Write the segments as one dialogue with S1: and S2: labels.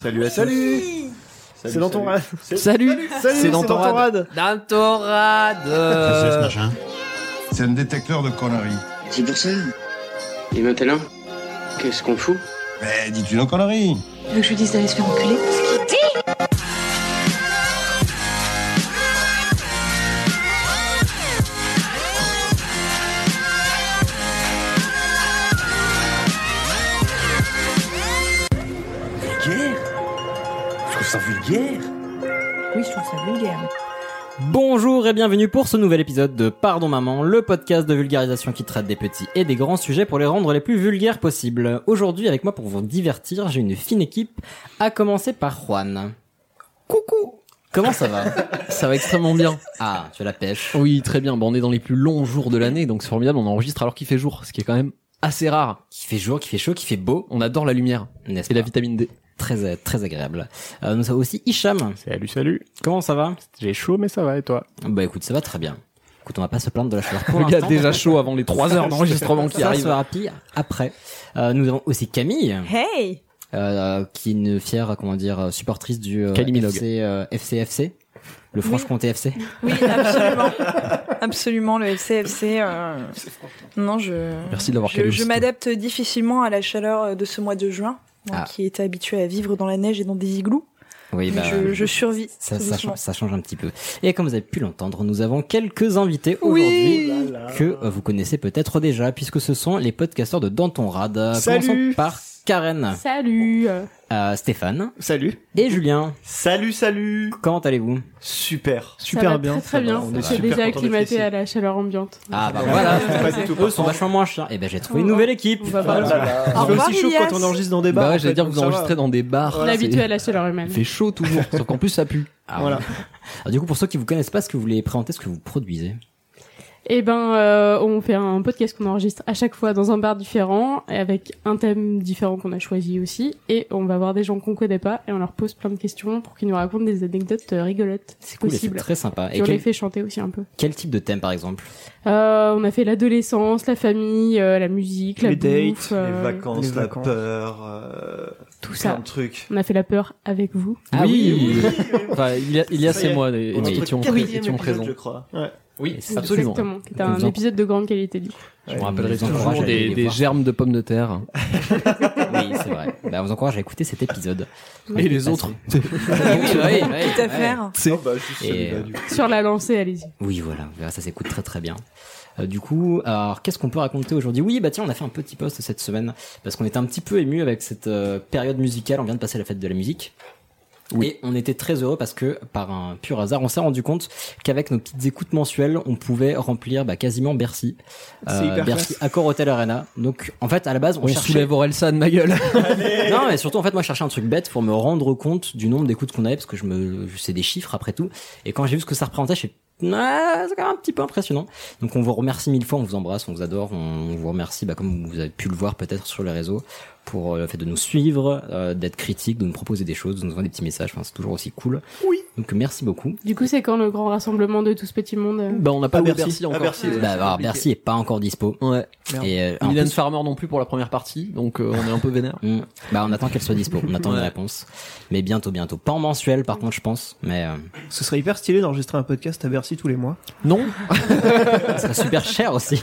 S1: Salut à salut
S2: Oui.
S1: Salut,
S3: C'est dans ton
S1: salut.
S3: rad.
S4: Salut
S3: Salut,
S4: C'est dans ton rad Dans ton rad euh,
S5: C'est un détecteur de conneries.
S2: C'est pour ça.
S6: Et maintenant, qu'est-ce qu'on fout
S5: Mais Ben, dis-tu nos conneries
S7: veux que je lui dise d'aller se faire enculer
S1: Je trouve ça vulgaire
S8: Oui, je trouve ça vulgaire.
S4: Bonjour et bienvenue pour ce nouvel épisode de Pardon Maman, le podcast de vulgarisation qui traite des petits et des grands sujets pour les rendre les plus vulgaires possibles. Aujourd'hui, avec moi pour vous divertir, j'ai une fine équipe, à commencer par Juan.
S8: Coucou
S4: Comment ça va
S9: Ça va extrêmement bien.
S4: Ah, tu la pêches.
S9: Oui, très bien. Bon, on est dans les plus longs jours de l'année, donc c'est formidable. On enregistre alors qu'il fait jour, ce qui est quand même assez rare.
S4: Qui fait jour, qui fait chaud, qui fait beau,
S9: On adore la lumière
S4: n'est-ce
S9: et
S4: pas
S9: la vitamine D.
S4: très, euh, très agréable. Euh, nous avons aussi Hicham.
S3: Salut, salut.
S4: Comment ça va
S3: J'ai chaud, mais ça va, et toi
S4: Bah écoute, ça va très bien. Écoute, on va pas se plaindre de la chaleur pour
S9: Le gars
S4: l'instant.
S9: déjà chaud avant les 3 heures d'enregistrement qui
S4: Ça
S9: arrivent.
S4: sera pire après. Euh, nous avons aussi Camille,
S8: Hey
S4: euh, qui est une fière, comment dire, euh, supportrice du euh,
S9: Caliminog.
S4: FC, euh, FCFC, le Franche-Comté FC.
S8: Oui, absolument. absolument, le FCFC. euh, Non, je.
S9: Merci de l'avoir
S8: je-
S9: calé
S8: Je
S9: aussitôt.
S8: m'adapte difficilement à la chaleur de ce mois de juin, moi
S4: Ah.
S8: qui était habitué à vivre dans la neige et dans des igloos.
S4: Oui,
S8: Mais
S4: bah,
S8: je, je survis.
S4: ça,
S8: tout
S4: ça,
S8: doucement.
S4: change, ça change un petit peu. Et comme vous avez pu l'entendre, nous avons quelques invités aujourd'hui
S8: Oui.
S4: que euh, vous connaissez peut-être déjà, puisque ce sont les podcasteurs de Danton Rad. Euh,
S3: Salut.
S4: Commençons par Karen,
S7: Salut
S4: euh, Stéphane
S3: Salut.
S4: et Julien.
S3: Salut, salut.
S4: Comment allez-vous
S3: Super.
S7: ça
S3: Super
S7: va
S3: bien.
S7: Très, très bien.
S3: On est
S7: J'ai
S3: super
S7: déjà
S3: content d'être ici.
S7: acclimaté à la chaleur ambiante. Oh,
S4: Ah bah voilà,
S3: Pas du tout. Oh
S4: eux sont vachement moins chiens. Et ben j'ai trouvé une nouvelle équipe.
S7: On va voir.
S8: Au
S3: Il fait
S8: revoir,
S3: aussi chaud
S8: Ilias.
S3: quand on enregistre dans des bars.
S9: Bah ouais,
S3: en
S9: j'allais
S3: fait,
S9: dire,
S3: donc
S9: vous
S3: ça va.
S9: enregistré dans des bars.
S7: On est habitué à la chaleur
S9: Il
S7: humaine.
S9: fait chaud toujours, sauf qu'en plus ça pue.
S4: Ah,
S3: Voilà.
S4: Alors, du coup, pour ceux qui vous connaissent pas, est-ce que vous voulez présenter ce que vous produisez
S7: Eh ben, euh, on fait un podcast qu'on enregistre à chaque fois dans un bar différent, et avec un thème différent qu'on a choisi aussi, et on va voir des gens qu'on connaît pas, et on leur pose plein de questions pour qu'ils nous racontent des anecdotes euh, rigolotes, si
S4: Cool, c'est
S7: possible.
S4: très sympa.
S7: Puis
S4: Et
S7: on les
S4: quel,
S7: fait chanter aussi un peu.
S4: quel type de thème, par exemple
S7: Euh, on a fait l'adolescence, la famille, euh, la musique, la
S10: les
S7: bouffe,
S10: dates, les
S7: euh,
S10: vacances,
S3: les
S10: la
S3: vacances.
S10: peur, euh,
S7: tout
S10: plein
S7: ça.
S10: de trucs.
S7: On a fait la peur avec vous.
S4: Ah oui,
S9: Enfin, il y a, il y a
S10: Ça
S9: c'est
S10: y est.
S9: moi, et
S4: On
S9: tu
S4: est
S9: étions
S10: Notre
S9: pré-
S10: quatrième
S9: étions
S10: épisode,
S9: présents.
S10: je crois.
S4: Oui,
S9: absolument.
S7: Exactement. C'était
S4: Nous
S7: un
S4: en-
S7: épisode de grande qualité du coup.
S4: Je vous rappellerai
S9: Rappellerai
S4: toujours
S9: toujours
S4: des-
S9: des,
S4: des
S9: germes de pommes de terre.
S4: Oui, c'est vrai. Bah, on vous encourage à écouter cet épisode.
S9: Et les autres.
S4: Tout
S8: Tout à faire.
S10: Oh, bah, juste
S4: Et,
S10: celui-là,
S4: euh,
S10: du coup.
S7: Sur la lancée, allez-y.
S4: Oui, voilà, Bah, ça s'écoute très très bien. Euh, du coup, alors qu'est-ce qu'on peut raconter aujourd'hui Oui, bah tiens, on a fait un petit post cette semaine parce qu'on était un petit peu ému avec cette euh, période musicale. On vient de passer la fête de la musique. Et on était très heureux parce que par un pur hasard, on s'est rendu compte qu'avec nos petites écoutes mensuelles, on pouvait remplir bah, quasiment Bercy, Euh,
S3: C'est hyper
S4: Bercy Accor Hotel Arena. Donc en fait, à la base, on,
S9: On
S4: cherchait
S9: soulève Orelsan, ma gueule.
S4: non, mais surtout, en fait, moi, je cherchais un truc bête pour me rendre compte du nombre d'écoutes qu'on avait, parce que je me, je sais des chiffres après tout. Et quand j'ai vu ce que ça représentait, je suis, ah, c'est quand même un petit peu impressionnant. Donc, on vous remercie mille fois, on vous embrasse, on vous adore, on vous remercie, bah, comme vous avez pu le voir peut-être sur les réseaux, pour euh, le fait de nous suivre, euh, d'être critique, de nous proposer des choses, de nous envoyer des petits messages. Enfin, c'est toujours aussi cool. Oui. Donc, merci beaucoup.
S7: Du coup, c'est quand le grand rassemblement de tout ce petit monde euh,
S9: Bah, on n'a pas
S3: Ah
S10: À
S9: eu
S10: Bercy,
S9: Bercy
S10: à
S9: encore.
S10: Bercy, ouais.
S4: Bah, alors, merci est pas encore dispo.
S9: Ouais.
S4: Et, euh, en
S9: Mylène
S4: plus-
S9: Farmer non plus pour la première partie, donc euh, on est un peu vénère.
S4: Hmm. Bah, on attend qu'elle soit dispo. On attend une
S9: Ouais.
S4: réponse. Mais bientôt, bientôt. Pas en mensuel, par contre, je pense. Mais, euh,
S3: Ce serait hyper stylé d'enregistrer un podcast à Bercy tous les mois.
S9: Non
S4: ça serait super cher aussi.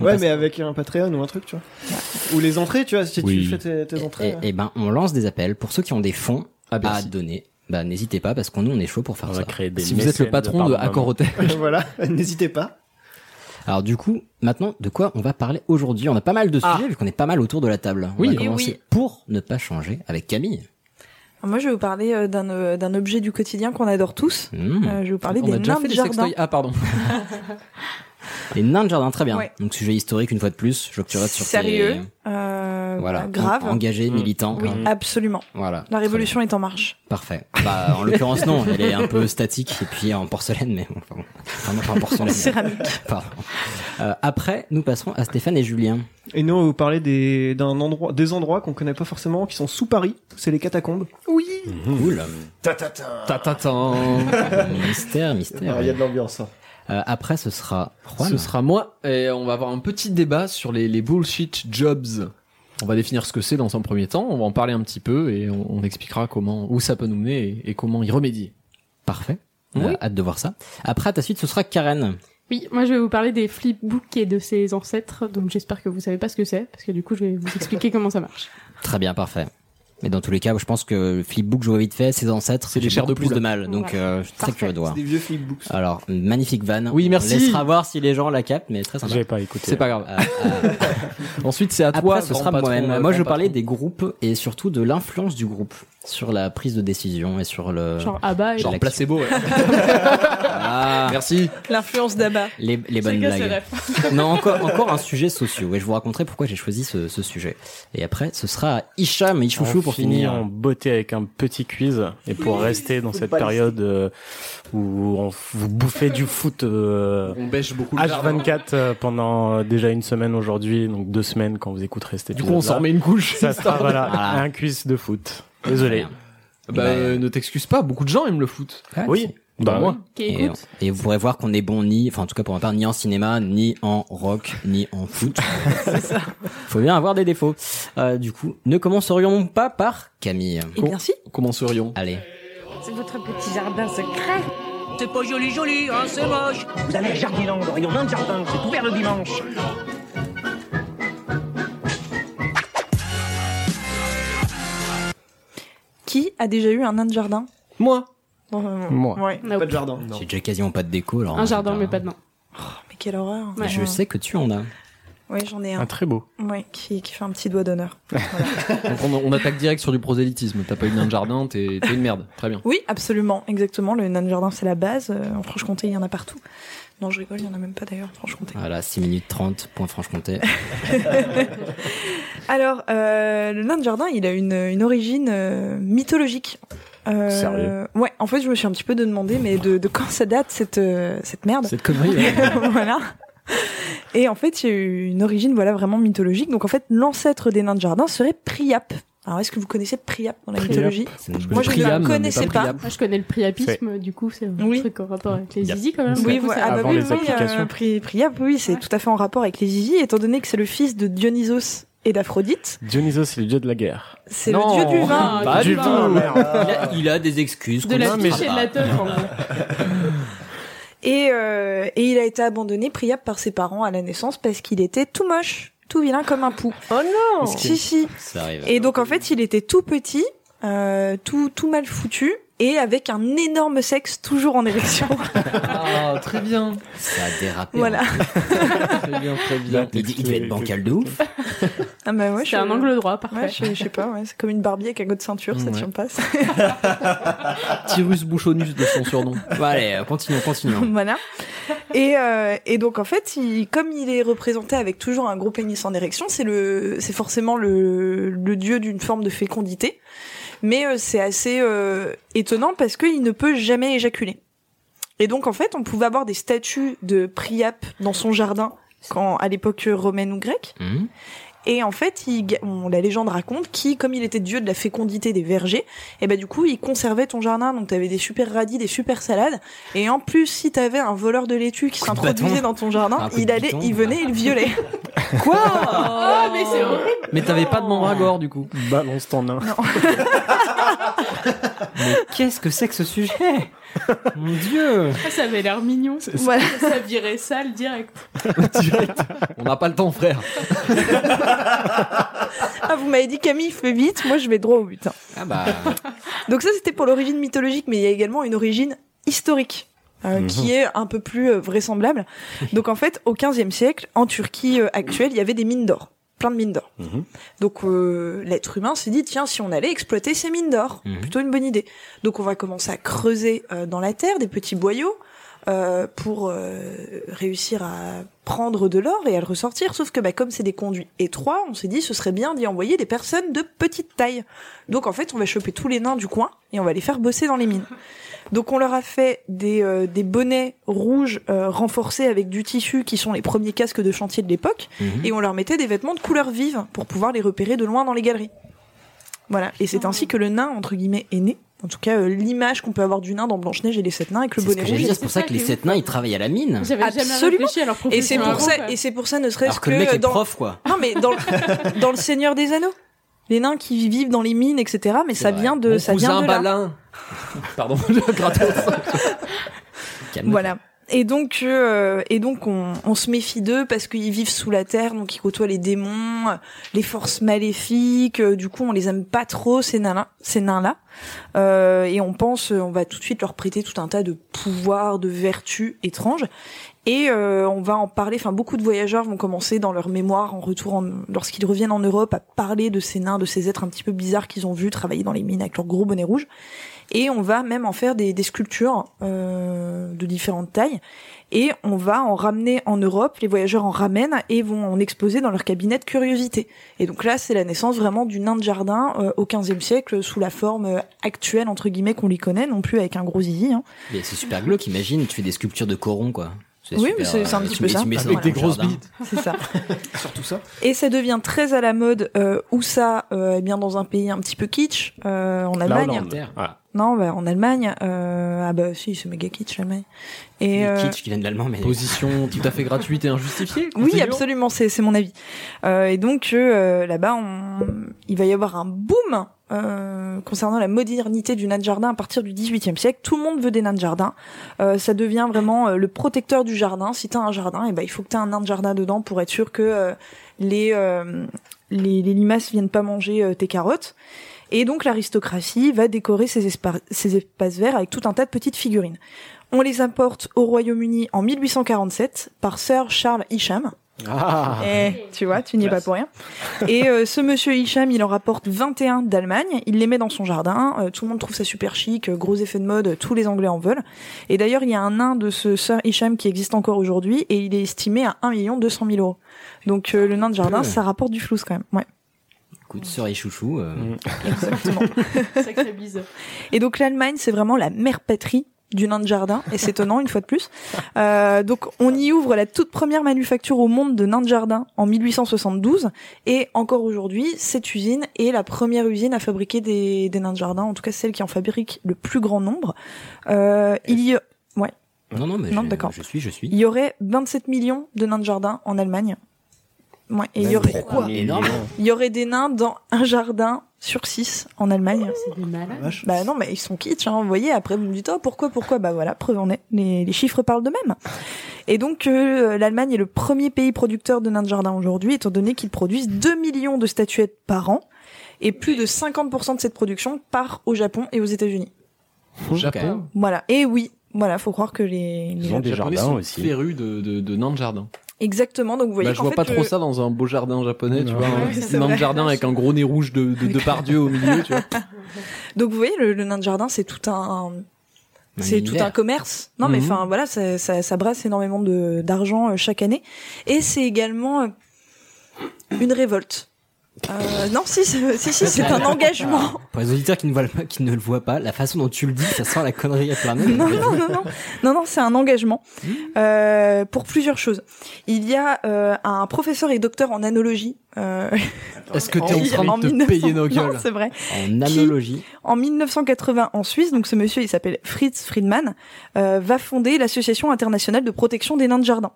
S4: On
S3: Ouais,
S4: passe-
S3: mais avec un Patreon ou un truc, tu vois. Ou les entrées, tu vois, si
S9: Oui.
S3: tu fais tes, tes
S4: Et,
S3: entrées.
S4: et ben, on lance des appels pour ceux qui ont des fonds
S9: Ah,
S4: à
S9: Bercy.
S4: donner. Bah, n'hésitez pas parce qu'on nous on est chaud pour faire
S2: On
S4: ça.
S2: va créer des
S9: Si vous êtes
S2: mécènes
S9: le patron
S2: par
S9: de
S2: moment.
S9: Accor Hotel.
S3: hein. voilà, n'hésitez pas.
S4: Alors du coup, maintenant, de quoi on va parler aujourd'hui On a pas mal de
S9: Ah.
S4: sujets vu qu'on est pas mal autour de la table. On
S9: Oui.
S4: va
S9: Eh
S4: commencer
S8: oui.
S4: pour ne pas changer avec Camille.
S8: Alors moi, je vais vous parler euh, d'un euh, d'un objet du quotidien qu'on adore tous.
S4: Mmh.
S8: Euh, je vais vous parler
S9: on
S8: des
S9: a déjà
S8: nains
S9: fait
S8: de
S9: des
S8: jardin.
S9: sextoys. Ah, pardon.
S4: Les nains de jardin, très bien.
S8: Ouais.
S4: Donc sujet historique une fois de plus. Je veux que tu restes sur tes-
S8: Sérieux Euh,
S4: Voilà.
S8: bah, Grave.
S4: En- engagé, militant.
S8: Oui,
S4: hein.
S8: absolument.
S4: Voilà.
S8: La révolution est en marche.
S4: Parfait. Bah, en l'occurrence non, elle est un peu statique et puis en porcelaine, mais bon, enfin, bon. Enfin, non, pas en porcelaine. mais-
S8: Céramique.
S4: Pardon. Euh, après, nous passerons à Stéphane et Julien.
S3: Et nous, on va vous parler des, d'un endroit, des endroits qu'on connaît pas forcément, qui sont sous Paris. C'est les catacombes.
S4: Cool.
S9: Tatatin.
S4: mystère, mystère.
S10: de l'ambiance. hein.
S4: Euh, après, ce sera Juan.
S9: Ce sera moi, et on va avoir un petit débat sur les, les bullshit jobs. On va définir ce que c'est dans un premier temps, on va en parler un petit peu et on, on expliquera comment où ça peut nous mener et, et comment y remédier.
S4: Parfait. On
S7: Oui.
S4: a hâte de voir ça. Après, à ta suite, ce sera Karen.
S7: Oui, moi je vais vous parler des flipbooks et de ses ancêtres, donc j'espère que vous savez pas ce que c'est, parce que du coup je vais vous expliquer comment ça marche.
S4: Très bien, parfait. Mais dans tous les cas, je pense que le flipbook, je vois vite fait, ses ancêtres, c'est
S9: des chairs de
S4: plus
S9: poule.
S4: de mal. Donc,
S7: Ouais.
S4: euh, je suis très
S7: Parfait.
S4: curieux de voir.
S3: Des vieux flipbooks.
S4: Alors, une magnifique vanne.
S9: Oui, merci.
S4: On laissera voir si les gens la captent, mais très sympa.
S2: J'ai pas écouté.
S9: C'est pas grave.
S4: Euh, euh,
S9: Ensuite, c'est à toi.
S4: Après, ce
S9: grand
S4: sera
S9: patron,
S4: moi-même.
S9: euh,
S4: Moi, je
S9: grand
S4: parlais
S9: patron.
S4: des groupes et surtout de l'influence du groupe sur la prise de décision et sur le.
S7: Genre Abba et
S4: Genre-
S9: Genre placebo. ouais.
S4: Ah,
S9: Merci.
S8: L'influence d'Abba.
S4: les, les bonnes blagues. Non, encore, encore un sujet social. Et je vous raconterai pourquoi j'ai choisi ce, ce sujet. Et après, ce sera à Hicham et Ichouchou
S2: On
S4: pour
S2: finit
S4: finir.
S2: en beauté avec un petit quiz et pour rester dans cette période euh, où on f- vous bouffez du foot euh,
S9: On bêche beaucoup. le jardin.
S2: H24 euh, pendant euh, déjà une semaine aujourd'hui, donc deux semaines quand vous écouterez cet
S9: Du coup, on
S2: épisode-là.
S9: s'en met une couche.
S2: Ça sera voilà,
S4: Voilà.
S2: un quiz de foot. Désolé.
S9: Bah, euh, ne t'excuse pas. Beaucoup de gens aiment le foot.
S4: Ah,
S2: Oui. Bah,
S9: moi.
S7: qui
S4: Et,
S7: écoute.
S4: et vous pourrez voir qu'on est bon ni, enfin en tout cas pour ma part, ni en cinéma, ni en rock, ni en foot. Faut bien avoir des défauts. Euh, du coup, ne commencerions pas par Camille.
S7: Eh
S8: Et merci.
S9: Commencerions.
S4: Allez.
S11: C'est votre petit jardin secret.
S6: C'est pas joli, joli, hein, c'est moche.
S1: Vous allez à Jardiland, rayon 20 de jardin, c'est ouvert le dimanche.
S8: Qui a déjà eu un nain de jardin
S3: Moi,
S8: Euh,
S2: Moi.
S8: Ouais.
S4: Ah,
S7: Nope.
S3: pas de jardin. Non.
S4: J'ai déjà quasiment pas de déco. Alors euh,
S7: Un jardin mais pas de nom.
S8: Oh, Mais quelle horreur.
S7: Ouais.
S4: Je sais que tu en as.
S8: Oui, j'en ai
S2: Un
S8: un.
S2: très beau.
S8: Ouais, qui, qui fait un petit doigt d'honneur. Voilà.
S2: Eh ben,
S9: Donc, on, on attaque direct sur du prosélytisme. T'as pas eu de nain de jardin, t'es t'es une merde. Très bien.
S8: Oui, absolument, exactement. Le nain de jardin, c'est la base. Euh, En Franche-Comté, il y en a partout. Non, je rigole, il y en a même pas d'ailleurs en Franche-Comté.
S4: Voilà, 6 minutes 30, point Franche-Comté.
S8: Alors, euh, le nain de jardin, il a une, une origine euh, mythologique. Euh,
S2: Sérieux
S8: Ouais, en fait, je me suis un petit peu demandé, mais de, de quand ça date cette, euh, cette merde
S9: Cette connerie. ouais.
S8: voilà. Et en fait, il y a eu une origine voilà vraiment mythologique. Donc en fait, l'ancêtre des nains de jardin serait Priap. Alors est-ce que vous connaissez Priap dans la
S7: Priape.
S8: mythologie
S4: C'est une
S8: Moi,
S4: bonne-
S8: je ne
S9: Priam,
S8: la
S9: mais
S8: connaissais
S9: pas
S8: pas.
S9: Priap.
S7: Moi je connais le priapisme, du coup c'est un
S8: Oui.
S7: truc en rapport avec les
S2: Yep.
S7: zizi quand même.
S8: Oui,
S7: Du coup,
S8: voilà.
S7: ça-
S8: Ah bah
S2: Avant
S8: oui,
S2: les
S8: oui,
S2: applications.
S8: euh, Pri- Priap, oui, c'est tout à fait en rapport avec les Zizi, étant donné que c'est le fils de Dionysos et d'Aphrodite.
S2: Dionysos, c'est le dieu de la guerre.
S8: C'est le
S9: Non.
S8: dieu du vin.
S7: Ah,
S2: Pas
S7: du
S2: du
S7: vin.
S2: tout.
S4: il, a, il a des excuses.
S7: De la
S4: qu'on ne
S7: fiche et de
S4: fera
S7: la
S4: pas.
S7: teuf en gros.
S8: Et, euh, et il a été abandonné, Priap, par ses parents à la naissance parce qu'il était tout moche, tout vilain comme un pou.
S7: Oh non
S8: Si, si.
S4: Ça arrive.
S8: Et donc en fait, il était tout petit, euh, tout tout mal foutu et avec un énorme sexe toujours en érection.
S7: Oh,
S9: Ah, très bien.
S4: Ça a dérapé.
S8: voilà.
S4: hein.
S9: Très bien, très bien.
S4: Il, il devait être bancal de ouf.
S8: Ah bah ouais,
S7: C'est
S8: je-
S7: un angle droit
S8: Ouais,
S7: parfait.
S8: je, je sais pas, ouais, c'est comme une Barbie avec un goût de ceinture, ça
S9: Ouais.
S8: tient pas. ça.
S9: Tyrus Bouchonus de son surnom.
S4: Bon, allez, euh, continuons, continuons.
S8: voilà. Et, euh, et donc en fait, il, comme il est représenté avec toujours un gros pénis en érection, c'est le, c'est forcément le, le dieu d'une forme de fécondité. Mais euh, c'est assez euh, étonnant parce qu'il ne peut jamais éjaculer. Et donc en fait, on pouvait avoir des statues de Priape dans son jardin quand à l'époque euh, romaine ou grecque.
S4: Hmm.
S8: Et en fait, il, ga- on- la légende raconte qu'il, comme il était dieu de la fécondité des vergers, et ben du coup, il conservait ton jardin. Donc, t'avais des super radis, des super salades. Et en plus, si t'avais un voleur de laitue qui
S4: Coup de
S8: s'introduisait
S4: bâton.
S8: dans ton jardin,
S4: Un coup de
S8: il allait,
S4: bâton.
S8: il venait, et il violait.
S7: Oh mais c'est horrible
S9: Mais t'avais pas de mandragore du coup.
S2: Balance ton nain.
S4: Mais qu'est-ce que c'est que ce sujet Mon dieu
S7: Ça avait l'air mignon.
S8: voilà.
S7: Ça virait sale direct.
S9: On n'a pas le temps, frère.
S8: Ah, vous m'avez dit Camille, fais vite. Moi, je vais droit au but. hein.
S4: Ah bah.
S8: Donc ça, c'était pour l'origine mythologique, mais il y a également une origine historique. euh,
S2: Mhm.
S8: qui est un peu plus euh, vraisemblable. Donc en fait, au XVe siècle, en Turquie euh, actuelle, il y avait des mines d'or, plein de mines d'or.
S2: Mhm.
S8: Donc euh, l'être humain s'est dit, tiens, si on allait exploiter ces mines d'or,
S4: Mhm.
S8: plutôt une bonne idée. Donc on va commencer à creuser euh, dans la terre des petits boyaux euh, pour euh, réussir à prendre de l'or et à le ressortir. Sauf que bah, comme c'est des conduits étroits, on s'est dit, ce serait bien d'y envoyer des personnes de petite taille. Donc en fait, on va choper tous les nains du coin et on va les faire bosser dans les mines. Donc on leur a fait des, euh, des bonnets rouges euh, renforcés avec du tissu qui sont les premiers casques de chantier de l'époque
S4: Mhm.
S8: et on leur mettait des vêtements de couleur vive pour pouvoir les repérer de loin dans les galeries. Voilà, et c'est ainsi que le nain entre guillemets est né En tout cas, euh, l'image qu'on peut avoir du nain dans Blanche-Neige et les sept nains avec le
S4: C'est ce
S8: bonnet
S4: que
S8: rouge.
S4: j'ai dit, c'est pour ça que les sept nains ils travaillent à la mine.
S7: J'avais jamais
S8: Absolument.
S7: réfléchi à leur
S8: Et
S7: profil
S8: c'est
S7: sur
S8: pour
S7: un
S8: ça,
S7: groupe.
S8: et c'est pour ça, ne serait-ce
S4: Alors que le mec est
S8: dans,
S4: prof quoi.
S8: non mais dans le, dans le Seigneur des Anneaux, les nains qui vivent dans les mines, etc. Mais ça
S4: vrai.
S8: vient de,
S9: Mon
S8: ça
S9: cousin
S8: vient de là.
S9: Balin. Pardon, gratos.
S4: Calme-toi.
S8: Voilà. Et donc, euh, et donc on, on se méfie d'eux parce qu'ils vivent sous la terre, donc ils côtoient les démons, euh, les forces maléfiques. euh, Du coup, on les aime pas trop ces nains-là. Ces nains-là. Euh, et on pense, euh, on va tout de suite leur prêter tout un tas de pouvoirs, de vertus étranges. Et euh, on va en parler. Enfin, beaucoup de voyageurs vont commencer dans leur mémoire en retour, en- lorsqu'ils reviennent en Europe, à parler de ces nains, de ces êtres un petit peu bizarres qu'ils ont vus travailler dans les mines avec leur gros bonnet rouge. Et on va même en faire des, des sculptures euh, de différentes tailles. Et on va en ramener en Europe. Les voyageurs en ramènent et vont en exposer dans leur cabinet de curiosité. Et donc là, c'est la naissance vraiment du nain de jardin euh, au XVe siècle sous la forme euh, actuelle entre guillemets qu'on lui connaît, non plus avec un gros zizi. hein.
S4: Mais c'est super glauque, imagine, tu fais des sculptures de coron quoi. C'est
S8: Oui,
S4: super,
S8: mais c'est- c'est un
S4: euh,
S8: petit
S4: tu
S8: peu
S4: mets-
S8: ça.
S4: tu mets
S10: Avec
S4: dans
S10: des
S4: ton
S10: grosses
S4: jardin.
S10: bites.
S8: C'est ça.
S10: Surtout ça.
S8: Et ça devient très à la mode, euh, où ça, euh, eh bien dans un pays un petit peu kitsch, euh, en
S2: La
S8: Allemagne.
S2: Hollande. Voilà.
S8: Non, bah, en Allemagne. euh, ah bah si, c'est méga kitsch l'Allemagne. Et
S4: Les
S8: euh,
S4: kitsch qui viennent de l'allemand, mais
S9: Position tout à fait gratuite et injustifiée.
S8: oui,
S9: Continuons.
S8: absolument, c'est c'est mon avis. Euh, et donc euh, là-bas, on... il va y avoir un boom euh, concernant la modernité du nain de jardin à partir du XVIIIe siècle. Tout le monde veut des nains de jardin. Euh, ça devient vraiment euh, le protecteur du jardin. Si t'as un jardin, et ben il faut que t'aies un nain de jardin dedans pour être sûr que euh, les, euh, les les limaces viennent pas manger euh, tes carottes. Et donc l'aristocratie va décorer ces, espa- ces espaces verts avec tout un tas de petites figurines. On les apporte au Royaume-Uni en 1847 par Sir Charles Isham.
S2: Ah.
S8: Eh, tu vois, tu n'y es pas pour rien. Et euh, ce monsieur Hicham, il en rapporte 21 d'Allemagne, il les met dans son jardin, euh, tout le monde trouve ça super chic, euh, gros effet de mode, euh, tous les Anglais en veulent. Et d'ailleurs, il y a un nain de ce Sir Hicham qui existe encore aujourd'hui, et il est estimé à 1 200 000 euros. Donc euh, le nain de jardin,
S4: Ouais.
S8: ça rapporte du flouze quand même. Ouais,
S4: coup de sœur et chouchou. euh,
S2: Mm.
S8: exactement.
S7: Sacré bise.
S8: Et donc l'Allemagne, c'est vraiment la mère patrie du nain de jardin, et c'est étonnant une fois de plus. Euh, donc on y ouvre la toute première manufacture au monde de nains de jardin en 1872, et encore aujourd'hui, cette usine est la première usine à fabriquer des, des nains de jardin, en tout cas celle qui en fabrique le plus grand nombre. Euh, il, y,
S4: Non, non, mais
S8: Non,
S4: je-
S8: d'accord.
S4: je suis, je suis.
S8: il y aurait 27 millions de nains de jardin en Allemagne. Ouais, et il y, aurait,
S4: Pourquoi Énorme.
S8: il y aurait des nains dans un jardin sur six en Allemagne.
S7: C'est des malades.
S10: Vache.
S8: Bah non, mais ils sont kitsch, hein, vous voyez. Après, vous me dites, oh, pourquoi, pourquoi Bah voilà, preuve en est. Les, les chiffres parlent d'eux-mêmes. Et donc, euh, l'Allemagne est le premier pays producteur de nains de jardin aujourd'hui, étant donné qu'ils produisent 2 millions de statuettes par an, et plus de 50% de cette production part au Japon et aux États-Unis.
S9: Au Japon.
S8: Voilà. Et oui, voilà, faut croire que les... les-
S2: Ils ont des
S9: Les Japonais
S2: jardins
S9: sont
S2: aussi.
S9: Férus de, de, de nains de jardin.
S8: Exactement, donc vous voyez
S9: bah, je
S8: qu'en
S9: vois
S8: fait,
S9: pas trop
S8: le-
S9: ça dans un beau jardin japonais, tu
S2: Non.
S9: vois.
S8: Ouais,
S9: Un
S8: c'est
S9: nain de
S8: vrai.
S9: jardin avec un gros nez rouge de, de, de Pardieu au milieu, tu vois.
S8: Donc vous voyez, le, le nain de jardin, c'est tout un... C'est tout un
S4: univers.
S8: commerce. Non, mais
S9: Mhm.
S8: enfin voilà, ça, ça, ça brasse énormément de d'argent euh, chaque année, et c'est également euh, une révolte. Euh, non, si, c'est- si, si, c'est un engagement.
S4: Pour les auditeurs qui ne, voient pas, qui ne le voient pas, la façon dont tu le dis, ça sent la connerie à
S9: Ah,
S4: plein nez.
S8: Non, non, non, non, non, non, c'est un engagement
S9: Hmm.
S8: euh, pour plusieurs choses. Il y a euh, un professeur et docteur en analogie. euh,
S9: Est-ce que t'es en
S8: qui,
S9: train de te
S8: 1900
S9: payer nos gueules
S8: Non, c'est vrai.
S4: En analogie.
S8: En 1980, en Suisse, donc ce monsieur, il s'appelle Fritz Friedman, euh, va fonder l'association internationale de protection des nains de jardin.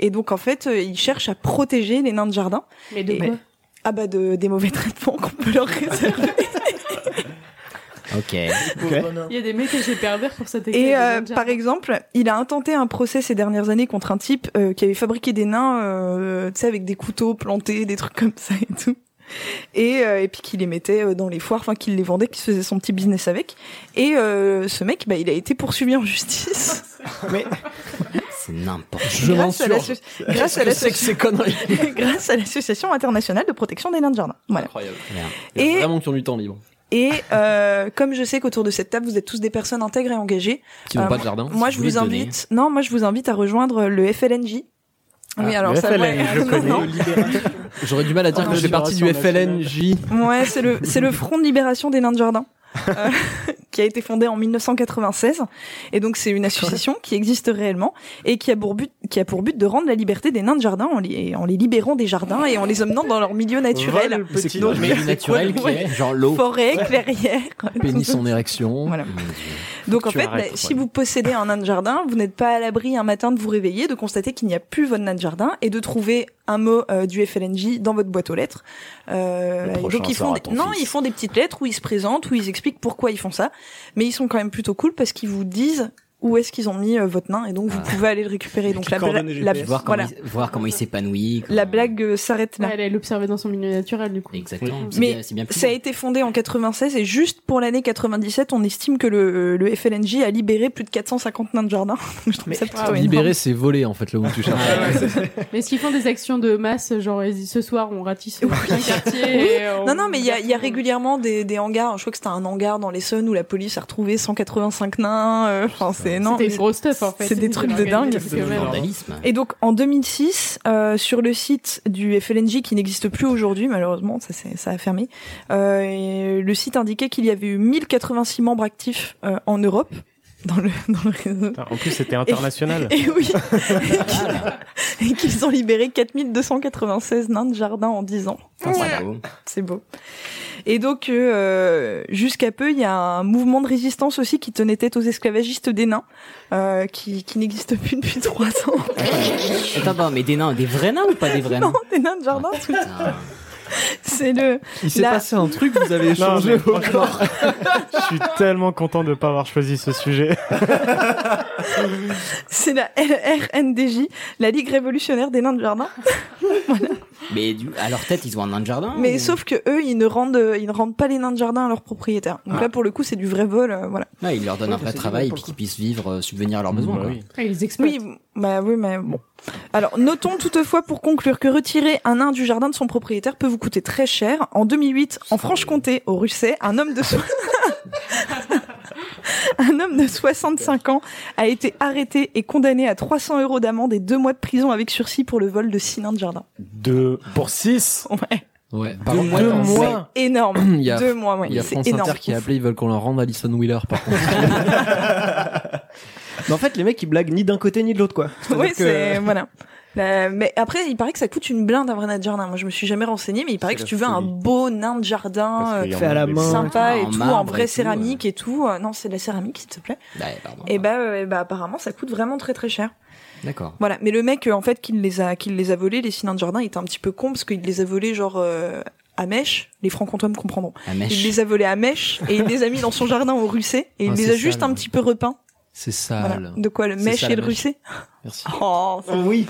S8: Et donc en fait, euh, il cherche à protéger les nains de jardin.
S7: Mais de
S8: Et-
S7: quoi
S8: Ah bah de, des mauvais traitements qu'on peut leur réserver.
S4: Ok.
S10: Oh,
S7: Il y a des mecs et des pervers pour cette
S8: Et euh, par exemple, il a intenté un procès ces dernières années contre un type euh, qui avait fabriqué des nains, euh, tu sais, avec des couteaux plantés, des trucs comme ça et tout. Et, euh, et puis qu'il les mettait euh, dans les foires, enfin qu'il les vendait, qu'il se faisait son petit business avec. Et euh, ce mec, bah, il a été poursuivi en justice.
S4: C'est n'importe quoi.
S9: Je m'en
S8: grâce, à
S9: suis.
S8: l'asso- grâce à
S9: Je sais que
S8: l'asso-
S9: c'est connerie.
S8: grâce à l'association internationale de protection des nains de jardin. Voilà.
S9: Incroyable. Il y a
S8: Et,
S9: vraiment qui ont du temps libre.
S8: et euh, comme je sais qu'autour de cette table, vous êtes tous des personnes intègres et engagées,
S9: Qui n'ont
S8: Euh,
S9: pas de jardin.
S8: moi je
S4: voulez
S8: vous
S4: donner.
S8: invite. Non, moi je vous invite à rejoindre le FLNJ. oui, alors
S2: Ah, le
S8: ça.
S2: FLN,
S8: ouais,
S2: je
S8: non,
S2: connais.
S8: non.
S9: J'aurais du mal à dire
S2: Ah,
S9: que je fais partie du
S2: Libération nationale.
S9: FLNJ.
S8: Ouais, c'est le c'est le Front de libération des nains de jardin. euh, qui a été fondée en 1996. Et donc, c'est une association qui existe réellement et qui a pour but, qui a pour but de rendre la liberté des nains de jardin en, li- en les libérant des jardins et en les emmenant dans leur milieu naturel.
S4: C'est quoi le milieu naturel qui est genre l'eau
S8: Forêt, clairière.
S9: Pénis en érection.
S8: Donc en
S9: Tu
S8: fait,
S9: arrêtes,
S8: bah,
S9: ouais.
S8: si vous possédez un nain de jardin, vous n'êtes pas à l'abri un matin de vous réveiller, de constater qu'il n'y a plus votre nain de jardin et de trouver un mot euh, du FLNJ dans votre boîte aux lettres. Euh,
S12: Le
S8: et
S12: prochain
S8: donc ils font
S12: sera
S8: des-
S12: ton
S8: non,
S12: fils.
S8: ils font des petites lettres où ils se présentent, où ils expliquent pourquoi ils font ça, mais ils sont quand même plutôt cool parce qu'ils vous disent où est-ce qu'ils ont mis euh, votre nain et donc
S12: Ah.
S8: vous pouvez aller le récupérer. Donc la, bla- la
S4: voir comment
S8: voilà.
S4: il- voir comment il s'épanouit.
S8: La blague euh, s'arrête là.
S7: elle est l'observer dans son milieu naturel, du coup.
S4: Exactement. C'est
S8: Mais
S4: bien- c'est bien plus
S8: ça a été fondé en 96 et juste pour l'année 97, on estime que le, le FLNJ a libéré plus de 450 nains de jardin. Je trouve ça plutôt énorme.
S9: Libérer, c'est voler en fait le mot que tu cherches.
S7: Mais est-ce qu'ils font des actions de masse, genre ils disent, ce soir on ratisse un quartier
S8: Oui.
S7: et on-
S8: Non, non, mais il y a, il y a régulièrement des, des hangars. Je crois que c'était un hangar dans l'Essonne où la police a retrouvé 185 nains. euh, Enfin, c'est non.
S7: C'était une
S8: mais
S7: grosse stuff, en fait.
S8: C'est des
S7: C'était
S8: trucs de dingue.
S7: organisé, parce que même- Vandalisme.
S8: Et donc, en 2006, euh, sur le site du FLNJ qui n'existe plus aujourd'hui, malheureusement, ça, c'est- ça a fermé, euh, et le site indiquait qu'il y avait eu 1086 membres actifs euh, en Europe. Dans le, dans le réseau.
S2: En plus, c'était international.
S8: Et, et oui. et qu'ils ont libéré 4296 nains de jardin en 10 ans.
S4: Ah,
S8: C'est beau. Et donc, euh, jusqu'à peu, il y a un mouvement de résistance aussi qui tenait tête aux esclavagistes des nains, euh, qui, qui n'existe plus depuis trois ans.
S4: Attends, attends, mais des nains, des vrais nains ou pas des vrais nains Ah.
S8: non, des nains de jardin. tout ça. C'est le. la-
S2: un truc, vous avez
S8: échangé
S2: au corps. Je suis tellement content de ne pas avoir choisi ce sujet.
S8: C'est la LRNDJ, la Ligue révolutionnaire des nains de jardin.
S4: Mais du- à leur tête, ils ont un nain de jardin.
S8: Mais
S4: ou-
S8: sauf que eux, ils ne rendent, ils ne rendent pas les nains de jardin à leurs propriétaires. Donc
S4: Ah.
S8: là, pour le coup, c'est du vrai vol, euh, voilà.
S4: Ouais, ils leur donnent un vrai travail et puis qu'ils puissent vivre, euh, subvenir à leurs besoins. quoi.
S8: Mm, bah Oui, bah oui, mais bon. Alors, notons toutefois pour conclure que retirer un nain du jardin de son propriétaire peut vous coûter très cher. En 2008, en Franche-Comté, au Russet, un homme de so- un homme de 65 ans a été arrêté et condamné à 300 euros d'amende et deux mois de prison avec sursis pour le vol de six nains de jardin.
S2: Deux pour six.
S8: Ouais.
S9: Ouais,
S2: par Deux mois. mois.
S8: C'est énorme.
S9: Il y a,
S8: Deux mois, ouais.
S9: il y a
S8: C'est
S9: France
S8: énorme.
S9: Inter qui a appelé, ils veulent qu'on leur rende Alison Wheeler par contre.
S3: Mais en fait, les mecs, ils blaguent ni d'un côté ni de l'autre, quoi. C'est-à-dire
S8: Oui,
S3: que-
S8: c'est voilà. Euh, mais après, il paraît que ça coûte une blinde un vrai nain de jardin. Moi, je me suis jamais renseignée, mais il paraît que
S3: C'est
S8: si
S3: la
S8: tu veux un
S3: folie.
S8: beau nain de jardin,
S3: Parce qu'il y
S8: euh,
S3: en Fait à a la des main.
S8: sympa
S3: Ah,
S8: et
S3: en
S8: tout, en
S3: marbre
S8: vraie
S3: et tout,
S8: céramique et tout. euh, non, c'est de la céramique, s'il te plaît. et bah, euh, bah, apparemment, ça coûte vraiment très très cher.
S4: D'accord.
S8: Voilà. Mais le mec, euh, en fait, qui les a, qui les a volés, les six nains de jardin, il était un petit peu con parce qu'il les a volés genre euh, à mèche. Les francs comtois me comprendront.
S4: À Mèche.
S8: Il les a volés à mèche et il les a mis dans son jardin au russet et il
S9: Ah,
S8: les
S9: c'est
S8: a juste
S9: sale.
S8: un petit peu repeints.
S9: C'est
S8: Voilà.
S9: sale.
S8: De quoi le
S9: C'est
S8: mèche
S9: sale,
S8: et le
S9: la
S8: russet
S9: Merci.
S8: Oh, oui.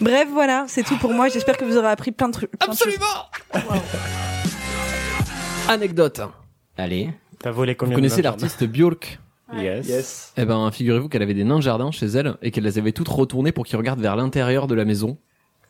S8: Bref, voilà, c'est tout pour moi. J'espère que vous aurez appris plein de trucs. Absolument.
S9: Anecdote.
S4: Allez.
S2: T'as volé
S9: Vous
S2: combien de
S9: connaissez
S2: nains de jardin
S9: l'artiste Björk
S2: Yes.
S9: Eh ben, figurez-vous qu'elle avait des nains de jardin chez elle et qu'elle les avait toutes retournées pour qu'ils regardent vers l'intérieur de la maison.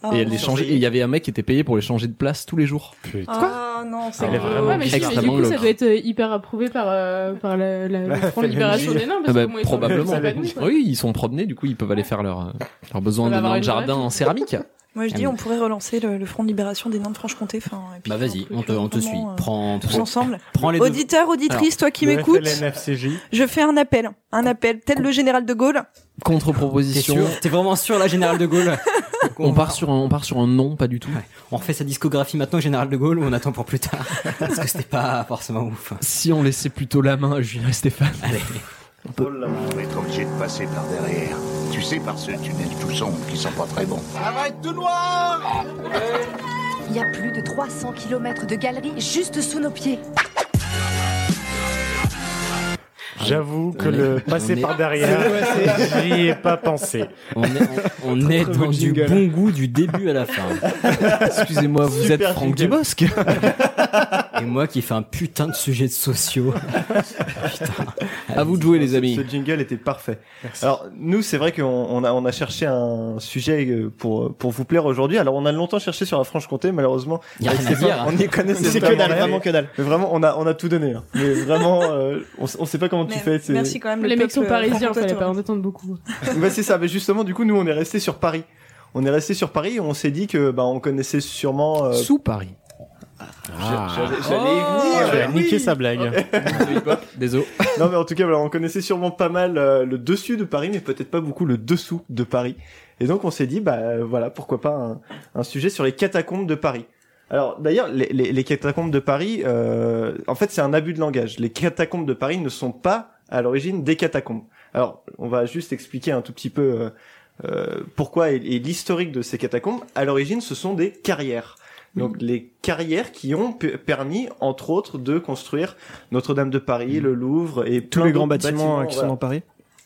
S8: Ah,
S9: et elle
S8: ouais.
S9: les changeait. Et il y avait un mec qui était payé pour les changer de place tous les jours.
S8: Ah non, c'est
S9: Elle est
S8: gros.
S9: vraiment
S7: Ouais, mais je- du
S9: Extrêmement
S7: coup, ça
S9: glauque.
S7: doit être euh, hyper approuvé par, euh, par la, la,
S3: Bah,
S7: le Front de Libération des Nains.
S9: Ah
S7: Parce
S9: bah,
S7: que comment ils sont
S9: probablement.
S7: épanouis, quoi.
S9: Oui, ils sont promenés, du coup, ils peuvent aller faire leur, euh, leurs besoins
S8: On va
S9: de
S8: avoir
S9: nains de
S8: une
S9: jardin
S8: vraie-
S9: en céramique. Euh,
S8: Moi, je dis, on pourrait relancer le, le Front de Libération des Nains de Franche-Comté. Enfin, euh, et puis
S4: Bah vas-y, on te, on te suit.
S8: euh,
S4: Prends,
S8: tous
S4: prends-
S8: ensemble.
S4: Prends les
S8: Auditeur, auditrice, toi qui m'écoutes,
S2: FCJ.
S8: je fais un appel, un appel, tel le général de Gaulle.
S9: Contre-proposition.
S4: T'es sûr T'es vraiment sûr là, Général de Gaulle
S9: On part sur un, on part sur un non, pas du tout.
S4: On refait sa discographie maintenant, Général de Gaulle, ou on attend pour plus tard Parce que c'était pas forcément ouf.
S9: Si on laissait plutôt la main à Julien et Stéphane.
S13: On va être obligé de passer par derrière. Tu sais, par ce tunnel tout sombre qui sent pas très bon.
S14: Arrête tout noir Il y a plus de 300 km de galeries juste sous nos pieds.
S2: J'avoue que
S4: On est-
S2: le
S4: on
S2: passer
S4: est-
S2: par derrière, j'y ai pas pensé.
S4: On est, on, on est dans du bon goût du début à la fin.
S9: Excusez-moi, vous
S4: Super
S9: êtes Franck
S4: jingle.
S9: Dubosc.
S4: Et moi qui fais un putain de sujet de sociaux.
S9: À vous de jouer, les amis.
S10: Ce jingle était parfait. Alors, nous, c'est vrai qu'on on a, on a cherché un sujet euh, pour, pour vous plaire aujourd'hui. Alors, on a longtemps cherché sur la Franche-Comté, malheureusement.
S4: Y a
S10: avec
S4: rien à
S10: Stéphane,
S4: dire, hein.
S10: On y connaissait
S3: C'est que
S10: vraiment
S3: dalle,
S10: rien.
S3: vraiment que dalle.
S10: Mais vraiment, on a, on a tout donné. hein. Mais vraiment, euh, on, s- on sait pas comment tu fais. c'est-
S7: Merci quand même, le Les mecs peuple, sont parisiens, euh, fallait franco-comtois. pas en
S10: attendre beaucoup. bah, c'est ça. Mais justement, du coup, nous, on est resté sur Paris. On est resté sur Paris et on s'est dit que, bah, on connaissait sûrement. euh,
S9: Sous Paris.
S10: J'allais j'allais y venir.
S2: Tu as
S10: oui.
S2: niqué sa blague.
S10: Désolé. Non, mais en tout cas, voilà, on connaissait sûrement pas mal euh, le dessus de Paris, mais peut-être pas beaucoup le dessous de Paris. Et donc, on s'est dit, bah euh, voilà, pourquoi pas un, un sujet sur les catacombes de Paris. Alors, d'ailleurs, les, les- les catacombes de Paris, euh, en fait, c'est un abus de langage. Les catacombes de Paris ne sont pas à l'origine des catacombes. Alors, on va juste expliquer un tout petit peu euh, euh, pourquoi et, et l'historique de ces catacombes. À l'origine, ce sont des carrières. Donc les carrières qui ont pe- permis, entre autres, de construire Notre-Dame de Paris, le Louvre et
S3: Tous
S10: plein
S3: les grands
S10: d'autres
S3: bâtiments, euh, qui sont
S10: voilà.
S3: dans Paris.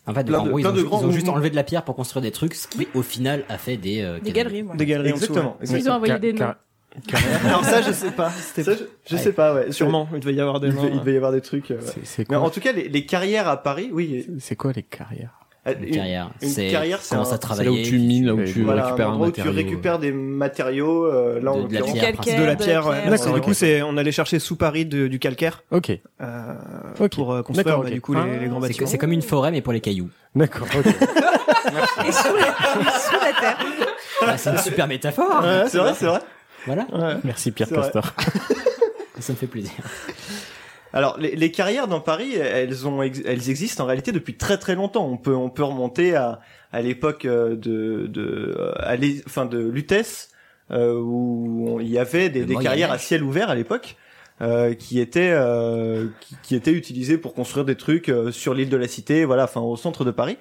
S4: En fait,
S10: Plein
S4: en
S10: de-
S4: gros, ils,
S10: plein
S4: ont,
S10: de
S4: ju-
S10: grands
S4: ils ont juste
S10: mouvements.
S4: enlevé de la pierre pour construire des trucs, ce qui au final a fait des, euh,
S8: Des galeries, voilà.
S10: Des galeries en dessous,
S3: Exactement.
S10: ouais. Ils ont
S3: Exactement.
S10: envoyé des
S3: Car-
S10: Alors ça, je sais pas. Ça, je, je sais pas, ouais.
S3: Sûrement, il devait y avoir des
S10: Il devait,
S3: noms,
S10: il devait y avoir des trucs. euh, ouais.
S2: c'est
S10: Mais en tout cas, les, les carrières à Paris, oui. Euh,
S2: C'est quoi les carrières
S10: Une,
S4: carrière,
S10: une
S4: c'est-
S10: carrière, c'est
S4: commence
S10: un-
S4: à travailler, C'est là où tu mines, là où tu
S10: Voilà,
S4: récupères un
S10: endroit où
S4: matériau.
S10: tu récupères des matériaux, euh, là, en
S4: De- de la
S10: l'occurrence.
S4: pierre, Du
S3: de la pierre, ouais. D'accord, du
S10: Ouais.
S3: coup, c'est, on allait chercher sous Paris de- du calcaire.
S2: Ok.
S3: Pour euh, construire,
S4: D'accord, ok.
S3: bah,
S4: Ah,
S3: du coup, les, les grands
S4: C'est-
S3: bâtiments.
S4: C'est comme une forêt, mais pour les cailloux.
S2: D'accord,
S8: Et sous la, sous la terre.
S4: c'est une super métaphore.
S10: Ouais, c'est vrai, c'est vrai.
S4: Voilà.
S2: Merci Pierre
S10: C'est vrai.
S2: Castor.
S4: Ça me fait plaisir.
S10: Alors les, les carrières dans Paris, elles ont ex- elles existent en réalité depuis très très longtemps. On peut on peut remonter à à l'époque euh, de de euh, à l'é- enfin de Lutèce euh, où on- il y avait des,
S4: Le
S10: des
S4: Moyen
S10: carrières à
S4: Âge.
S10: ciel ouvert à l'époque. euh, qui étaient euh, qui, qui étaient utilisées pour construire des trucs euh, sur l'île de la Cité, voilà, enfin au centre de Paris.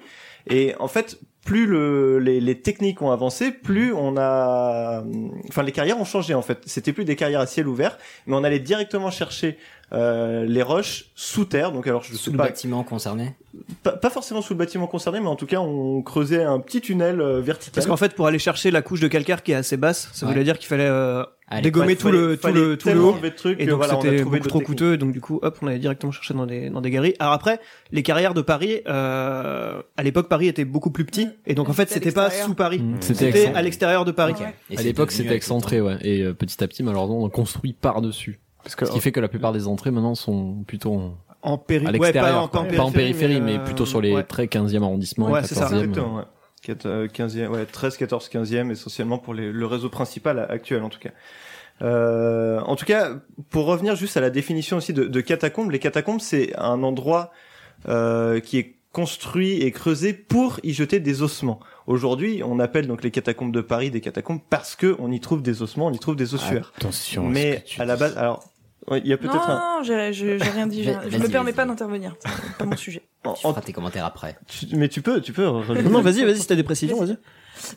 S10: Et en fait, plus le, les, les techniques ont avancé, plus on a, enfin les carrières ont changé en fait. C'était plus des carrières à ciel ouvert, mais on allait directement chercher euh, les roches sous terre. Donc alors je
S4: Sous
S10: sais
S4: le
S10: pas,
S4: bâtiment concerné.
S10: pas, pas forcément sous le bâtiment concerné, mais en tout cas on creusait un petit tunnel euh, vertical.
S3: Parce qu'en fait, pour aller chercher la couche de calcaire qui est assez basse, ça
S10: Ouais. Ah,
S3: voulait dire qu'il fallait euh,
S10: Allez.
S3: dégommer
S10: Ouais,
S3: tout le
S10: fallait-
S3: tout le
S10: fallait
S3: tout le
S10: tellement
S3: haut.
S10: enlever de trucs
S3: et
S10: que
S3: donc
S10: voilà, on a
S3: c'était
S10: trouvé
S3: beaucoup
S10: d'autres
S3: trop
S10: techniques.
S3: coûteux. Donc du coup, hop, on allait directement chercher dans des dans des galeries. Alors après, les carrières de Paris, euh, à l'époque, Paris était beaucoup plus petit. Et donc en fait, c'était pas sous Paris. C'était à l'extérieur de Paris.
S9: À l'époque, c'était excentré, ouais. Et euh, petit à petit, malheureusement, on construit par-dessus. Ce qui fait que la plupart des entrées maintenant sont plutôt en,
S3: En péri-
S9: à
S3: ouais, pas en-
S9: l'extérieur,
S3: pas en
S9: quoi. pas en
S3: périphérie,
S9: périphérie,
S3: mais,
S9: mais,
S3: euh,
S9: plutôt sur les
S3: ouais.
S9: très 15e arrondissement,
S10: Ouais,
S9: et
S10: c'est ça,
S9: 14e.
S10: exactement, ouais. Quat- euh, 15e, ouais, 13, 14, 15e, essentiellement pour les- le réseau principal a- actuel, en tout cas. Euh, en tout cas, pour revenir juste à la définition aussi de, de catacombes, les catacombes, c'est un endroit euh, qui est construit et creusé pour y jeter des ossements. Aujourd'hui, on appelle donc les catacombes de Paris des catacombes parce que on y trouve des ossements, on y trouve des ossuaires.
S2: Attention.
S10: Mais à la base, alors, ouais, il y a
S8: Non,
S10: peut-être un...
S8: non, j'ai j'ai- j'ai rien dit. j'ai-
S10: Vas-y,
S8: Je me
S10: vas-y.
S8: permets pas d'intervenir. C'est pas mon sujet.
S4: Tu feras tes commentaires après.
S10: Tu- Mais tu peux, tu peux.
S3: Non, non, vas-y, vas-y, si t'as des précisions, vas-y.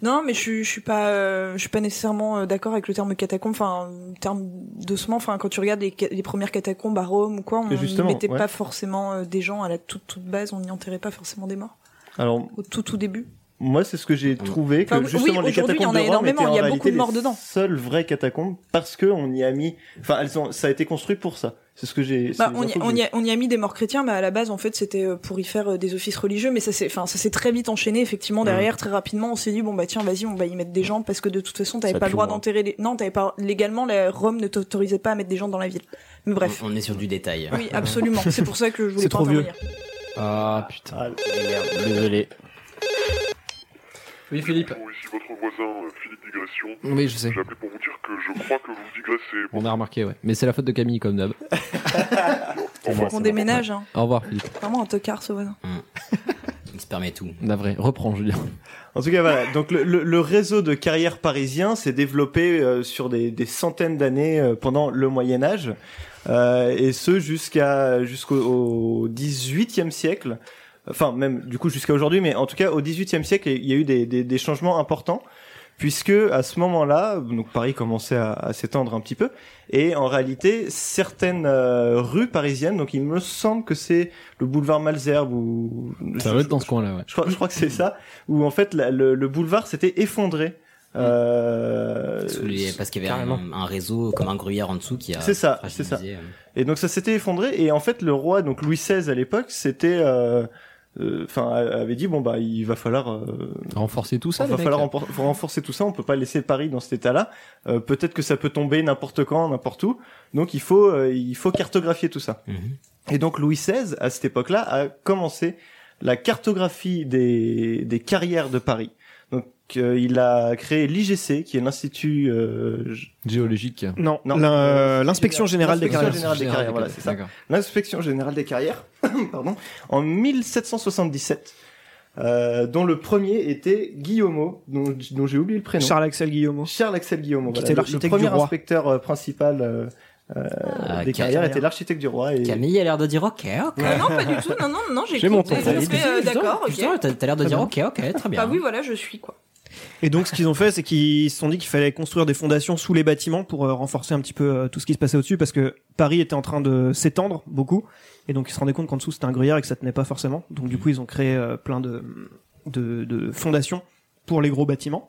S8: Non, mais je, suis- je suis pas, euh, je suis pas nécessairement euh, d'accord avec le terme catacombe. Enfin, le terme d'ossement. Enfin, quand tu regardes les, ca- les premières catacombes à Rome ou quoi, on
S10: Et
S8: n'y
S10: justement,
S8: mettait
S10: ouais.
S8: pas forcément euh, des gens à la toute toute base. On n'y enterrait pas forcément des morts
S10: Alors,
S8: au tout tout début.
S10: Moi, c'est ce que j'ai trouvé que
S8: Enfin, oui,
S10: justement les
S8: aujourd'hui, il y en
S10: catacombes
S8: a
S10: de Rome
S8: énormément,
S10: étaient en
S8: il y a
S10: réalité
S8: beaucoup de morts
S10: les
S8: dedans.
S10: seules vraies catacombes parce que on y a mis, enfin, elles ont, ça a été construit pour ça. C'est ce que j'ai. c'est
S8: Bah,
S10: les
S8: on, y,
S10: infos que
S8: on, y
S10: j'ai
S8: a, on y a mis des morts chrétiens, mais à la base, en fait, c'était euh, pour y faire euh, des offices religieux, mais ça s'est, enfin, ça s'est très vite enchaîné, effectivement, derrière, très rapidement, on s'est dit, bon, bah, tiens, vas-y, on va y mettre des gens, parce que de toute façon, t'avais
S4: Ça
S8: pas le
S4: pue,
S8: droit
S4: hein.
S8: d'enterrer les, non, t'avais pas, légalement, la Rome ne t'autorisait pas à mettre des gens dans la ville. Mais bref.
S4: On, on est sur du détail.
S8: Oui, absolument. C'est pour ça que je voulais
S4: C'est
S8: pas
S4: trop vieux.
S8: intervenir.
S9: Ah putain.
S2: Désolé.
S9: Oui, Philippe.
S12: Oui, ici votre voisin, euh, Philippe Digression.
S9: Oui, je sais.
S12: J'ai appelé pour vous dire que je crois que vous digressez.
S9: On a remarqué, ouais. Mais c'est la faute de Camille, comme d'hab.
S8: Faut qu'on déménage, hein.
S9: Au revoir, Philippe.
S8: Vraiment un tocard, ce voisin.
S4: Il se permet tout.
S9: La vraie. Reprends, Julien.
S10: En tout cas, voilà. Donc, le, le- le réseau de carrières parisiens s'est développé euh, sur des, des centaines d'années euh, pendant le Moyen Âge, euh, et ce jusqu'à jusqu'au au 18e siècle. Enfin, même du coup jusqu'à aujourd'hui, mais en tout cas au 18e siècle, il y a eu des, des- des changements importants. Puisque à ce moment-là, donc Paris commençait à, à s'étendre un petit peu, et en réalité certaines euh, rues parisiennes, donc il me semble que c'est le boulevard Malesherbes ou
S9: Ça va être dans ce coin-là, ouais.
S10: je crois, je crois que c'est ça, où en fait la- le, le boulevard s'était effondré. Euh,
S4: Sous les- Mmh. parce qu'il y avait un,
S10: carrément.
S4: un réseau comme un gruyère en dessous qui a.
S10: C'est ça, c'est ça.
S4: fragilisé, euh,
S10: Et donc ça s'était effondré et en fait le roi donc Louis XVI à l'époque c'était euh, enfin avait dit bon bah il va falloir euh,
S9: Renforcer tout ça,
S10: il
S9: les
S10: va
S9: mecs,
S10: falloir
S9: là.
S10: rempor- faut renforcer tout ça on peut pas laisser Paris dans cet état là peut-être que ça peut tomber n'importe quand n'importe où donc il faut euh, il faut cartographier tout
S9: Mhm.
S10: ça et donc Louis XVI à cette époque là a commencé la cartographie des des carrières de Paris donc qu'il a créé l'IGC, qui est l'Institut euh,
S9: géologique.
S10: Non, non.
S3: L'in- Euh, l'inspection générale des
S10: L'inspection
S3: carrières.
S10: générale des carrières, voilà, c'est ça. L'inspection générale des carrières, pardon, en 1777, euh, dont le premier était Guillaumeau, dont, dont j'ai oublié le prénom.
S3: Charles Axel Guillaumeau.
S10: Charles Axel Guillaumeau,
S3: Qui
S10: voilà,
S3: était
S10: le- le
S3: l'architecte du
S10: premier
S3: roi.
S10: inspecteur euh, principal euh, euh,
S4: Ah,
S10: des
S4: Camille.
S10: carrières, était l'architecte du roi. Et...
S4: Camille a l'air de dire ok, ok.
S10: Ouais.
S8: Ah Non, pas du tout. Non, non, non, j'ai
S4: J'ai mon
S8: écouté,
S4: ton.
S8: je fais, euh,
S4: Putain,
S8: d'accord, ok.
S4: putain, t'as- t'as l'air de dire ok, ok, très bien.
S8: Bah oui, voilà, je suis quoi.
S3: Et donc, ce qu'ils ont fait, c'est qu'ils se sont dit qu'il fallait construire des fondations sous les bâtiments pour euh, renforcer un petit peu euh, tout ce qui se passait au-dessus, parce que Paris était en train de s'étendre beaucoup, et donc ils se rendaient compte qu'en dessous c'était un gruyère et que ça tenait pas forcément. Donc, du coup, ils ont créé euh, plein de, de, de fondations pour les gros bâtiments.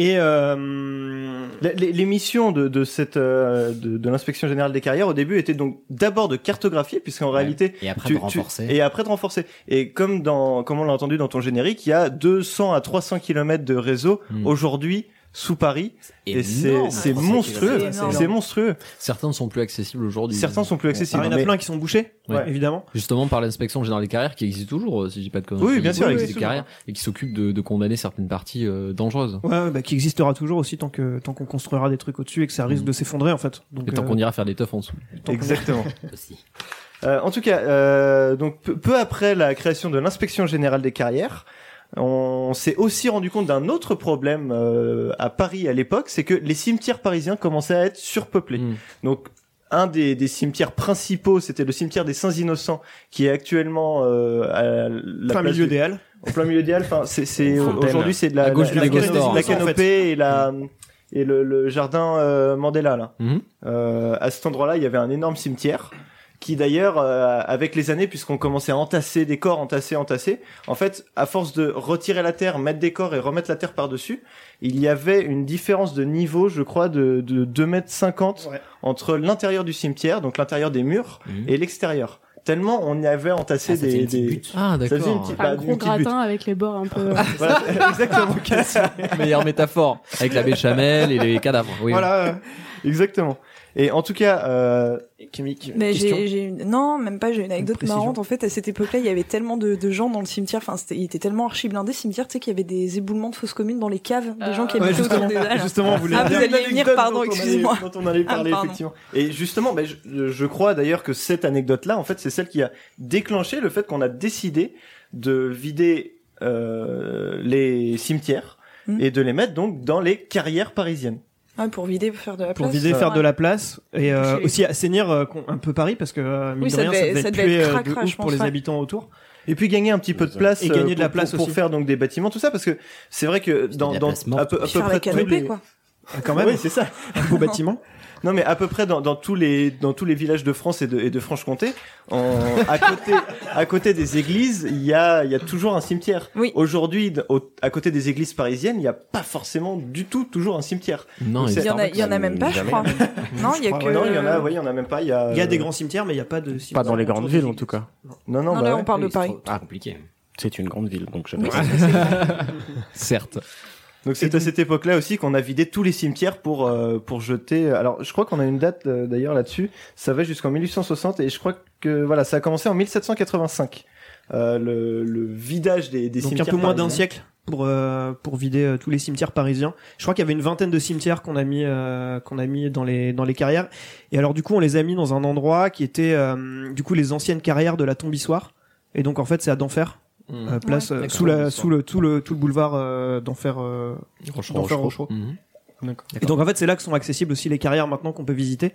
S10: Et euh, la- les, les missions de, de cette euh, de, de l'inspection générale des carrières au début étaient donc d'abord de cartographier puisqu'en réalité
S4: Et après de renforcer.
S10: et après de renforcer et comme dans comme on l'a entendu dans ton générique il y a 200 à 300 kilomètres de réseau aujourd'hui sous Paris et c'est
S9: énorme, Ah,
S10: c'est
S9: 300
S10: monstrueux
S9: kilomètres, c'est énorme.
S10: c'est monstrueux
S9: Certains ne sont plus accessibles aujourd'hui.
S10: Certains sont plus accessibles,
S9: Alors,
S10: mais-
S3: sont bouchés,
S10: Ouais.
S3: évidemment.
S9: Justement par l'inspection générale des carrières qui existe toujours, euh, si je dis pas de conneries.
S10: Oui, bien
S9: Qui
S10: sûr, elle
S9: existe
S10: existe
S9: des carrières et qui s'occupe de, de condamner certaines parties euh, dangereuses.
S3: Ouais, ouais, bah, qui existera toujours aussi tant que tant qu'on construira des trucs au-dessus et que ça risque de s'effondrer en fait. Donc,
S9: et tant
S3: euh,
S9: qu'on ira faire des teufs en dessous.
S3: qu'on-
S10: Exactement. Euh, en tout cas, euh, donc peu, peu après la création de l'inspection générale des carrières, on s'est aussi rendu compte d'un autre problème euh, à Paris à l'époque, c'est que les cimetières parisiens commençaient à être surpeuplés. Donc un des, des cimetières principaux, c'était le cimetière des Saints Innocents, qui est actuellement euh, à la
S3: Plein
S10: place
S3: milieu
S10: du-
S3: des Halles.
S10: Au plein milieu des Halles. Enfin, c'est, c'est
S3: Fontaine.
S10: aujourd'hui c'est de la,
S3: À gauche
S10: la,
S3: du
S10: la-
S3: Lagos
S10: la-
S3: d'Or,
S10: la
S3: en fait.
S10: canopée et la
S9: Mm.
S10: et le, le jardin euh, Mandela là.
S9: Mhm.
S10: Euh, à cet endroit-là, il y avait un énorme cimetière qui d'ailleurs, euh, avec les années, puisqu'on commençait à entasser des corps, entasser, entasser, en fait, à force de retirer la terre, mettre des corps et remettre la terre par-dessus, il y avait une différence de niveau, je crois, de, de 2 mètres 50 entre l'intérieur du cimetière, donc l'intérieur des murs, et l'extérieur. Tellement on y avait entassé
S9: Mm-hmm. Ah, ça faisait
S10: des,
S9: une petite
S10: des-
S9: butte. Ah,
S10: ça faisait
S9: d'accord.
S10: une petite-
S7: Un
S10: bah,
S7: gros
S10: une petite butte.
S7: gratin avec les bords un peu.
S10: Voilà, exactement.
S9: Meilleure métaphore. Avec la béchamel et les cadavres. Oui,
S10: Voilà, euh, exactement. Et en tout cas, euh, Camille,
S8: Mais
S10: question
S8: j'ai, j'ai une... non, même pas. J'ai une anecdote
S10: précision.
S8: marrante. En fait, à cette époque-là, il y avait tellement de, de gens dans le cimetière. Enfin, c'était, il était tellement archi blindé cimetière, tu sais, qu'il y avait des éboulements de fausses communes dans les caves
S4: Ah.
S8: des gens qui
S10: Ah Ouais,
S8: habitaient
S10: justement,
S8: autour des dalles.
S10: justement, vous voulez
S8: ah, vous
S10: dire
S8: allez venir,
S10: l'anecdote
S8: pardon,
S10: dont on allait-
S8: excusez-moi.
S10: dont on allait
S8: Ah,
S10: parler,
S8: pardon.
S10: effectivement. Et justement, ben, je, je crois d'ailleurs que cette anecdote-là, en fait, c'est celle qui a déclenché le fait qu'on a décidé de vider euh, les cimetières
S8: Mhm.
S10: et de les mettre donc dans les carrières parisiennes.
S8: Ouais, pour vider, pour faire de la
S3: pour
S8: place.
S3: vider, faire de
S8: Ouais.
S3: la place et euh,
S8: Chez les-
S3: aussi assainir euh, con- un peu Paris parce que euh, mine
S8: Oui,
S3: de
S8: ça
S3: rien,
S8: devait-
S3: ça
S8: ça devait
S3: devait puer,
S8: être
S3: euh, de
S8: cracra,
S3: ouf
S8: je
S3: pour
S8: pense,
S3: les
S8: ouais.
S3: habitants autour.
S10: Et puis gagner un petit peu de place
S3: Et gagner
S10: euh,
S3: de la
S10: pour-
S3: place
S10: pour, pour
S3: aussi.
S10: faire donc des bâtiments, tout ça, parce que c'est vrai que dans,
S3: la
S10: dans
S3: place morte.
S10: à peu, à
S3: Puis
S10: peu
S3: faire la
S10: près tous
S3: canopée,
S10: les...
S3: quoi. Ah, quand même.
S10: oui, c'est ça.
S3: Un beau bâtiment.
S10: Non, mais à peu près dans, dans tous les dans tous les villages de France et de, et de Franche-Comté, en- à côté à côté des églises, il y a il y a toujours un cimetière. Aujourd'hui, d- au- à côté des églises parisiennes, il n'y a pas forcément du tout toujours un cimetière.
S9: Non,
S10: Donc,
S9: et
S10: c'est-
S8: Il y en a, il y en a même pas, je
S10: Jamais.
S8: crois. non, il y a
S10: crois,
S8: que.
S10: ouais. Non, il y en a, oui, il y en a même pas. Il y a, euh,
S3: Il y a des grands cimetières, mais il n'y a pas de cimetières.
S2: dans les grandes villes, en tout cas.
S10: Non, non,
S8: Non,
S10: bah
S8: là,
S10: ouais.
S8: on parle de Paris.
S2: Ah, compliqué. C'est une grande ville, donc je
S8: Oui,
S9: Certes.
S10: Donc c'est à cette époque-là aussi qu'on a vidé tous les cimetières pour euh, pour jeter. Alors je crois qu'on a une date euh, d'ailleurs là-dessus. Ça va jusqu'en 1860 et je crois que voilà ça a commencé en 1785. Euh, le, le vidage des, des
S3: Donc un
S10: cimetières.
S3: peu moins d'un
S10: parisiens.
S3: siècle pour euh, pour vider euh, tous les cimetières parisiens. Je crois qu'il y avait une vingtaine de cimetières qu'on a mis euh, qu'on a mis dans les dans les carrières. Et alors du coup, on les a mis dans un endroit qui était euh, du coup les anciennes carrières de la Tombissoire. Et donc en fait, c'est à d'enfer.
S9: Mmh.
S3: euh, place
S9: Ouais.
S3: euh,
S9: D'accord.
S3: sous la sous le tout le tout le boulevard euh, d'enfer euh,
S9: Rochereau,
S3: d'Enfer
S9: Rochereau.
S3: Rochereau. Et donc en fait, c'est là que sont accessibles aussi les carrières maintenant qu'on peut visiter.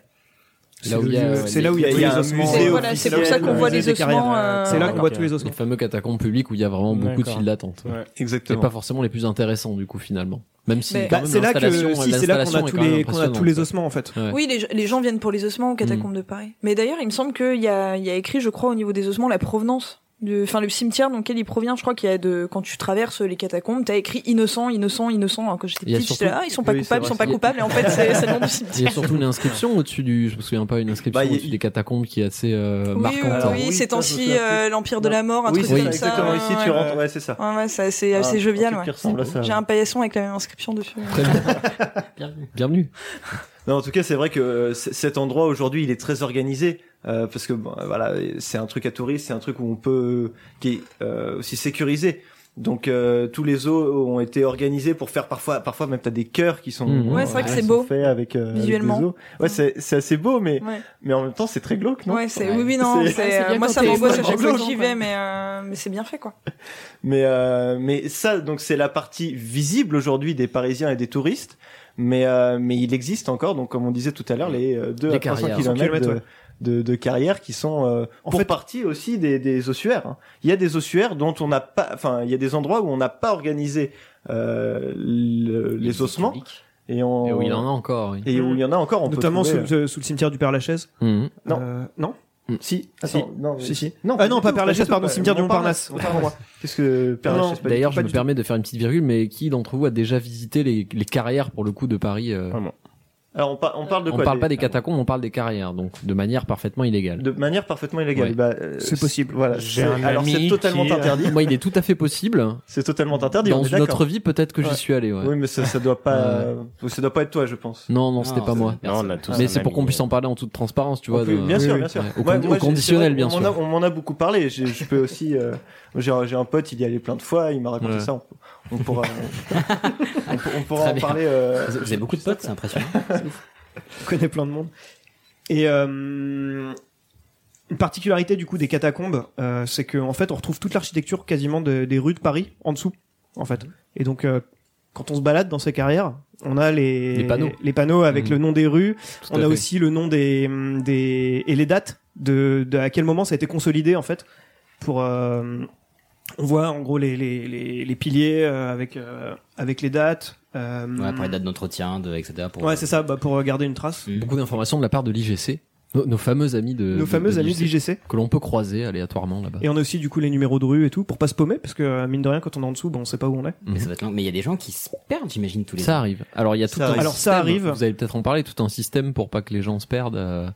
S9: Là où il y a-
S3: C'est là où il y a
S9: il
S3: tous
S9: y
S3: les
S9: a un
S3: ossements.
S9: musée C'est-
S8: voilà, c'est pour ça qu'on
S3: officiels,
S8: voit
S3: le
S8: les
S3: musée des carrières.
S8: ossements, euh,
S3: C'est là qu'on voit tous les
S9: Les
S3: ossements.
S9: fameux catacombes publics où il y a vraiment beaucoup de
S3: D'accord.
S9: files d'attente.
S10: Ouais, exactement.
S9: Et pas forcément les plus intéressants, du coup, finalement. Même si,
S8: Mais-
S9: quand
S8: Bah,
S9: même,
S3: c'est là que-
S9: l'installation-
S3: si, c'est là qu'on a
S9: l'installation est
S3: tous
S9: quand même
S3: les- qu'on a tous les ossements, en fait.
S9: Ouais. Mm.
S8: Oui, les, gens- les gens viennent pour les ossements aux catacombes de Paris. Mais d'ailleurs, il me semble qu'il y a, il y a écrit, je crois, au niveau des ossements, la provenance. de- Enfin, le cimetière dans lequel il provient, je crois qu'il y a de. Quand tu traverses les catacombes, t'as écrit innocent, innocent, innocent. Alors que j'étais
S9: Il y a
S8: petite, j'étais
S9: surtout-
S8: là, ah, ils sont pas
S9: Oui, c'est
S8: coupables, ils
S9: vrai,
S8: sont pas
S9: il y a-
S8: coupables. Et en fait, c'est c'est le nom du cimetière.
S9: Il y a surtout une inscription au-dessus du. Je me souviens pas, une inscription
S10: Bah, il y a-
S9: au-dessus des catacombes qui est assez euh,
S8: Oui,
S9: marquante.
S8: oui,
S9: hein.
S8: oui, c'est ainsi euh, l'Empire de la Mort, un
S9: Oui,
S8: truc
S9: c'est ça,
S8: comme ça.
S9: exactement,
S8: ouais,
S9: ici,
S8: ouais.
S10: Tu rentres, ouais, c'est ça.
S8: Ouais, ouais, ça, c'est
S10: Ah,
S8: assez jovial.
S10: un truc qui ressemble à ça,
S8: Ouais. J'ai
S10: ouais.
S8: un paillasson avec la même inscription dessus.
S9: Bienvenue.
S10: Non, en tout cas, c'est vrai que euh, c- cet endroit aujourd'hui, il est très organisé euh, parce que bon, euh, voilà, c'est un truc à touristes, c'est un truc où on peut qui est euh, aussi sécurisé. Donc euh, tous les zoos ont été organisés pour faire parfois, parfois même t'as des cœurs qui sont
S8: Mhm.
S9: Mmh.
S8: Ouais, c'est vrai que c'est
S10: qui
S8: beau.
S10: sont faits avec euh, avec des
S8: Visuellement.
S10: zoos. Ouais, c'est c'est assez beau, mais
S8: Ouais.
S10: mais en même temps c'est très glauque, non
S8: Ouais, c'est oui, oui, non,
S9: Ah,
S8: c'est- euh,
S10: c'est-
S8: moi ça m'angoisse à chaque fois que j'y
S10: glauque.
S8: vais, mais euh, mais c'est bien fait quoi.
S10: Mais euh, mais ça donc c'est la partie visible aujourd'hui des Parisiens et des touristes. Mais euh, mais il existe encore donc comme on disait tout à l'heure les euh, deux
S3: Les
S10: à 300
S3: carrières.
S10: kilomètres de,
S3: Ouais.
S10: de, de carrières qui sont euh, pour partie aussi des, des ossuaires. hein. Il y a des ossuaires dont on n'a pas enfin il y a des endroits où on n'a pas organisé euh, le- les ossements et, on,
S9: Et où il y en a encore, oui.
S10: Et où il y en a encore on peut
S3: Notamment
S10: trouver, euh,
S3: sous, sous le cimetière du Père Lachaise.
S9: Mhm.
S10: Non.
S3: Euh, non.
S9: Mmh.
S10: Si.
S3: Attends,
S10: non,
S3: si, si.
S10: non,
S3: ah non, pas
S10: pas du
S3: Père
S10: tout,
S3: Lachaise,
S10: pas
S3: pardon,
S10: du tout,
S3: cimetière
S10: pas-
S3: du Montparnasse.
S10: Montparnasse, autant pour moi. Qu'est-ce que Père
S9: Non,
S10: Lachaise, pas du-
S9: D'ailleurs, je
S10: pas
S9: me
S10: du tout.
S9: permets de faire une petite virgule, mais qui d'entre vous a déjà visité les, les carrières pour le coup de Paris euh,
S10: Alors on, par- on parle de
S9: On
S10: quoi
S9: parle pas des catacombes, on parle des carrières, donc de manière parfaitement illégale.
S10: de manière parfaitement illégale.
S9: Ouais.
S10: Bah, euh,
S9: C'est possible.
S10: Voilà.
S9: J'ai
S10: c'est-
S9: un
S10: alors
S9: ami
S10: c'est totalement
S9: qui, euh,
S10: interdit.
S9: Moi, il est tout à fait possible.
S10: C'est totalement interdit.
S9: Dans
S10: on est
S9: une
S10: d'accord.
S9: autre vie, peut-être que j'y
S10: Ouais.
S9: suis allé, ouais.
S10: Oui, mais ça, ça doit pas, euh, ça doit pas être toi, je pense.
S9: Non,
S4: Ah,
S9: non, c'était pas moi.
S10: Personne.
S9: mais c'est pour qu'on puisse en parler en toute transparence, tu
S10: On
S9: vois.
S10: peut-
S9: de-
S10: bien sûr, bien sûr.
S9: Ouais, Au,
S10: Moi-
S9: con-
S10: moi,
S9: au
S10: j'ai-
S9: conditionnel,
S10: c'est
S9: bien
S10: vrai qu'on m'en a-
S9: sûr.
S10: on m'en a beaucoup parlé. Je, je peux aussi. euh, j'ai, un- j'ai un pote, il y allait plein de fois. Il m'a raconté
S4: Ouais.
S10: ça. On, on pourra, on, on pourra
S4: Très
S10: en
S4: bien.
S10: parler. euh,
S4: Vous avez beaucoup de potes, c'est impressionnant.
S3: On connaît plein de monde. Et euh, une particularité du coup des catacombes, euh, c'est qu'en fait on retrouve toute l'architecture quasiment de- des rues de Paris en dessous, en fait. Et donc euh, quand on se balade dans ces carrières, on a les,
S9: Les panneaux.
S3: avec
S9: Mhm.
S3: le nom des rues.
S9: Tout
S3: on
S9: à
S3: a
S9: fait.
S3: aussi le nom des, des et les dates de, de à quel moment ça a été consolidé en fait. Pour euh, on voit en gros les les, les, les piliers euh, avec euh, avec les dates. euh,
S4: Ouais, pour les dates d'entretien, de, etc. Pour,
S3: Ouais, c'est ça, bah, pour euh, garder une trace.
S9: Mm. Beaucoup d'informations de la part de l'IGC. Nos, nos fameux amis de.
S3: Nos fameux amis de l'IGC.
S9: Que l'on peut croiser aléatoirement là-bas.
S3: Et on a aussi du coup les numéros de rue et tout pour pas se paumer parce que euh, mine de rien quand on est en dessous, bon, on sait pas où on est.
S4: Mais ça va être long. Mais il y a des gens qui se perdent, j'imagine, tous les
S9: Mhm. Ça
S4: ans.
S9: arrive. Alors il y a tout
S4: Ça
S9: un
S4: arrive.
S3: Alors, ça
S9: système,
S3: arrive.
S9: Vous allez peut-être en parler tout un système pour pas que les gens se perdent. euh,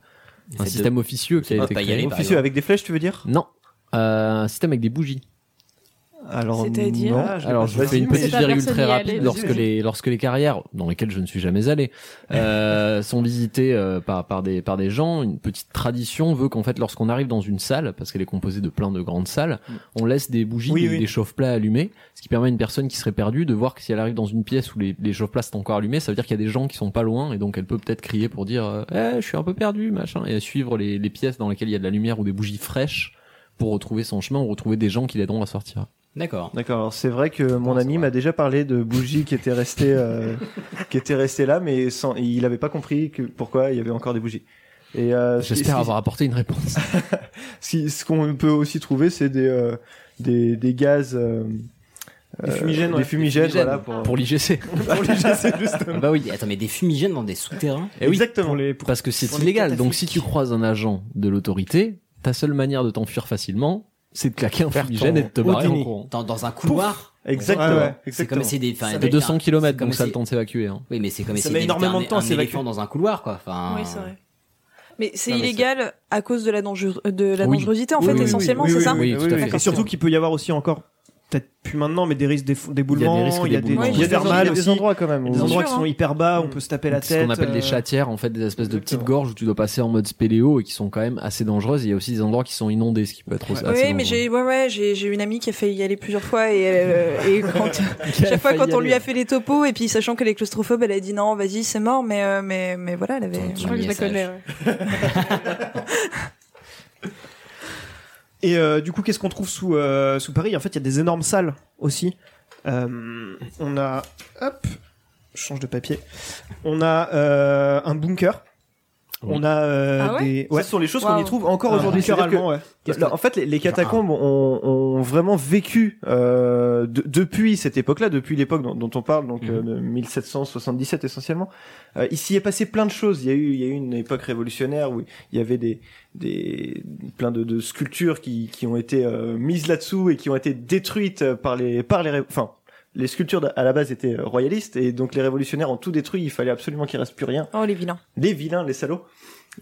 S9: un
S4: de-
S9: système officieux qui
S4: de
S9: a
S4: pas
S9: été
S4: y
S9: créé.
S4: aller, par Officieux exemple.
S10: avec des flèches, tu veux dire
S9: Non, Euh, un système avec des bougies.
S10: Alors
S8: C'est-à-dire
S9: non.
S8: Ah, je l'ai
S9: Alors
S8: pas
S9: je vous fais
S8: saisi,
S9: une
S8: mais-
S9: petite
S8: C'est pas
S9: virgule
S8: personne
S9: très
S8: y est allé,
S9: rapide
S8: vas-y,
S9: lorsque
S8: vas-y.
S9: les lorsque les carrières dans lesquelles je ne suis jamais allé euh, sont visitées euh, par par des par des gens. Une petite tradition veut qu'en fait lorsqu'on arrive dans une salle parce qu'elle est composée de plein de grandes salles, on laisse des bougies
S3: Mm. Oui,
S9: des,
S3: oui.
S9: des chauffe-plats allumés, ce qui permet à une personne qui serait perdue de voir que si elle arrive dans une pièce où les, les chauffe-plats sont encore allumés, ça veut dire qu'il y a des gens qui sont pas loin et donc elle peut peut-être crier pour dire euh, Eh, je suis un peu perdu machin et suivre les, les pièces dans lesquelles il y a de la lumière ou des bougies fraîches pour retrouver son chemin ou retrouver des gens qui l'aideront à sortir.
S4: D'accord.
S10: D'accord. alors C'est vrai que mon ami m'a déjà parlé de bougies qui étaient restées, euh, qui étaient restées là, mais sans, il avait pas compris que pourquoi il y avait encore des bougies. Et euh, ce qui- ce
S9: J'espère
S10: qui-
S9: avoir apporté une réponse.
S10: Si- ce qu'on peut aussi trouver, c'est des, euh, des, des gaz. euh,
S3: Des
S10: euh,
S3: fumigènes,
S10: Des
S3: ouais.
S10: fumigènes,
S3: Des fumigènes.
S10: voilà. Pour,
S9: l'IGC.
S10: pour l'IGC, justement.
S4: Bah oui, attends, mais des fumigènes dans des souterrains
S9: Eh oui,
S10: Exactement.
S9: parce que c'est
S4: pour les
S9: illégal. Donc si tu croises un agent de l'autorité, ta seule manière de t'enfuir facilement, c'est de claquer un fumigène et de te barrer en courant.
S4: Dans, dans un couloir.
S9: Exactement.
S4: Ouais,
S9: Ouais,
S4: ouais, C'est
S9: exactement.
S4: comme si des, enfin,
S9: Ça
S4: des-
S9: met 200
S4: un-
S9: kilomètres,
S4: c'est comme
S9: donc ça a
S4: si-
S9: le temps de s'évacuer, hein.
S4: Oui, mais c'est comme
S9: Ça
S4: si
S9: met
S4: d'éviter
S9: énormément
S4: un-
S9: de temps à
S4: un
S9: s'évacuer.
S4: éléphant dans un couloir, quoi. Enfin.
S8: Oui, c'est vrai. Mais c'est
S4: Non, mais
S8: illégal à cause de la, dangereux- de la
S3: Oui.
S8: dangerosité, en
S3: Oui,
S8: fait,
S3: oui, oui,
S8: essentiellement,
S3: oui,
S8: c'est
S3: oui,
S8: ça
S3: oui, oui, oui.
S8: D'accord.
S3: Et surtout qu'il peut y avoir aussi encore, peut-être plus maintenant, mais des risques
S9: Il
S3: d'eff-
S9: y a des
S3: d'éboulement,
S9: risques
S3: il y a des
S9: d'éboulement.
S3: il y a
S9: Oui,
S3: des
S9: des endroits-
S3: thermales
S9: des
S3: aussi.
S10: endroits, quand
S3: Il
S10: même.
S3: y a Des
S9: Bien
S3: endroits
S9: sûr,
S3: qui sont hyper bas, on peut se taper la
S9: Ce
S3: tête.
S9: qu'on appelle
S3: euh,
S9: des chatières, en fait, des espèces de petites gorges où tu dois passer en mode spéléo et qui sont quand même assez dangereuses. Il y a aussi des endroits qui sont inondés, ce qui peut être aussi assez
S8: Oui, mais
S9: dangereux.
S8: j'ai ouais, ouais, j'ai j'ai une amie qui a failli y aller plusieurs fois et, elle, euh, et quand-
S9: a
S8: chaque fois
S9: failli
S8: quand
S9: y
S8: on lui
S9: aller.
S8: a fait les topos et puis sachant qu'elle est claustrophobe, elle a dit non, vas-y, c'est mort, mais euh, mais mais voilà, elle avait.
S4: Je crois que je la connais, ouais.
S3: Et euh, du coup, qu'est-ce qu'on trouve sous, euh, sous Paris En fait, il y a des énormes salles aussi. Euh, on a. Hop Je change de papier. On a euh, un bunker. On a. euh,
S10: Ah ouais
S3: des...
S10: Ça, ce sont les choses qu'on y trouve encore
S3: Un
S10: aujourd'hui.
S3: bunker
S10: C'est-à-dire
S3: allemand,
S10: que-
S3: ouais.
S10: Là, en fait, les, les catacombes ont, ont vraiment vécu euh, de- depuis cette époque-là, depuis l'époque dont, dont on parle, donc euh, de 1777 essentiellement. Euh, il s'y est passé plein de choses. Il y a eu, il y a eu une époque révolutionnaire où il y avait des, des plein de, de sculptures qui, qui ont été euh, mises là-dessous et qui ont été détruites euh, par les par les ré- enfin. Les sculptures d- à la base étaient euh, royalistes et donc les révolutionnaires ont tout détruit. Il fallait absolument qu'il reste plus rien.
S8: Oh les vilains.
S10: Les vilains, les salauds.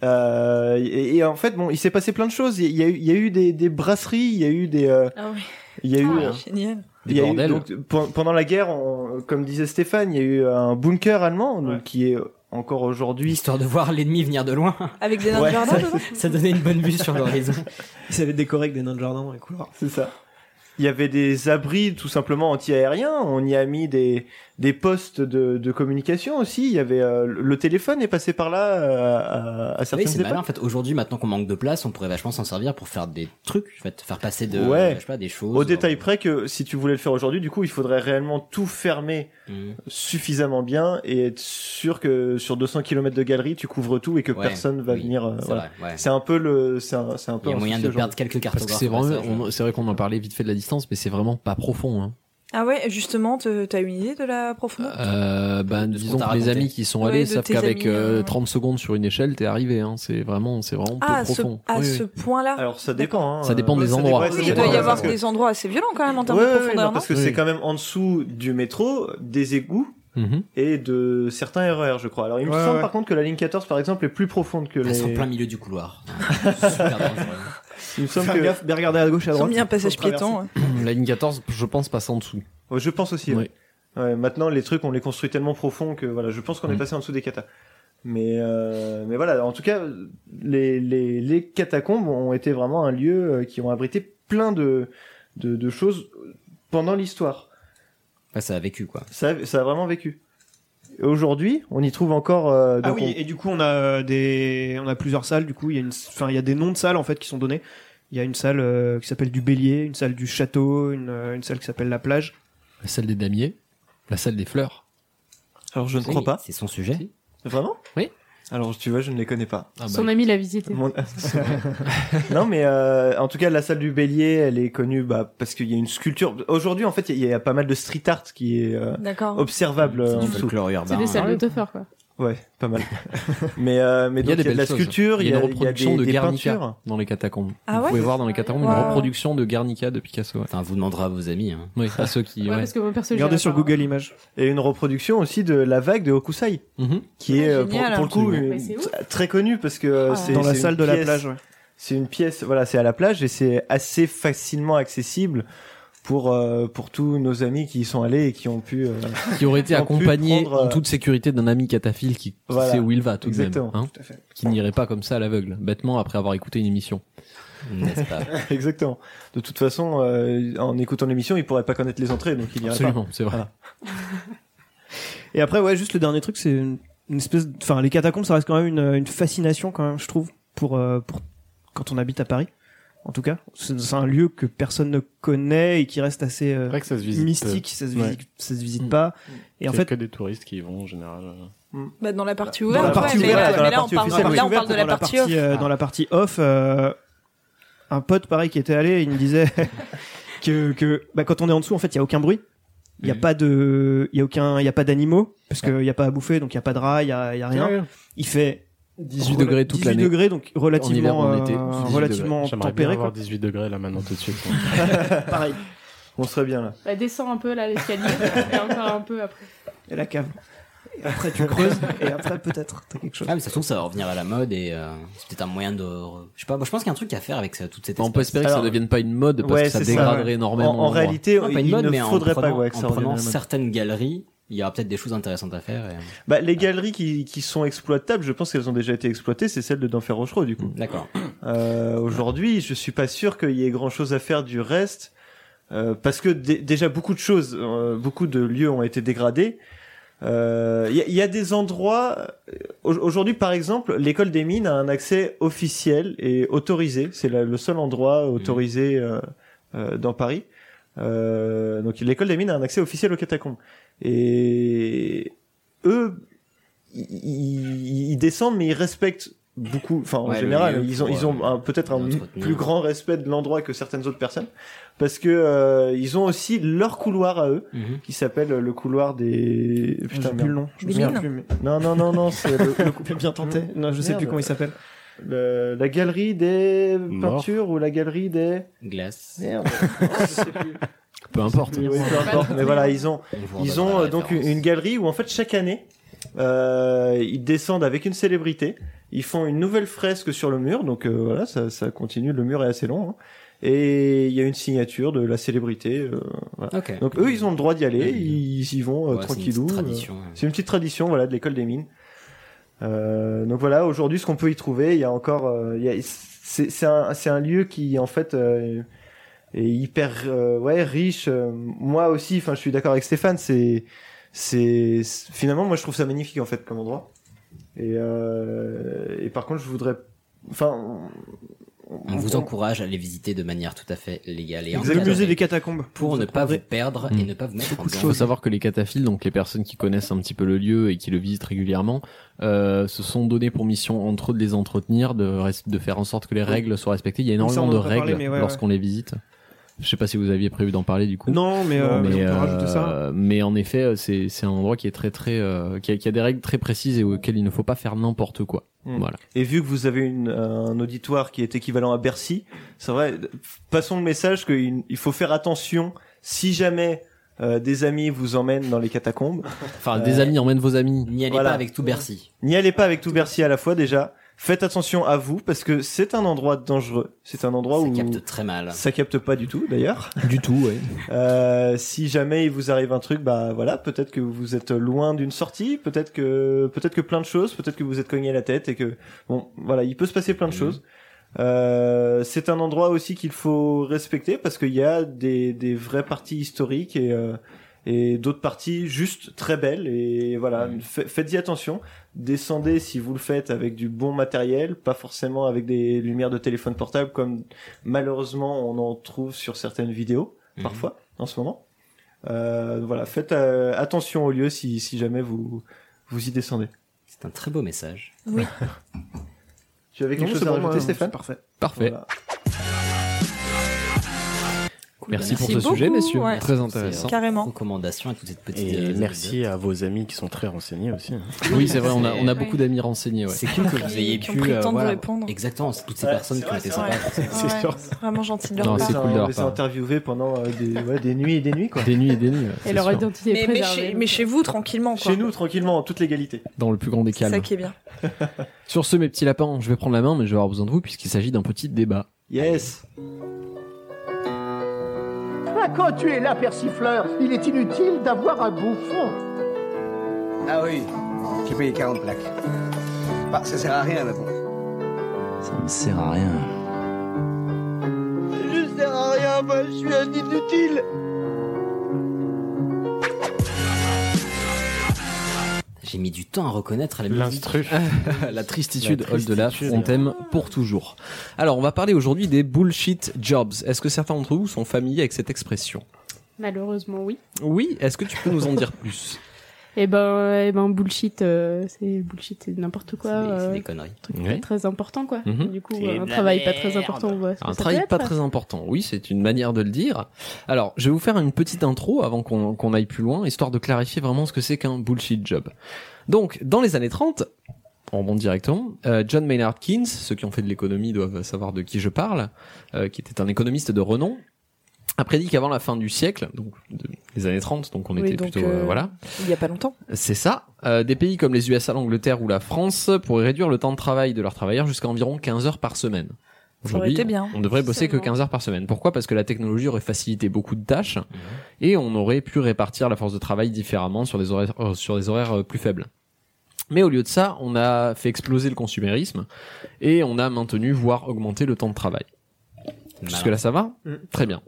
S10: Euh, et, et en fait, bon, il s'est passé plein de choses. Il y a eu, il y a eu des, des brasseries, il y a eu des, euh,
S8: Ah oui.
S10: il y a eu,
S8: Ah,
S10: euh,
S8: génial.
S10: il y a eu,
S9: bordels.
S10: donc, pen- pendant la guerre, on- comme disait Stéphane, il y a eu un bunker allemand donc, qui est encore aujourd'hui.
S4: Histoire de voir l'ennemi venir de loin.
S8: Avec des nains de jardin
S4: Ça donnait une bonne vue sur l'horizon.
S3: Ils savaient décorer avec des nains de jardin dans les couloirs.
S10: C'est ça. il y avait des abris tout simplement anti-aériens. On y a mis des des postes de, de communication aussi. Il y avait euh, le téléphone est passé par là euh, à, à certaines
S4: Oui, c'est
S10: époques.
S4: malin. En fait, aujourd'hui, maintenant qu'on manque de place, on pourrait vachement s'en servir pour faire des trucs, en fait, faire passer de,
S10: Ouais.
S4: je sais pas, des choses. euh.
S10: Au détail près que si tu voulais le faire aujourd'hui, du coup, il faudrait réellement tout fermer
S4: Mmh.
S10: suffisamment bien et être sûr que sur 200 km de galerie, tu couvres tout et que
S4: Ouais,
S10: personne va venir. euh,
S4: c'est
S10: voilà.
S4: vrai, ouais.
S10: C'est un peu le, c'est un, c'est un peu. un souci aujourd'hui.
S9: Parce que c'est vraiment, on- c'est vrai qu'on en parlait vite fait de la distance, mais c'est vraiment pas profond. Hein.
S8: Ah ouais, justement, te- t'as une idée de la profondeur
S9: Euh, ben,
S8: ce
S9: disons
S8: qu'on t'a
S9: que les
S8: raconté.
S9: amis qui sont
S8: Ouais,
S9: allés
S8: de
S9: savent
S8: tes
S9: qu'avec
S8: amis,
S9: euh,
S8: euh,
S9: 30 secondes sur une échelle, t'es arrivé. Hein. C'est vraiment, c'est vraiment peu
S8: Ah, à ce,
S9: profond.
S8: à
S9: Oui,
S8: ce
S9: oui.
S8: point-là.
S10: Alors ça dépend. hein.
S9: Ça dépend
S10: Ouais,
S9: des endroits.
S10: ouais,
S8: Oui,
S10: ça
S8: il
S10: dépend,
S8: doit y
S10: ouais,
S8: avoir
S10: parce que-
S8: des endroits assez violents quand même en termes
S10: Ouais,
S8: de
S10: ouais, ouais,
S8: profondeur, hein.
S10: non, parce que
S8: non
S10: c'est quand même en dessous du métro, des égouts
S9: Mhm.
S10: et de certains RER, je crois. Alors il me
S4: Ouais,
S10: semble
S4: ouais.
S10: par contre que la ligne 14 par exemple est plus profonde que
S4: Elles
S10: les.
S4: sont en plein milieu du couloir.
S10: Il me semble
S9: Faire
S10: que.
S9: gaffe,
S10: bien regarder à gauche, à
S8: Ils ont
S10: droite.
S8: mis un passage
S10: faut traverser.
S8: piéton, ouais.
S9: La ligne 14, je pense, passe en dessous.
S10: Ouais, Je pense aussi. ouais. Ouais, maintenant, les trucs, on les construit tellement profond que voilà, je pense qu'on est
S9: Mm.
S10: passé en dessous des catas. Mais euh, mais voilà, en tout cas, les, les les catacombes ont été vraiment un lieu euh, qui ont abrité plein de de, de choses pendant l'histoire.
S4: Bah, ça a vécu, quoi.
S10: Ça ça a vraiment vécu. Et Aujourd'hui, on y trouve encore. euh,
S3: Ah
S10: donc
S3: oui,
S10: on-
S3: et du coup on a euh, des, on a plusieurs salles. Du coup, il y a une, enfin il y a des noms de salles en fait qui sont donnés. Il y a une salle euh, qui s'appelle du Bélier, une salle du Château, une, euh, une salle qui s'appelle la Plage.
S9: La salle des damiers, la salle des fleurs.
S10: Alors je ne
S9: Oui,
S10: crois pas.
S4: C'est son sujet.
S10: Vraiment
S9: Oui. Ah, bah
S10: Alors tu vois, je ne les connais pas.
S7: Son ami l'a visité.
S10: Mon- non, mais euh, en tout cas, la salle du Bélier, elle est connue bah, parce qu'il y a une sculpture. Aujourd'hui, en fait, il y, a- il y a pas mal de street art qui est euh,
S8: D'accord.
S10: observable. euh, en
S4: du
S10: dessous.
S4: folklore urbain.
S9: bah,
S7: C'est des salles d'autofeur, quoi.
S10: Ouais, pas mal. mais euh, mais
S9: Ah, il y a des
S10: donc, il y a de
S9: belles
S10: la
S9: choses.
S10: sculpture,
S9: il y a une
S10: des-
S9: reproduction
S10: des,
S9: de
S10: des
S9: Guernica
S10: peintures.
S9: dans les catacombes.
S7: Ah ouais
S9: vous pouvez voir dans les catacombes
S7: Wow.
S9: une reproduction de Guernica de Picasso.
S4: Enfin, vous demanderez à vos amis. Hein.
S9: Oui, à ceux qui.
S7: Ouais,
S9: ouais.
S7: parce que mon perso,
S10: Regardez
S7: j'irai pas.
S10: Google Images. Et une reproduction aussi de la vague de Hokusai,
S9: Mhm.
S10: qui est euh, pour,
S7: génial,
S10: pour le coup
S7: absolument.
S10: une-
S7: Mais c'est ouf.
S10: t- très connue parce que euh,
S3: Ah.
S10: c'est
S3: Dans la
S10: c'est
S3: salle
S10: une
S3: de la
S10: pièce-
S3: plage, ouais.
S10: C'est une pièce, voilà, c'est à la plage et c'est assez facilement accessible pour euh, pour tous nos amis qui y sont allés et qui ont pu euh,
S9: qui aurait été
S10: ont pu
S9: accompagné
S10: prendre,
S9: en
S10: euh,
S9: toute sécurité d'un ami cataphile qui, qui
S10: Voilà.
S9: sait où il va tout de même,
S10: Exactement,
S9: hein,
S10: tout à fait.
S9: qui n'irait pas comme ça à l'aveugle, bêtement après avoir écouté une émission.
S4: N'est-ce pas
S10: euh, Exactement. De toute façon, euh, en écoutant l'émission, il pourrait pas connaître les entrées, donc il y
S9: Absolument, c'est vrai.
S3: Et après, ouais, juste le dernier truc, c'est une, une espèce, de- enfin, les catacombes, ça reste quand même une, une fascination, quand même, je trouve, pour, euh, pour quand on habite à Paris. En tout cas, c'est c'est un lieu que personne ne connaît et qui reste assez euh,
S2: vrai que ça se visite
S3: mystique.
S2: peu.
S3: Ça se
S2: Ouais. Mm.
S3: visite, ça se visite pas. Et en
S2: C'est
S3: fait,
S2: que des touristes qui y vont en général. euh.
S8: Bah, dans la partie
S3: dans
S8: ouverte,
S3: la partie
S8: ouais, mais
S3: ouverte,
S8: là-
S3: dans
S8: mais
S3: la
S8: là, on
S3: partie
S8: parle,
S3: officielle,
S8: là, on
S3: ouverte,
S8: parle de la
S3: dans
S8: partie off.
S3: euh, Dans la partie off, euh, un pote pareil qui était allé, il me disait que, que bah, quand on est en dessous, en fait, il y a aucun bruit. Il y a pas de, il y a aucun, il y a pas d'animaux parce qu'il y a pas à bouffer, donc il y a pas de rats, il y a, il y a rien.
S9: Ouais.
S3: Il fait
S9: 18 degrés toute
S3: 18
S9: l'année.
S3: degrés, donc relativement,
S9: En hiver, en été,
S3: euh,
S9: 18 degrés.
S3: relativement
S2: J'aimerais bien
S3: tempéré.
S2: avoir
S3: Quoi.
S2: 18 degrés là maintenant tout de suite.
S3: Pareil.
S10: On serait bien là.
S7: Bah, descends un peu là l'escalier et encore un peu après.
S3: Et la cave. Et après, tu creuses et après, peut-être, t'as quelque chose.
S4: Ah, mais ça se trouve, ça va revenir à la mode et euh, c'est peut-être un moyen de. re- Je sais pas, moi je pense qu'il y a un truc à faire avec ça, toute cette
S9: On peut espérer que ça ne devienne pas une mode parce
S4: Ouais,
S9: que ça
S4: c'est ça,
S9: dégraderait
S4: ouais.
S9: énormément.
S10: En- en
S9: l'endroit.
S10: réalité,
S4: Non, pas une
S10: il
S4: mode,
S10: ne
S4: mais en
S10: faudrait pas,
S4: prenant,
S10: ouais, que ça
S4: en
S10: revienne à
S4: prenant
S10: la mode.
S4: certaines galeries, il y aura peut-être des choses intéressantes à faire. et-
S10: Bah, les galeries qui, qui sont exploitables, je pense qu'elles ont déjà été exploitées, c'est celle de Denfer Rochereau, du coup.
S4: D'accord.
S10: Euh, Aujourd'hui, je suis pas sûr qu'il y ait grand chose à faire du reste, euh, parce que dé- déjà beaucoup de choses, euh, beaucoup de lieux ont été dégradés. Euh, Il y, a- il y a des endroits. euh, au- Aujourd'hui, par exemple, l'école des mines a un accès officiel et autorisé. C'est la- le seul endroit autorisé euh, euh, dans Paris. Euh, donc l'école des mines a un accès officiel aux catacombes. Et eux, ils- ils ils descendent, mais ils respectent beaucoup. Enfin, en
S4: Ouais, le
S10: général,
S4: lieu
S10: ils ont,
S4: pour,
S10: ils ont un- peut-être un plus grand respect de l'endroit que certaines autres personnes, parce que euh, ils ont aussi leur couloir à eux,
S4: Mhm.
S10: qui s'appelle euh, le couloir des. Putain,
S3: plus
S10: merde.
S3: le nom. Je me
S10: Merde.
S3: souviens plus, mais-
S10: Non, non, non, non, c'est le, le
S3: couper bien tenté. Non, je sais
S10: Merde.
S3: plus comment il s'appelle.
S10: le- la galerie des
S3: Mort.
S10: peintures ou la galerie des.
S4: Glace.
S10: Merde. Je sais plus.
S9: Peu importe.
S10: Oui, peu importe. Mais voilà, ils ont,
S4: On vous
S10: ils
S4: redonnera
S10: ont
S4: la
S10: euh, donc une, une galerie où en fait chaque année, euh, ils descendent avec une célébrité. Ils font une nouvelle fresque sur le mur, donc euh, voilà, ça, ça continue. Le mur est assez long. hein. Et il y a une signature de la célébrité. euh, voilà.
S4: Ok.
S10: Donc eux, ils ont le droit d'y aller. Ils y vont
S4: Ouais,
S10: euh,
S4: c'est une
S10: tranquillou.
S4: petite
S10: euh,
S4: tradition, ouais.
S10: C'est une petite tradition, voilà, de l'école des mines. Euh, donc voilà, aujourd'hui, ce qu'on peut y trouver, il y a encore, euh, il y a- c'est c'est un, c'est un lieu qui en fait euh, et hyper euh, ouais riche. Euh, moi aussi, enfin, je suis d'accord avec Stéphane. C'est c'est c'est- finalement, moi, je trouve ça magnifique en fait comme endroit. Et euh, et par contre, je voudrais, enfin,
S4: On vous encourage à les visiter de manière tout à fait légale et
S9: Exactement.
S4: encadrée
S9: Le musée des
S10: catacombes.
S4: Pour ne pas vous perdre et
S9: Mm.
S4: ne pas vous mettre en
S9: Il
S4: danger.
S9: faut savoir que les cataphiles, donc les personnes qui connaissent un petit peu le lieu et qui le visitent régulièrement, euh, se sont données pour mission entre eux de les entretenir, de, res- de faire en sorte que les règles soient respectées. Il y a
S10: Ça, on
S9: énormément
S10: en
S9: de
S10: a pas parlé,
S9: règles
S10: mais ouais,
S9: lorsqu'on les visite. Je sais pas si vous aviez prévu d'en parler du coup.
S10: Non, mais, euh, mais on peut rajouter ça.
S9: mais en effet, euh, c'est c'est un endroit qui est très très euh, qui, a, qui a des règles très précises et auxquelles il ne faut pas faire n'importe quoi.
S4: Hmm.
S10: Mm.
S9: Voilà.
S10: Et vu que vous avez une, un auditoire qui est équivalent à Bercy, c'est vrai, passons le message qu'il il faut faire attention si jamais euh, des amis vous emmènent dans les catacombes. Euh,
S9: Enfin, des amis emmènent vos amis.
S4: N'y allez pas avec tout Bercy.
S10: N'y allez pas avec tout Bercy à la fois déjà. Faites attention à vous parce que c'est un endroit dangereux. C'est un endroit où ça capte
S4: très mal.
S10: Ça capte pas du tout d'ailleurs.
S9: Du tout, ouais.
S10: Euh, si jamais il vous arrive un truc, bah voilà, peut-être que vous êtes loin d'une sortie, peut-être que peut-être que plein de choses, peut-être que vous êtes cogné la tête et que bon, voilà, il peut se passer plein de choses. Euh, c'est un endroit aussi qu'il faut respecter parce qu'il y a des, des vraies parties historiques et euh, et d'autres parties juste très belles et voilà fa- faites-y attention descendez si vous le faites avec du bon matériel pas forcément avec des lumières de téléphone portable comme malheureusement on en trouve sur certaines vidéos
S9: Mhm.
S10: parfois en ce moment Euh, voilà faites euh, attention au lieu si, si jamais vous vous y descendez
S4: c'est un très beau message
S8: oui
S10: tu avais quelque
S9: Non,
S10: chose
S9: c'est
S10: à
S9: bon,
S10: rajouter
S9: moi,
S10: Stéphane
S9: c'est parfait. Parfait.
S10: Voilà.
S9: Merci,
S4: Bah, Merci
S9: pour ce
S4: beaucoup,
S9: sujet, messieurs.
S4: ouais.
S9: Très
S4: Merci pour ces
S9: intéressant.
S4: Carrément. recommandations et toutes ces petites,
S2: Et
S4: euh,
S2: merci à vos amis qui sont très renseignés aussi. hein.
S9: Oui, c'est vrai, on a, on a beaucoup d'amis renseignés. Ouais.
S4: C'est cool que vous ayez
S9: Qui
S4: pu
S9: ont pris le
S4: euh,
S9: temps de
S4: voilà,
S9: répondre.
S4: exactement c'est toutes ces
S9: Ouais,
S4: personnes
S9: c'est
S4: qui ont
S9: vrai,
S4: été
S9: c'est
S4: sympas.
S9: vrai.
S8: Ouais, Vraiment gentil de leur
S9: Non,
S10: On
S9: c'est
S10: les a-
S9: cool de leur
S10: on les a
S9: part.
S10: interviewés pendant euh, des, ouais, des nuits et des nuits quoi
S9: Des nuits et des nuits. ouais, c'est sûr.
S7: identité
S8: mais,
S7: est
S8: mais
S7: préservée,
S8: chez,
S7: donc.
S8: mais chez vous, tranquillement. Quoi.
S10: chez nous tranquillement en toute légalité
S9: Dans le plus grand des
S8: C'est ça
S9: calmes.
S8: qui est bien.
S9: Sur ce, mes petits lapins, je vais prendre la main, mais je vais avoir besoin de vous puisqu'il s'agit d'un petit débat.
S10: yes
S15: Ah, quand tu es là, persifleur, il est inutile d'avoir un bouffon.
S16: Ah oui, j'ai payé 40 plaques. Bah, ça sert à rien, mais bon.
S17: Ça me sert à rien.
S16: Je sers à rien, moi, je suis un inutile.
S4: j'ai mis du temps à reconnaître la musique
S9: la tristitude, Old Laf, on t'aime pour toujours. Alors, on va parler aujourd'hui des bullshit jobs. Est-ce que certains d'entre vous sont familiers avec cette expression
S7: Malheureusement, oui.
S9: Oui, est-ce que tu peux nous en dire plus
S7: Et ben, eh ben bullshit, euh, c'est bullshit, c'est n'importe quoi. euh,
S4: conneries.
S7: truc pas très important, quoi.
S9: Mhm.
S7: Du coup,
S9: C'est
S7: un
S9: de la
S7: travail pas très
S9: merde.
S7: important. ouais, ça
S9: Un
S7: peut
S9: travail
S7: être.
S9: pas très important, oui, c'est une manière de le dire. Alors, je vais vous faire une petite intro avant qu'on qu'on aille plus loin, histoire de clarifier vraiment ce que c'est qu'un bullshit job. Donc, dans les années 30, on remonte directement, euh, John Maynard Keynes, ceux qui ont fait de l'économie doivent savoir de qui je parle, euh, qui était un économiste de renom, a prédit qu'avant la fin du siècle, donc de- des années 30, donc on
S8: Oui,
S9: était
S8: donc,
S9: plutôt... euh,
S8: euh,
S9: voilà.
S8: Il y a pas longtemps.
S9: C'est ça. Euh, des pays comme les USA, l'Angleterre ou la France pourraient réduire le temps de travail de leurs travailleurs jusqu'à environ 15 heures par semaine.
S8: aurait
S9: Aujourd'hui,
S8: été bien.
S9: on devrait bosser que 15 heures par semaine. Pourquoi Parce que la technologie aurait facilité beaucoup de tâches et on aurait pu répartir la force de travail différemment sur des horaires, euh, sur des horaires euh, plus faibles. Mais au lieu de ça, on a fait exploser le consumérisme et on a maintenu, voire augmenté le temps de travail. Jusque-là, ça va
S10: Mm.
S9: Très bien.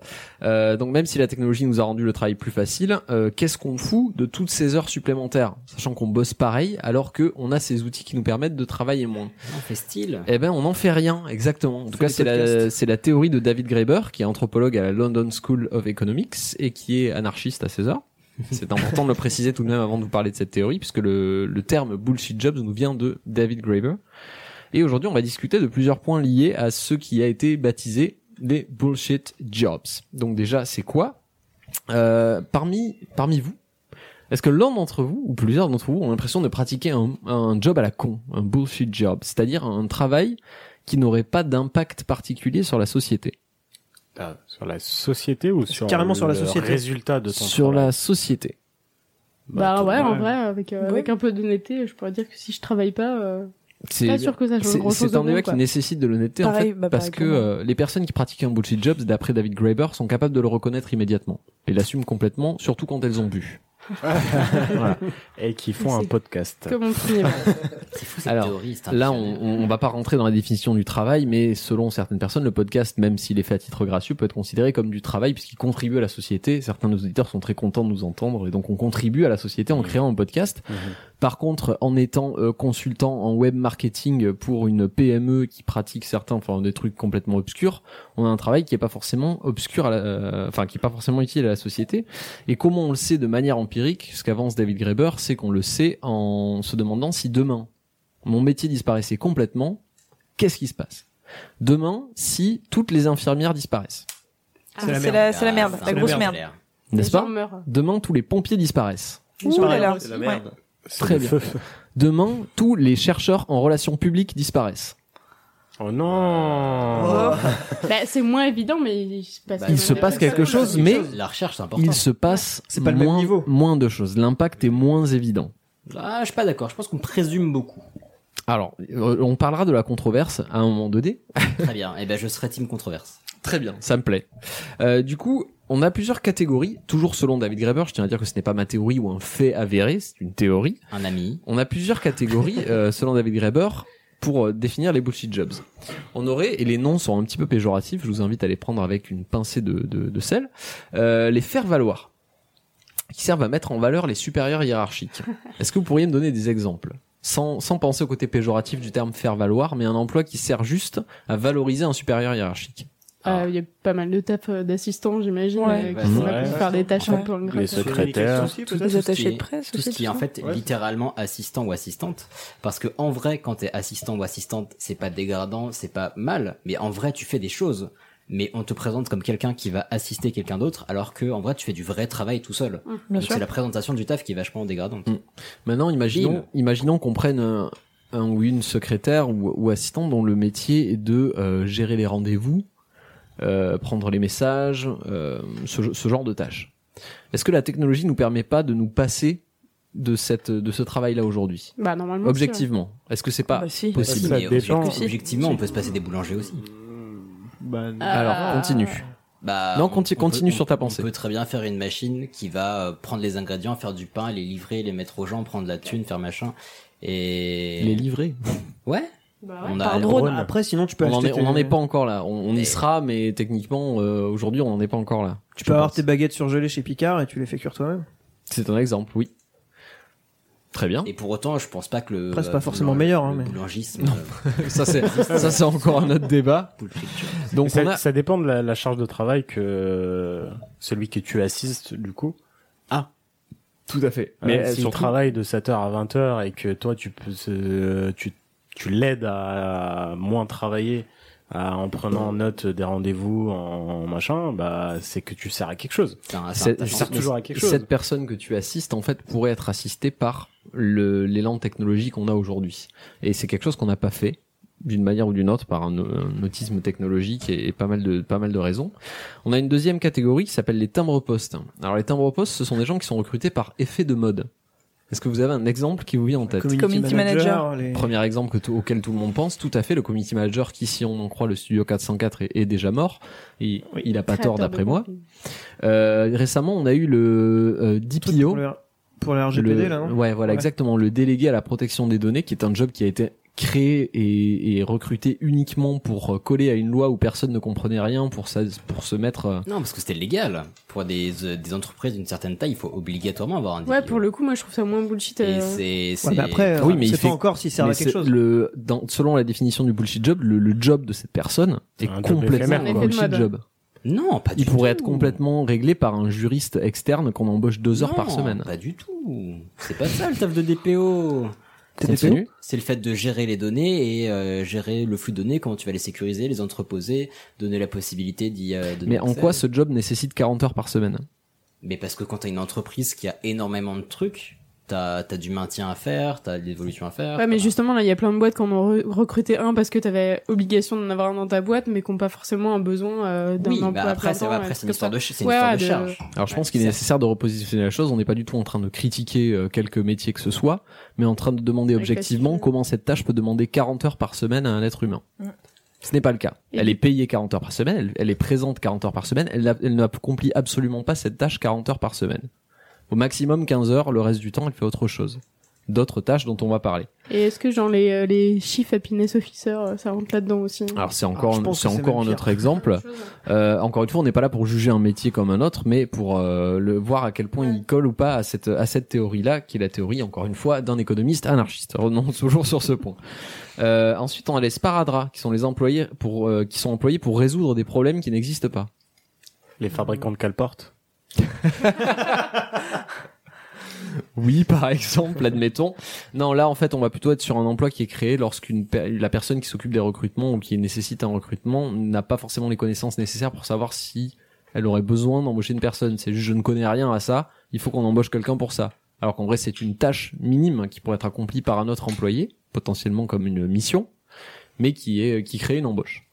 S9: Euh, donc même si la technologie nous a rendu le travail plus facile, euh, qu'est-ce qu'on fout de toutes ces heures supplémentaires, sachant qu'on bosse pareil alors que on a ces outils qui nous permettent de travailler moins
S4: On fait style.
S9: Eh ben on n'en fait rien, exactement. En tout
S4: fait
S9: cas,
S4: des
S9: c'est la,
S4: podcasts.
S9: c'est la théorie de David Graeber, qui est anthropologue à la London School of Economics et qui est anarchiste à 16 heures. C'est important de le préciser tout de même avant de vous parler de cette théorie, puisque le, le terme bullshit jobs nous vient de David Graeber. Et aujourd'hui, on va discuter de plusieurs points liés à ce qui a été baptisé des bullshit jobs. Donc déjà, c'est quoi Euh, Parmi parmi vous, est-ce que l'un d'entre vous ou plusieurs d'entre vous ont l'impression de pratiquer un, un job à la con, un bullshit job, c'est-à-dire un travail qui n'aurait pas d'impact particulier sur la société
S2: Ah, Sur la société ou sur
S9: Carrément sur la
S2: le
S9: société.
S2: résultat de ton
S9: Sur
S2: travail
S9: la société.
S7: Bah, ouais, en
S2: ouais.
S7: vrai, avec, euh,
S8: Ouais.
S7: avec un peu d'honnêteté, je pourrais dire que si je travaille pas, euh, c'est pas sûr que ça change
S9: c'est-
S7: grand chose.
S9: C'est un débat qui nécessite de l'honnêteté en
S7: Pareil,
S9: fait,
S7: bah,
S9: parce
S7: pareil
S9: que
S7: pour moi.
S9: euh, les personnes qui pratiquent un bullshit job, d'après David Graeber, sont capables de le reconnaître immédiatement et l'assument complètement, surtout quand elles ont bu.
S2: Voilà. Et qui font un podcast.
S7: Comme on finit.
S9: Alors, là, on, on- on va pas rentrer dans la définition du travail, mais selon certaines personnes, le podcast, même s'il est fait à titre gracieux, peut être considéré comme du travail puisqu'il contribue à la société. Certains de nos auditeurs sont très contents de nous entendre et donc on contribue à la société en créant un podcast. Par contre, en étant euh, consultant en web marketing pour une PME qui pratique certains, enfin des trucs complètement obscurs, on a un travail qui est pas forcément obscur, à la- euh, enfin qui est pas forcément utile à la société. Et comment on le sait de manière empirique Ce qu'avance David Graeber, c'est qu'on le sait en se demandant si demain mon métier disparaissait complètement, qu'est-ce qui se passe Demain, si toutes les infirmières disparaissent.
S8: Ah, C'est la c'est merde. la- c'est la merde, la
S9: C'est
S8: grosse merde.
S9: N'est-ce
S8: Les
S9: pas
S8: gens meurent.
S9: Demain, tous les pompiers disparaissent.
S8: Ouh là là. C'est la Ouais. merde.
S9: Très
S2: le
S9: bien.
S2: feu.
S9: Demain, tous les chercheurs en relations publiques disparaissent.
S2: Oh
S4: Oh.
S2: non
S7: Bah, c'est moins évident, mais il se passe.
S9: euh, Bah, il se passe quelque chose, mais
S4: La recherche, c'est important.
S9: il se passe
S4: C'est pas le même
S9: moins, moins de choses. L'impact est moins évident.
S4: Ah, je suis pas d'accord. Je pense qu'on présume beaucoup.
S9: Alors, euh, on parlera de la controverse à un moment donné.
S4: Très bien. Et ben, je serai team controverse.
S9: Très bien, ça me plaît. Euh, du coup, on a plusieurs catégories, toujours selon David Graeber. Je tiens à dire que ce n'est pas ma théorie ou un fait avéré, c'est une théorie.
S4: Un ami.
S9: On a plusieurs catégories, euh, selon David Graeber, pour euh, définir les bullshit jobs. On aurait, et les noms sont un petit peu péjoratifs, je vous invite à les prendre avec une pincée de, de, de sel, euh, les faire valoir, qui servent à mettre en valeur les supérieurs hiérarchiques. Est-ce que vous pourriez me donner des exemples sans, sans penser au côté péjoratif du terme faire valoir, mais un emploi qui sert juste à valoriser un supérieur hiérarchique.
S7: Ah, Il y a pas mal de taf euh, d'assistants, j'imagine,
S8: Ouais.
S7: euh,
S9: Ouais.
S7: qui sont là
S9: Ouais.
S7: pour faire des tâches un peu ingrates.
S4: Tout- tout ce qui
S8: attachés de
S4: est-
S8: presse
S4: Tout
S8: aussi,
S4: ce qui est en
S8: tout
S4: fait
S8: ça. Ouais.
S4: littéralement assistant ou assistante. Parce que en vrai, quand t'es assistant ou assistante, c'est pas dégradant, c'est pas mal. Mais en vrai, tu fais des choses. Mais on te présente comme quelqu'un qui va assister quelqu'un d'autre, alors que en vrai, tu fais du vrai travail tout seul.
S8: bien
S4: Donc
S8: sûr. Mm.
S4: c'est la présentation du taf qui est vachement dégradante.
S9: Maintenant, imaginons,
S4: Bim.
S9: imaginons qu'on prenne un, un ou une secrétaire ou, ou assistant dont le métier est de euh, gérer les rendez-vous, euh, prendre les messages, euh, ce, ce genre de tâches. Est-ce que la technologie nous permet pas de nous passer de cette de ce travail-là aujourd'hui
S7: Bah, normalement, si,
S9: Objectivement, est-ce que c'est pas possible
S4: Bah Mais objectif- Objectivement, on peut se passer des boulangers aussi.
S9: Ah. Alors, continue.
S4: Bah,
S9: Non,
S4: on-
S9: conti-
S4: on
S9: continue
S4: peut-
S9: sur ta
S4: on-
S9: pensée.
S4: On peut très bien faire une machine qui va euh, prendre les ingrédients, faire du pain, les livrer, les mettre aux gens, prendre la thune, faire machin. Et...
S9: Les livrer
S4: Ouais.
S7: Bah
S4: On a
S9: Par
S4: le
S9: drone.
S4: drone.
S9: Après,
S3: sinon, tu
S4: peux
S9: on en
S3: acheter
S9: est,
S3: tes-
S9: on en est pas encore là. On, on y sera, mais techniquement, euh, aujourd'hui, on n'en est pas encore là.
S3: Tu peux avoir tes baguettes surgelées chez Picard et tu les fais cuire toi-même.
S9: C'est un exemple, oui. Très bien.
S4: Et pour autant, je pense pas que le.
S3: Après, c'est pas
S4: euh,
S3: forcément
S4: le-
S3: meilleur, hein,
S4: le
S3: mais-
S4: Boulangisme.
S9: Non.
S4: euh,
S9: ça c'est ça c'est encore un autre débat.
S2: Donc
S9: Donc
S2: ça,
S9: on a
S2: ça dépend de la, la charge de travail que euh, celui que tu assistes du coup.
S4: Ah.
S9: Tout à fait. Mais,
S2: Mais
S9: euh,
S2: si
S9: surtout-
S2: tu travailles de 7h à 20h et que toi tu peux euh, tu tu l'aides à moins travailler à- en prenant note des rendez-vous en machin, bah c'est que tu sers à quelque chose.
S9: cette,
S2: tu sers toujours à quelque chose.
S9: cette personne que tu assistes en fait pourrait être assistée par le- l'élan technologique qu'on a aujourd'hui. Et c'est quelque chose qu'on n'a pas fait d'une manière ou d'une autre par un, un autisme technologique et, et pas mal de pas mal de raisons. On a une deuxième catégorie qui s'appelle les timbres postes. Alors les timbres postes, ce sont des gens qui sont recrutés par effet de mode. Est-ce que vous avez un exemple qui vous vient en tête
S8: Community Community manager, manager. les-
S9: Premier exemple que tout- auquel tout le monde pense, tout à fait, le community manager qui, si on en croit le studio 404, est, est déjà mort. Il, il a pas tort
S3: Créateur de
S9: d'après moi. Euh, récemment, on a eu le euh, DPO.
S3: Pour la RGPD,
S9: le-
S3: là, non
S9: Ouais, voilà, exactement. Le délégué à la protection des données, qui est un job qui a été créé et, et recruté uniquement pour euh, coller à une loi où personne ne comprenait rien, pour, ça, pour se mettre... euh,
S4: Non, parce que c'était légal. Pour des, euh, des entreprises d'une certaine taille, il faut obligatoirement avoir un.
S7: Ouais, pour le coup, moi, je trouve ça moins bullshit.
S4: Et
S7: euh,
S4: c'est.
S9: Ouais,
S4: c'est-
S9: mais après,
S4: Oui,
S9: euh,
S4: mais
S9: c'est
S4: il fait-
S9: pas encore
S4: si
S9: s'il sert
S4: sert à
S9: à
S4: quelque chose.
S9: Le, dans, selon la définition du bullshit job, le, le job de cette personne est
S4: job
S9: complètement
S4: éphémère,
S9: un
S4: quoi.
S9: bullshit
S4: Effet de mode.
S9: job.
S4: Non, pas
S9: Il pourrait être complètement réglé par un juriste externe qu'on embauche deux heures
S4: Non,
S9: par semaine.
S4: Pas du tout. C'est pas ça le taf de DPO.
S9: T'es DPO?
S4: C'est le fait de gérer les données et euh, gérer le flux de données, comment tu vas les sécuriser, les entreposer, donner la possibilité d'y euh, donner
S9: Mais en
S4: accès.
S9: quoi ce job nécessite 40 heures par semaine
S4: Mais parce que quand t'as une entreprise qui a énormément de trucs, t'as as du maintien à faire, t'as de l'évolution à faire.
S7: Ouais, mais justement, là, il y a plein de boîtes qui en ont re- recruté un parce que t'avais obligation d'en avoir un dans ta boîte, mais qui n'ont pas forcément un besoin euh, d'un
S4: Oui, bah
S7: emploi. à
S4: après,
S7: plein
S4: c'est-
S7: temps,
S4: après,
S7: euh,
S4: c'est une
S7: comme
S4: histoire
S7: ça.
S4: de ch- c'est une
S7: Ouais,
S4: histoire de
S7: de-
S4: charge.
S9: Alors je pense qu'il est nécessaire de repositionner la chose. On n'est pas du tout en train de critiquer euh, quelque métier que ce soit, mais en train de demander
S7: Avec la
S9: objectivement comment cette tâche peut demander 40 heures par semaine à un être humain.
S7: Mm.
S9: Ce n'est pas le cas.
S7: Et
S9: elle
S7: du-
S9: est payée 40 heures par semaine, elle, elle est présente 40 heures par semaine, elle, n'a- elle n'accomplit absolument pas cette tâche 40 heures par semaine. Au maximum 15 heures, le reste du temps, elle fait autre chose. D'autres tâches dont on va parler.
S7: Et est-ce que genre les, euh, les chief happiness officer, euh, ça rentre là-dedans aussi
S9: Alors c'est
S7: Alors,
S9: encore,
S7: Ah, je pense
S9: c'est
S7: que c'est
S9: encore
S7: même
S9: un
S7: pire.
S9: autre exemple. Euh, encore une fois, on n'est pas là pour juger un métier comme un autre, mais pour euh, le voir à quel point il colle ou pas à cette à cette théorie-là, qui est la théorie encore une fois d'un économiste anarchiste. Revenons toujours sur ce point. Euh, ensuite, on a les sparadras, qui sont les employés pour euh, qui sont employés pour résoudre des problèmes qui n'existent pas.
S2: Les fabricants de caleportes.
S9: Oui, par exemple, admettons. Non, là, en fait, on va plutôt être sur un emploi qui est créé lorsqu'une per- la personne qui s'occupe des recrutements ou qui nécessite un recrutement n'a pas forcément les connaissances nécessaires pour savoir si elle aurait besoin d'embaucher une personne. C'est juste, je ne connais rien à ça. Il faut qu'on embauche quelqu'un pour ça. Alors qu'en vrai, c'est une tâche minime qui pourrait être accomplie par un autre employé, potentiellement comme une mission, mais qui est qui crée une embauche.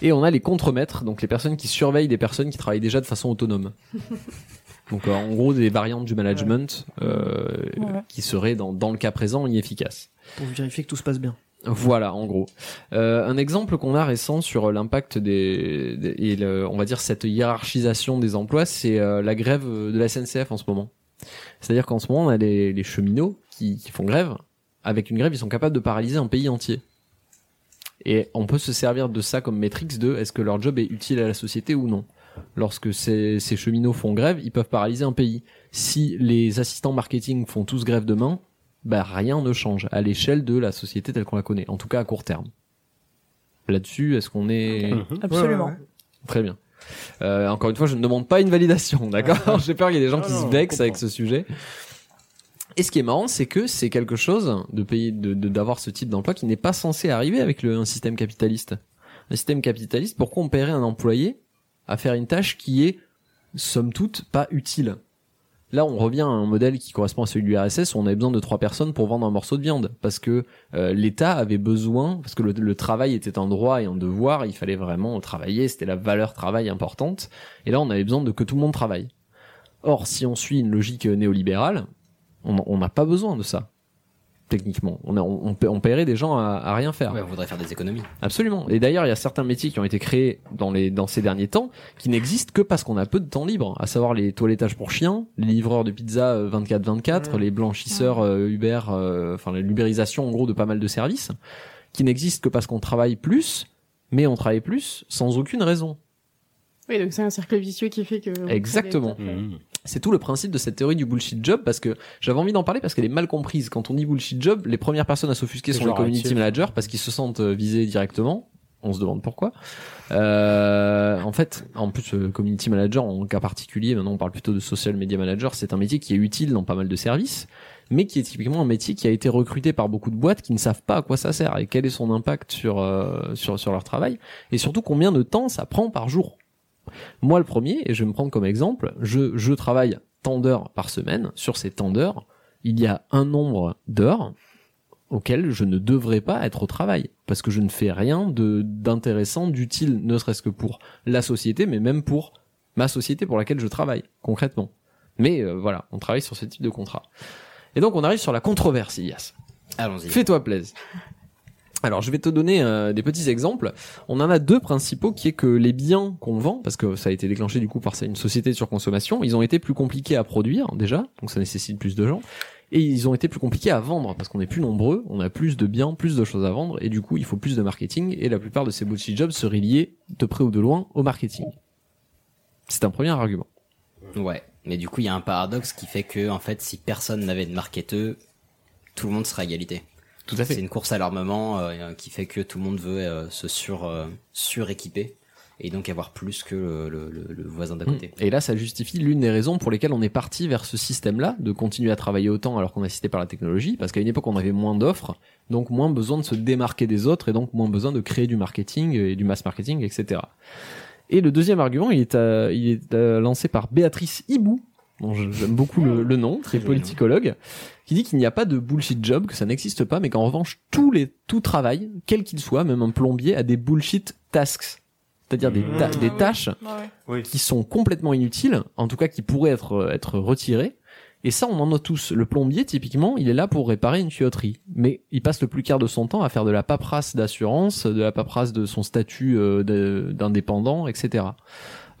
S9: Et on a les contremaîtres, donc les personnes qui surveillent des personnes qui travaillent déjà de façon autonome. Donc euh, en gros des variantes du management euh,
S3: Ouais.
S9: qui seraient dans, dans le cas présent inefficaces.
S3: pour vérifier que tout se passe bien.
S9: Voilà, en gros. Euh, un exemple qu'on a récent sur euh, l'impact des, des- et le- on va dire cette hiérarchisation des emplois, c'est euh, la grève de la SNCF en ce moment. C'est-à-dire qu'en ce moment, on a les, les cheminots qui, qui font grève. Avec une grève, ils sont capables de paralyser un pays entier. Et on peut se servir de ça comme métrix de est-ce que leur job est utile à la société ou non. Lorsque ces, ces cheminots font grève, ils peuvent paralyser un pays. Si les assistants marketing font tous grève demain, bah rien ne change à l'échelle de la société telle qu'on la connaît, en tout cas à court terme. Là-dessus, est-ce qu'on est...
S10: Mhm. Absolument. Ouais, ouais,
S9: Très bien. Euh, encore une fois, je ne demande pas une validation, d'accord J'ai peur qu'il y ait des gens qui se vexent avec ce sujet. Et ce qui est marrant, c'est que c'est quelque chose de payer, de, de- d'avoir ce type d'emploi qui n'est pas censé arriver avec le, un système capitaliste. Un système capitaliste, pourquoi on paierait un employé à faire une tâche qui est, somme toute, pas utile? Là, on revient à un modèle qui correspond à celui du RSS où on avait besoin de trois personnes pour vendre un morceau de viande parce que euh, l'État avait besoin, parce que le, le travail était un droit et un devoir, il fallait vraiment travailler, c'était la valeur travail importante. Et là, on avait besoin de que tout le monde travaille. Or, si on suit une logique euh, néolibérale, on on n'a pas besoin de ça techniquement. On, a- on, on paie- on paierait des gens à, à rien faire.
S4: on voudrait faire des économies.
S9: Absolument. Et d'ailleurs, il y a certains métiers qui ont été créés dans, les, dans ces derniers temps qui n'existent que parce qu'on a peu de temps libre, à savoir les toilettages pour chiens, les livreurs de pizza euh, 24-24, les blanchisseurs euh, Uber, euh, enfin l'ubérisation en gros de pas mal de services, qui n'existent que parce qu'on travaille plus, mais on travaille plus sans aucune raison.
S7: Oui, donc c'est un cercle vicieux qui fait que. on crée
S9: Exactement.
S7: des-
S9: C'est tout le principe de cette théorie du bullshit job parce que j'avais envie d'en parler parce qu'elle est mal comprise. Quand on dit bullshit job, les premières personnes à s'offusquer
S2: C'est
S9: sont les
S2: genre
S9: community
S2: actif.
S9: managers parce qu'ils se sentent euh, visés directement. On se demande pourquoi. Euh, en fait, en plus, euh, community manager, en cas particulier, maintenant on parle plutôt de social media manager, c'est un métier qui est utile dans pas mal de services, mais qui est typiquement un métier qui a été recruté par beaucoup de boîtes qui ne savent pas à quoi ça sert et quel est son impact sur, euh, sur, sur leur travail, et surtout combien de temps ça prend par jour. Moi, le premier, et je vais me prendre comme exemple, je, je travaille tant d'heures par semaine. Sur ces tant d'heures, il y a un nombre d'heures auxquelles je ne devrais pas être au travail parce que je ne fais rien de d'intéressant, d'utile, ne serait-ce que pour la société, mais même pour ma société pour laquelle je travaille concrètement. Mais euh, voilà, on travaille sur ce type de contrat. Et donc, on arrive sur la controverse, Ilias.
S4: Allons-y.
S9: Fais-toi plaisir. Alors, je vais te donner euh, des petits exemples. On en a deux principaux qui est que les biens qu'on vend, parce que ça a été déclenché du coup par une société de surconsommation, ils ont été plus compliqués à produire déjà, donc ça nécessite plus de gens, et ils ont été plus compliqués à vendre parce qu'on est plus nombreux, on a plus de biens, plus de choses à vendre, et du coup il faut plus de marketing, et la plupart de ces bullshit jobs seraient liés de près ou de loin au marketing. C'est un premier argument.
S4: Ouais, mais du coup, il y a un paradoxe qui fait que, en fait, si personne n'avait de marketeur, tout le monde serait à égalité.
S9: Tout à fait.
S4: C'est une course à l'armement euh, qui fait que tout le monde veut euh, se sur euh, suréquiper et donc avoir plus que le, le- le- le voisin d'à côté.
S9: Mm. Et là, ça justifie l'une des raisons pour lesquelles on est parti vers ce système-là, de continuer à travailler autant alors qu'on est assisté par la technologie, parce qu'à une époque, on avait moins d'offres, donc moins besoin de se démarquer des autres, et donc moins besoin de créer du marketing euh, et du mass marketing, etc. Et le deuxième argument, il est, euh, il est euh, lancé par Béatrice Hibou, dont je- j'aime beaucoup le, le nom, Mmh. très politicologue, qui dit qu'il n'y a pas de bullshit job, que ça n'existe pas, mais qu'en revanche, tous les, tout travail, quel qu'il soit, même un plombier, a des bullshit tasks. C'est-à-dire des, ta-
S10: Mmh.
S9: des
S7: Ah
S9: tâches qui sont complètement inutiles, en tout cas qui pourraient être, être retirées. Et ça, on en a tous. Le plombier, typiquement, il est là pour réparer une tuyauterie. Mais il passe le plus quart de son temps à faire de la paperasse d'assurance, de la paperasse de son statut euh, de- d'indépendant, etc.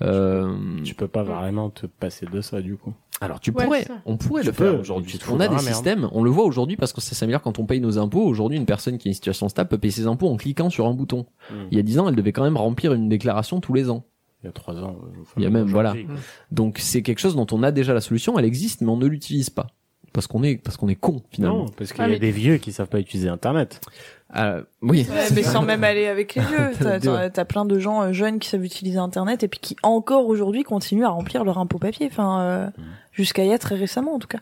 S9: Euh,
S2: Tu peux pas vraiment te passer de ça, du coup.
S9: Alors tu
S7: Ouais,
S9: pourrais,
S7: c'est ça.
S9: on pourrait
S2: Tu
S9: le faire
S2: peux,
S9: aujourd'hui.
S2: tu te
S9: On
S2: fous
S9: a
S2: dans
S9: des
S2: la merde.
S9: systèmes, on le voit aujourd'hui parce que ça s'améliore quand on paye nos impôts. Aujourd'hui, une personne qui a une situation stable peut payer ses impôts en cliquant sur un bouton.
S2: Mm.
S9: Il y a 10 ans, elle devait quand même remplir une déclaration tous les ans.
S2: Il y a trois ans. euh, enfin,
S9: Il y a même, voilà.
S2: aujourd'hui, quoi.
S9: Donc c'est quelque chose dont on a déjà la solution, elle existe, mais on ne l'utilise pas. Parce qu'on est, parce qu'on est con, finalement.
S2: Non, parce
S8: Ah,
S2: qu'il y a des vieux qui savent pas utiliser Internet.
S9: Euh, oui.
S8: Ouais, mais sans même aller avec les vieux. T'as-
S2: Deux, ouais.
S8: T'as t'as plein de gens euh, jeunes qui savent utiliser Internet et puis qui encore aujourd'hui continuent à remplir leur impôt papier. Enfin, euh, jusqu'à il y a très récemment en tout cas.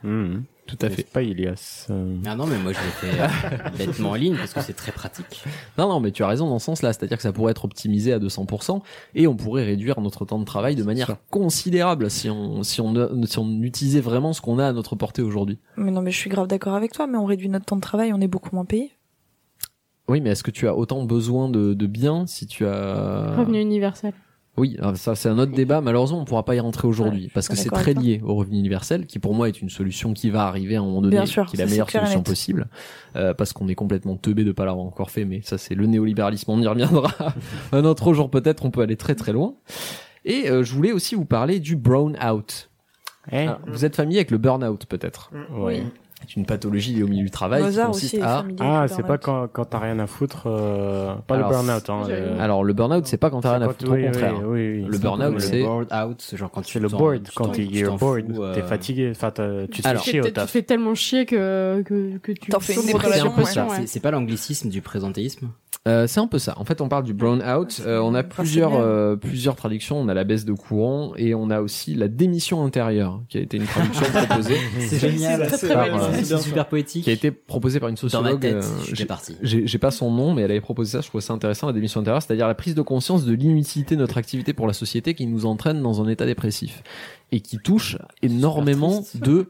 S9: Tout à fait.
S2: Hmm. Pas Ilias. euh
S4: Ah non, mais moi je l'ai fait euh, bêtement en ligne parce que c'est très pratique.
S9: Non, non, mais tu as raison dans ce sens-là. C'est-à-dire que ça pourrait être optimisé à 200% et on pourrait réduire notre temps de travail de manière considérable si on, si on, si on utilisait vraiment ce qu'on a à notre portée aujourd'hui.
S8: Mais non, mais je suis grave d'accord avec toi. Mais on réduit notre temps de travail, on est beaucoup moins payé.
S9: Oui, mais est-ce que tu as autant besoin de, de biens si tu as...
S7: Revenu universel.
S9: Oui, alors ça c'est un autre débat. Malheureusement, on pourra pas y rentrer aujourd'hui parce que
S7: suis
S9: c'est
S7: d'accord
S9: très
S7: avec
S9: lié au revenu universel, qui pour moi est une solution qui va arriver à un moment donné,
S8: Bien sûr,
S9: qui est la
S8: ça, c'est
S9: meilleure
S8: clair et
S9: solution
S8: net.
S9: possible, euh, parce qu'on est complètement teubé de pas l'avoir encore fait. Mais ça c'est le néolibéralisme, on y reviendra un autre jour peut-être. On peut aller très très loin. Et euh, je voulais aussi vous parler du brown out.
S2: Eh.
S9: Alors, vous êtes familier avec le burn out peut-être
S8: Mm.
S2: Oui.
S9: C'est une pathologie liée au milieu du travail qui consiste à
S2: Ah, c'est pas quand, quand t'as rien à foutre. euh, Pas
S9: Alors,
S2: le burn-out. Hein,
S9: c'est-
S2: le-
S9: Alors le burn-out, c'est pas quand t'as rien à
S2: quand-
S9: foutre, au
S2: oui,
S9: contraire. hein.
S2: oui, oui, oui.
S9: Le
S2: C'est
S9: burn-out,
S2: le
S9: c'est
S2: board
S4: out, genre quand tu
S2: le
S4: t'en-
S2: board,
S4: tu
S2: quand
S4: t'en-
S2: t'es
S4: tu t'en
S2: bored,
S4: fous, euh,
S2: t'es fatigué, enfin, t'as- tu
S4: Ah,
S2: te fais
S4: alors-
S2: chier
S7: Tu
S2: au
S7: te
S2: taf.
S7: fais tellement chier que, que, que tu
S8: T'en fais une
S7: sombres dans la
S8: dépression, ouais.
S7: dépression, ouais.
S4: C'est- C'est pas l'anglicisme du présentéisme
S9: Euh, c'est un peu ça. En fait, on parle du brown
S4: Ah,
S9: out. Euh, on a plusieurs euh, plusieurs traductions. On a la baisse de courant et on a aussi la démission intérieure, qui a été une traduction proposée.
S4: C'est génial. C'est très, très
S9: Par,
S4: belle.
S9: euh,
S4: C'est super
S9: super
S4: poétique.
S9: Qui a été proposée par une sociologue.
S4: Dans ma tête,
S9: euh,
S4: j'étais
S9: j'ai-
S4: parti.
S9: J'ai j'ai pas son nom, mais elle avait proposé ça. Je trouvais ça intéressant. La démission intérieure, c'est-à-dire la prise de conscience de l'inutilité de notre activité pour la société, qui nous entraîne dans un état dépressif et qui touche énormément de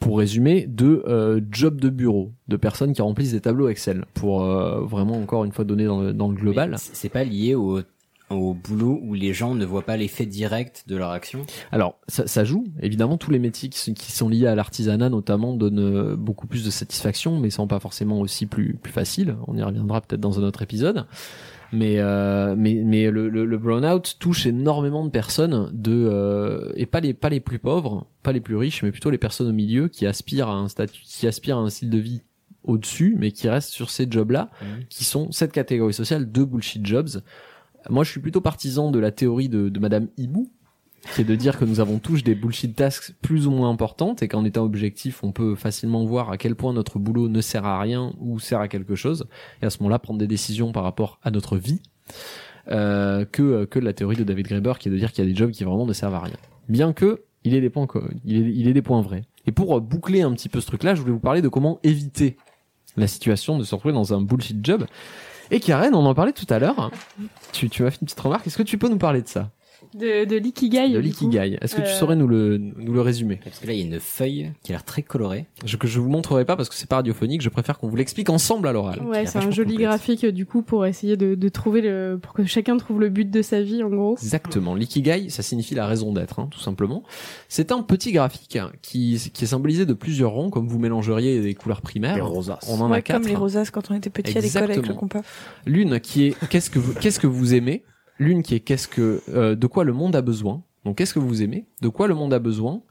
S9: pour résumer, de euh, jobs de bureau, de personnes qui remplissent des tableaux Excel, pour euh, vraiment encore une fois donner dans le, dans le global.
S4: C'est pas lié au, au boulot où les gens ne voient pas l'effet direct de leur action.
S9: Alors, ça, ça joue. Évidemment, tous les métiers qui, sont- qui sont liés à l'artisanat, notamment, donnent euh, beaucoup plus de satisfaction, mais sont pas forcément aussi plus, plus faciles. On y reviendra peut-être dans un autre épisode. Mais, euh, mais, mais le, le, le burn-out touche énormément de personnes, de, euh, et pas les, pas les plus pauvres, pas les plus riches, mais plutôt les personnes au milieu qui aspirent à un statut, qui aspirent à un style de vie au-dessus, mais qui restent sur ces jobs-là, qui sont cette catégorie sociale de bullshit jobs. Moi, je suis plutôt partisan de la théorie de, de Madame Hibou, qui est de dire que nous avons tous des bullshit tasks plus ou moins importantes et qu'en étant objectif, on peut facilement voir à quel point notre boulot ne sert à rien ou sert à quelque chose, et à ce moment-là prendre des décisions par rapport à notre vie, euh, que que la théorie de David Graeber, qui est de dire qu'il y a des jobs qui vraiment ne servent à rien. Bien que il ait des points, co- il ait- il ait des points vrais. Et pour euh, boucler un petit peu ce truc-là, je voulais vous parler de comment éviter la situation de se retrouver dans un bullshit job. Et Karen, on en parlait tout à l'heure. Tu, tu m'as fait une petite remarque. Est-ce que tu peux nous parler de ça
S7: De, de l'ikigai.
S9: de
S7: du
S9: l'ikigai.
S7: coup.
S9: Est-ce que tu
S7: Euh,
S9: saurais nous le, nous le résumer
S4: Parce que là, il y a une feuille qui a l'air très colorée.
S9: Je, que je vous montrerai pas parce que c'est pas radiophonique. Je préfère qu'on vous l'explique ensemble à l'oral.
S7: Ouais, c'est un joli graphique euh, du coup pour essayer de, de trouver le, pour que chacun trouve le but de sa vie en gros.
S9: Exactement. L'ikigai, ça signifie la raison d'être, hein, tout simplement. C'est un petit graphique qui, qui est symbolisé de plusieurs ronds, comme vous mélangeriez des couleurs primaires. Ah, On en a
S8: Ouais,
S9: quatre. hein.
S8: comme les rosaces quand on était petit à l'école avec le
S9: Exactement.
S8: compas.
S9: L'une qui est qu'est-ce que vous qu'est-ce que vous aimez, l'une qui est qu'est-ce que euh, de quoi le monde a besoin. Donc qu'est-ce que vous aimez, de quoi le monde a besoin,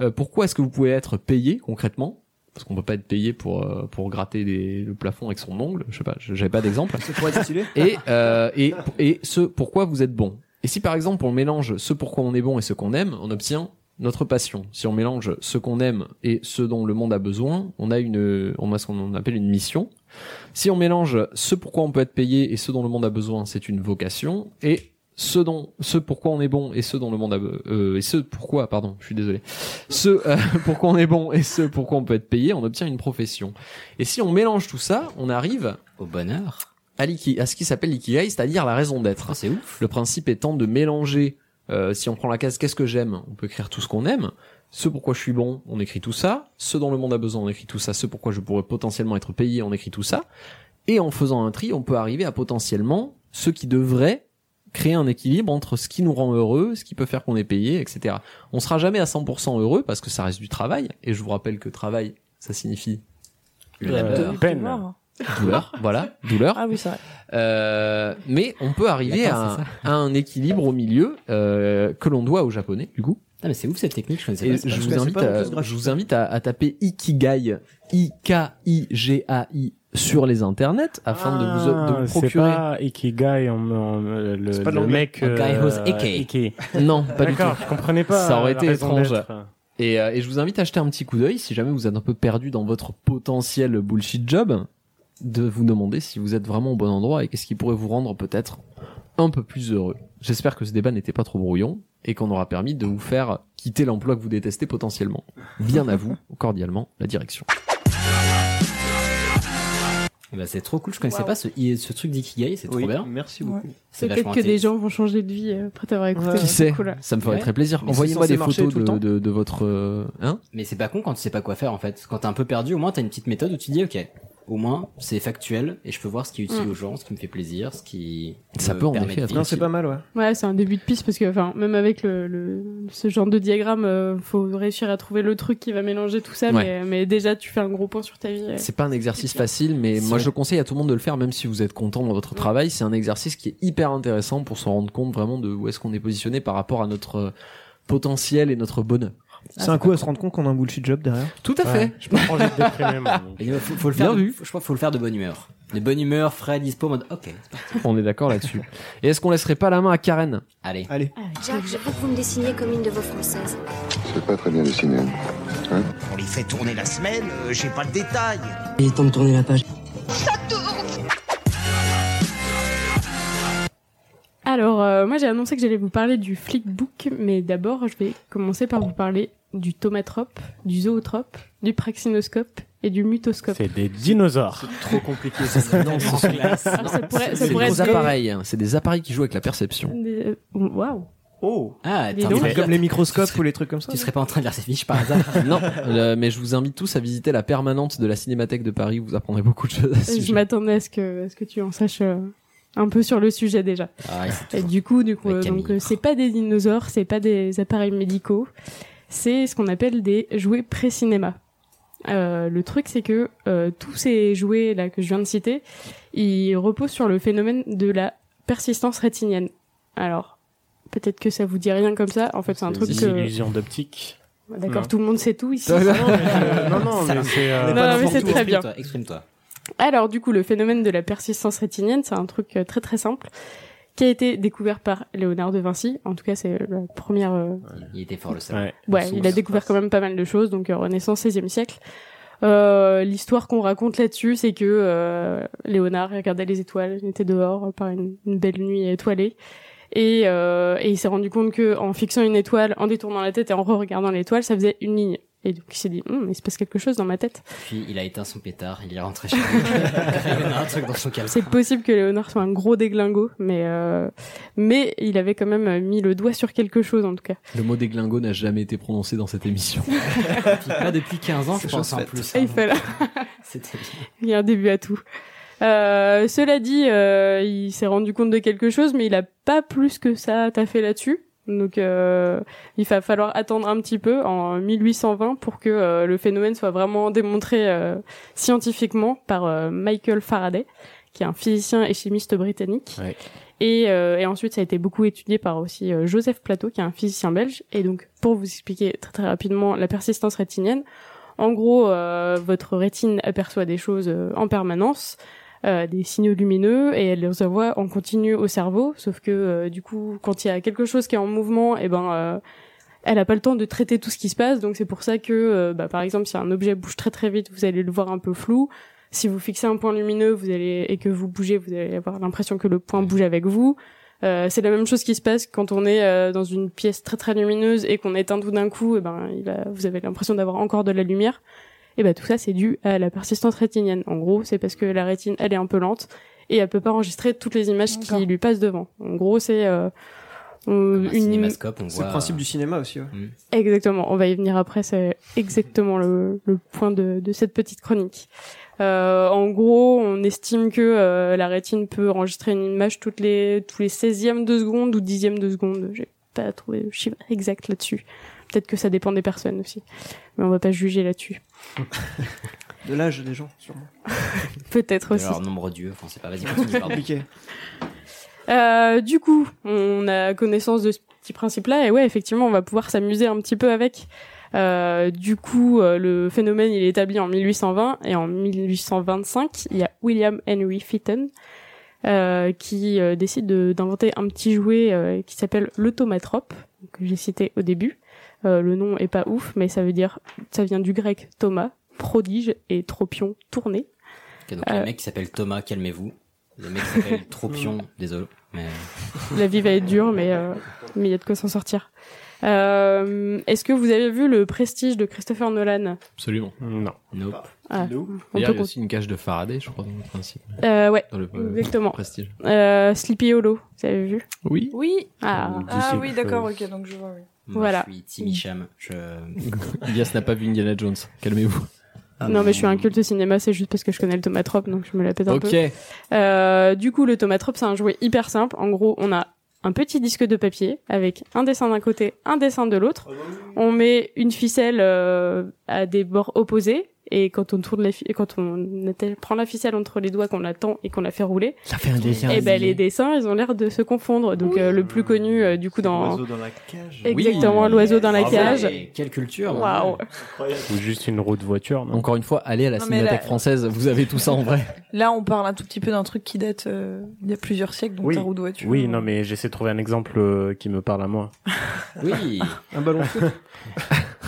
S9: euh, pourquoi est-ce que vous pouvez être payé concrètement parce qu'on peut pas être payé pour euh, pour gratter des, le plafond avec son ongle, je sais pas, je- j'avais pas d'exemple. et euh, et et ce pourquoi vous êtes bon. Et si par exemple on mélange ce pourquoi on est bon et ce qu'on aime, on obtient notre passion. Si on mélange ce qu'on aime et ce dont le monde a besoin, on a une on a ce qu'on appelle une mission. Si on mélange ce pourquoi on peut être payé et ce dont le monde a besoin, c'est une vocation et ce dont ce pourquoi on est bon et ce dont le monde a be- euh, et ce pourquoi pardon, je suis désolé. Ce euh, pourquoi on est bon et ce pourquoi on peut être payé, on obtient une profession. Et si on mélange tout ça, on arrive
S4: au bonheur
S9: à, l'iki- à ce qui s'appelle l'ikigai, c'est-à-dire la raison d'être.
S4: Ah, c'est ouf.
S9: Le principe étant de mélanger euh, si on prend la case qu'est-ce que j'aime, on peut écrire tout ce qu'on aime. Ce pourquoi je suis bon, on écrit tout ça. Ce dont le monde a besoin, on écrit tout ça. Ce pourquoi je pourrais potentiellement être payé, on écrit tout ça. Et en faisant un tri, on peut arriver à potentiellement ce qui devrait créer un équilibre entre ce qui nous rend heureux, ce qui peut faire qu'on est payé, etc. On sera jamais à 100% heureux parce que ça reste du travail. Et je vous rappelle que travail, ça signifie
S4: Le labeur.
S2: peine.
S9: douleur, voilà, douleur.
S8: Ah oui, c'est vrai.
S9: Euh, mais on peut arriver à,
S4: D'accord,
S9: un-
S4: c'est
S9: à un équilibre au milieu euh, que l'on doit aux japonais, du coup.
S4: Ah mais c'est ouf cette technique, je connaissais
S9: Et
S4: pas.
S9: je, vous invite à, je vous invite à, à taper Ikigai, I-K-I-G-A-I sur les internets afin de vous, de vous procurer.
S2: Ah, C'est pas Ikigai, en- en- euh, le,
S9: C'est pas de
S2: le
S9: l'anglais.
S2: mec. euh,
S9: A guy who's Ike. Non, pas du tout.
S2: D'accord, je comprenais pas.
S9: Ça aurait
S2: la
S9: été
S2: raison
S9: étrange.
S2: d'être.
S9: Et, euh, et je vous invite à jeter un petit coup d'œil si jamais vous êtes un peu perdu dans votre potentiel bullshit job, de vous demander si vous êtes vraiment au bon endroit et qu'est-ce qui pourrait vous rendre peut-être un peu plus heureux. J'espère que ce débat n'était pas trop brouillon et qu'on aura permis de vous faire quitter l'emploi que vous détestez potentiellement. Bien à vous, cordialement, la direction.
S4: Eh ben, c'est trop cool, je connaissais pas ce, ce truc d'Ikigai, c'est trop bien.
S10: Merci
S4: beaucoup. C'est
S7: Peut-être
S4: vachement
S7: que des
S4: intéressant.
S7: gens vont changer de vie euh, après t'avoir écouté.
S9: Qui
S7: c'est
S9: sait
S7: cool.
S9: Ça me ferait
S4: Ouais.
S9: très plaisir.
S4: Mais c'est
S9: Envoyez-moi
S4: censé
S9: des
S4: marcher
S9: photos
S4: tout le
S9: de,
S4: temps.
S9: de, de votre... euh, Hein
S4: Mais c'est pas con quand tu sais pas quoi faire en fait. Quand t'es un peu perdu, au moins t'as une petite méthode où tu dis ok, au moins c'est factuel et je peux voir ce qui est utile
S7: Mm.
S4: aux gens, ce qui me fait plaisir, ce qui.
S9: Ça
S4: me
S9: peut en
S4: permet
S9: effet
S4: de Ah,
S9: être
S4: vivre.
S9: utile.
S10: C'est pas mal, ouais.
S7: Ouais, c'est un début de piste parce que, enfin, même avec le, le- ce genre de diagramme, euh, faut réussir à trouver le truc qui va mélanger tout ça.
S9: Ouais.
S7: Mais, mais déjà, tu fais un gros point sur ta vie. euh.
S9: C'est pas un exercice facile, mais
S7: Si
S9: moi
S7: on-
S9: je conseille à tout le monde de le faire, même si vous êtes content dans votre travail. C'est un exercice qui est hyper intéressant pour se rendre compte vraiment de où est-ce qu'on est positionné par rapport à notre euh, potentiel et notre bonheur.
S3: C'est un coup à se rendre compte qu'on a un bullshit job derrière.
S9: Tout à fait.
S2: Je peux
S9: envie de
S2: déprimer, moi,
S4: Et, euh, faut, faut le
S9: Bien
S4: faire. de-
S9: vu.
S4: faut- je crois qu'il faut le faire de bonne humeur. De bonne humeur, frais, dispo, en mode ok. c'est parti.
S9: On est d'accord là-dessus. Et est-ce qu'on laisserait pas la main à Karen
S4: Allez.
S9: Allez.
S7: Ah.
S18: Jacques, je veux que vous me dessiniez comme une de vos françaises.
S13: C'est pas très bien Hein dessiné.
S19: On les fait tourner la semaine, euh, j'ai pas le détail.
S20: Il est temps de tourner la page.
S7: Alors, euh, moi, j'ai annoncé que j'allais vous parler du flickbook, mais d'abord, je vais commencer par vous parler du tomatrope, du zootrope, du praxinoscope et du mutoscope.
S2: C'est des dinosaures.
S9: Trop compliqué.
S2: Non, ce sont-
S7: Alors, ça pourrait- ça
S9: C'est
S7: pourrait
S9: des
S7: être-
S9: appareils. hein. C'est des appareils qui jouent avec la perception.
S7: Des- euh, Waouh.
S10: Oh.
S4: Ah,
S7: Dis donc.
S9: comme
S3: les microscopes ou les trucs comme ça.
S4: Tu serais pas en train de lire ces fiches par hasard
S9: non, euh, mais je vous invite tous à visiter la permanente de la Cinémathèque de Paris. Vous apprendrez beaucoup de choses à ce
S7: Je
S9: sujet.
S7: m'attendais à ce que, à ce que tu en saches euh, un peu sur le sujet déjà.
S4: Ah, c'est
S7: Et du coup, du coup,
S4: Avec
S7: euh,
S4: Camille.
S7: donc euh, c'est pas des dinosaures, c'est pas des appareils médicaux, c'est ce qu'on appelle des jouets pré-cinéma. Euh, le truc, c'est que euh, tous ces jouets là que je viens de citer, ils reposent sur le phénomène de la persistance rétinienne. Alors, peut-être que ça vous dit rien comme ça. En fait, c'est un truc
S2: Des
S7: que
S2: illusions d'optique.
S7: D'accord,
S2: Non.
S7: tout le monde sait tout ici.
S2: Non, non, mais, non, non, mais c'est, euh,
S7: Non, non, mais c'est très bien.
S4: Exprime-toi, Exprime-toi.
S7: Alors du coup, le phénomène de la persistance rétinienne, c'est un truc euh, très très simple qui a été découvert par Léonard de Vinci. En tout cas, c'est la première. euh,
S4: Il était fort le seul.
S2: Ouais,
S7: Ouais, il a découvert quand même pas mal de choses, donc euh, Renaissance, 16e siècle. Euh, L'histoire qu'on raconte là-dessus, c'est que euh, Léonard regardait les étoiles, il était dehors euh, par une, une belle nuit étoilée, et, euh, et il s'est rendu compte que en fixant une étoile, en détournant la tête et en re-regardant l'étoile, ça faisait une ligne. Et donc il s'est dit, Hum, il se passe quelque chose dans ma tête.
S4: Puis il a éteint son pétard, il est rentré chez lui. il a un truc dans son calme.
S7: C'est possible que Léonard soit un gros déglingo, mais euh, mais il avait quand même euh, mis le doigt sur quelque chose en tout cas.
S9: Le mot déglingo n'a jamais été prononcé dans cette émission.
S4: Pas depuis 15 ans, je
S9: C'est
S4: pense
S9: chose
S4: en
S7: hein,
S9: faite.
S4: plus.
S7: Et il fait là.
S4: C'était bien.
S7: Il y a un début à tout. Euh, cela dit, euh, il s'est rendu compte de quelque chose, mais il a pas plus que ça taffé là-dessus. Donc, euh, il va falloir attendre un petit peu en 1820 pour que euh, le phénomène soit vraiment démontré euh, scientifiquement par euh, Michael Faraday, qui est un physicien et chimiste britannique.
S2: Ouais.
S7: Et, euh, et ensuite, ça a été beaucoup étudié par aussi euh, Joseph Plateau, qui est un physicien belge. Et donc, pour vous expliquer très très rapidement la persistance rétinienne, en gros, euh, votre rétine aperçoit des choses euh, en permanence, euh, des signaux lumineux, et elle les envoie en continu au cerveau. Sauf que euh, du coup, quand il y a quelque chose qui est en mouvement, et ben euh, elle a pas le temps de traiter tout ce qui se passe, donc c'est pour ça que, euh, bah, par exemple, si un objet bouge très très vite, vous allez le voir un peu flou. Si vous fixez un point lumineux, vous allez et que vous bougez, vous allez avoir l'impression que le point bouge avec vous. Euh, c'est la même chose qui se passe quand on est euh, dans une pièce très très lumineuse et qu'on éteint tout d'un coup. Et ben, il a- vous avez l'impression d'avoir encore de la lumière. Et ben tout ça, c'est dû à la persistance rétinienne. En gros, c'est parce que la rétine, elle est un peu lente et elle peut pas enregistrer toutes les images qui lui passent devant. En gros, c'est euh, une
S4: cinémascope, on
S3: C'est
S4: voit, euh, Mm.
S3: le principe du cinéma aussi. Ouais.
S7: Exactement, on va y venir après, c'est exactement le, le point de, de cette petite chronique. Euh, en gros, on estime que euh, la rétine peut enregistrer une image toutes les, tous les 16e de seconde ou 10e de seconde, j'ai pas trouvé le chiffre exact là-dessus. Peut-être que ça dépend des personnes aussi. Mais on va pas juger là-dessus.
S3: De l'âge des gens, sûrement.
S7: Peut-être aussi.
S4: Alors, nombre Dieu, enfin, c'est pas, vas-y, continue, pardon.
S3: Compliqué.
S7: Euh, du coup, on a connaissance de ce petit principe-là, et ouais, effectivement, on va pouvoir s'amuser un petit peu avec. Euh, du coup, euh, le phénomène, il est établi en 1820, et en 1825, il y a William Henry Fitton euh, qui euh, décide de- d'inventer un petit jouet euh, qui s'appelle l'automatrope, que j'ai cité au début. Euh, le nom est pas ouf, mais ça veut dire, ça vient du grec Thomas, prodige, et tropion, tourné.
S4: Ok, donc, il
S7: Euh.
S4: y a un mec qui s'appelle Thomas, calmez-vous. Le mec qui s'appelle Tropion,
S7: Mm.
S4: désolé. Mais...
S7: la vie va être dure, mais euh, mais il y a de quoi s'en sortir. Euh, Est-ce que vous avez vu le Prestige de Christopher Nolan
S9: Absolument.
S2: Non.
S9: Nope.
S7: Ah.
S9: D'ailleurs,
S7: On
S9: il y
S7: peut
S9: a aussi une cage de Faraday, je crois, dans le principe.
S7: Euh, ouais,
S9: Dans le, euh,
S7: exactement.
S9: Prestige.
S7: Euh, Sleepy Hollow, vous avez vu
S9: Oui.
S8: Oui.
S7: Ah,
S8: Ah oui, d'accord, ok, donc je vois, oui.
S4: Moi,
S7: Voilà. Mm.
S4: Je suis Timmy Cham. Je...
S9: Euh, Ilias n'a pas vu Indiana Jones. Calmez-vous.
S7: Ah,
S10: Ah
S7: non, mais je suis un culte cinéma, c'est juste parce que je connais le tomatrope, donc je me la pète un
S9: Ok.
S7: peu. Euh, du coup, le tomatrope, c'est un jouet hyper simple. En gros, on a un petit disque de papier avec un dessin d'un côté, un dessin de l'autre. On met une ficelle euh, à des bords opposés. Et quand on tourne la fi- et quand on atta- prend la ficelle entre les doigts, qu'on la tend et qu'on la fait rouler,
S9: Ça fait un dessin
S7: Et ben
S9: animé.
S7: les dessins, ils ont l'air de se confondre. Donc euh, le plus connu, euh, du coup, dans
S10: L'oiseau dans la cage.
S7: exactement l'oiseau dans la
S4: Bravo,
S7: cage.
S4: et Quelle culture. mon
S7: Waouh.
S2: Ou juste une roue de voiture.
S9: Encore une fois, allez à la
S8: Non, mais
S9: cinémathèque
S8: là-
S9: française, vous avez tout ça en vrai.
S8: Là, on parle un tout petit peu d'un truc qui date euh, il y a plusieurs siècles, donc ta roue de voiture.
S2: oui, non, mais j'essaie de trouver un exemple euh, qui me parle à moi.
S4: Oui.
S3: Un ballon de foot.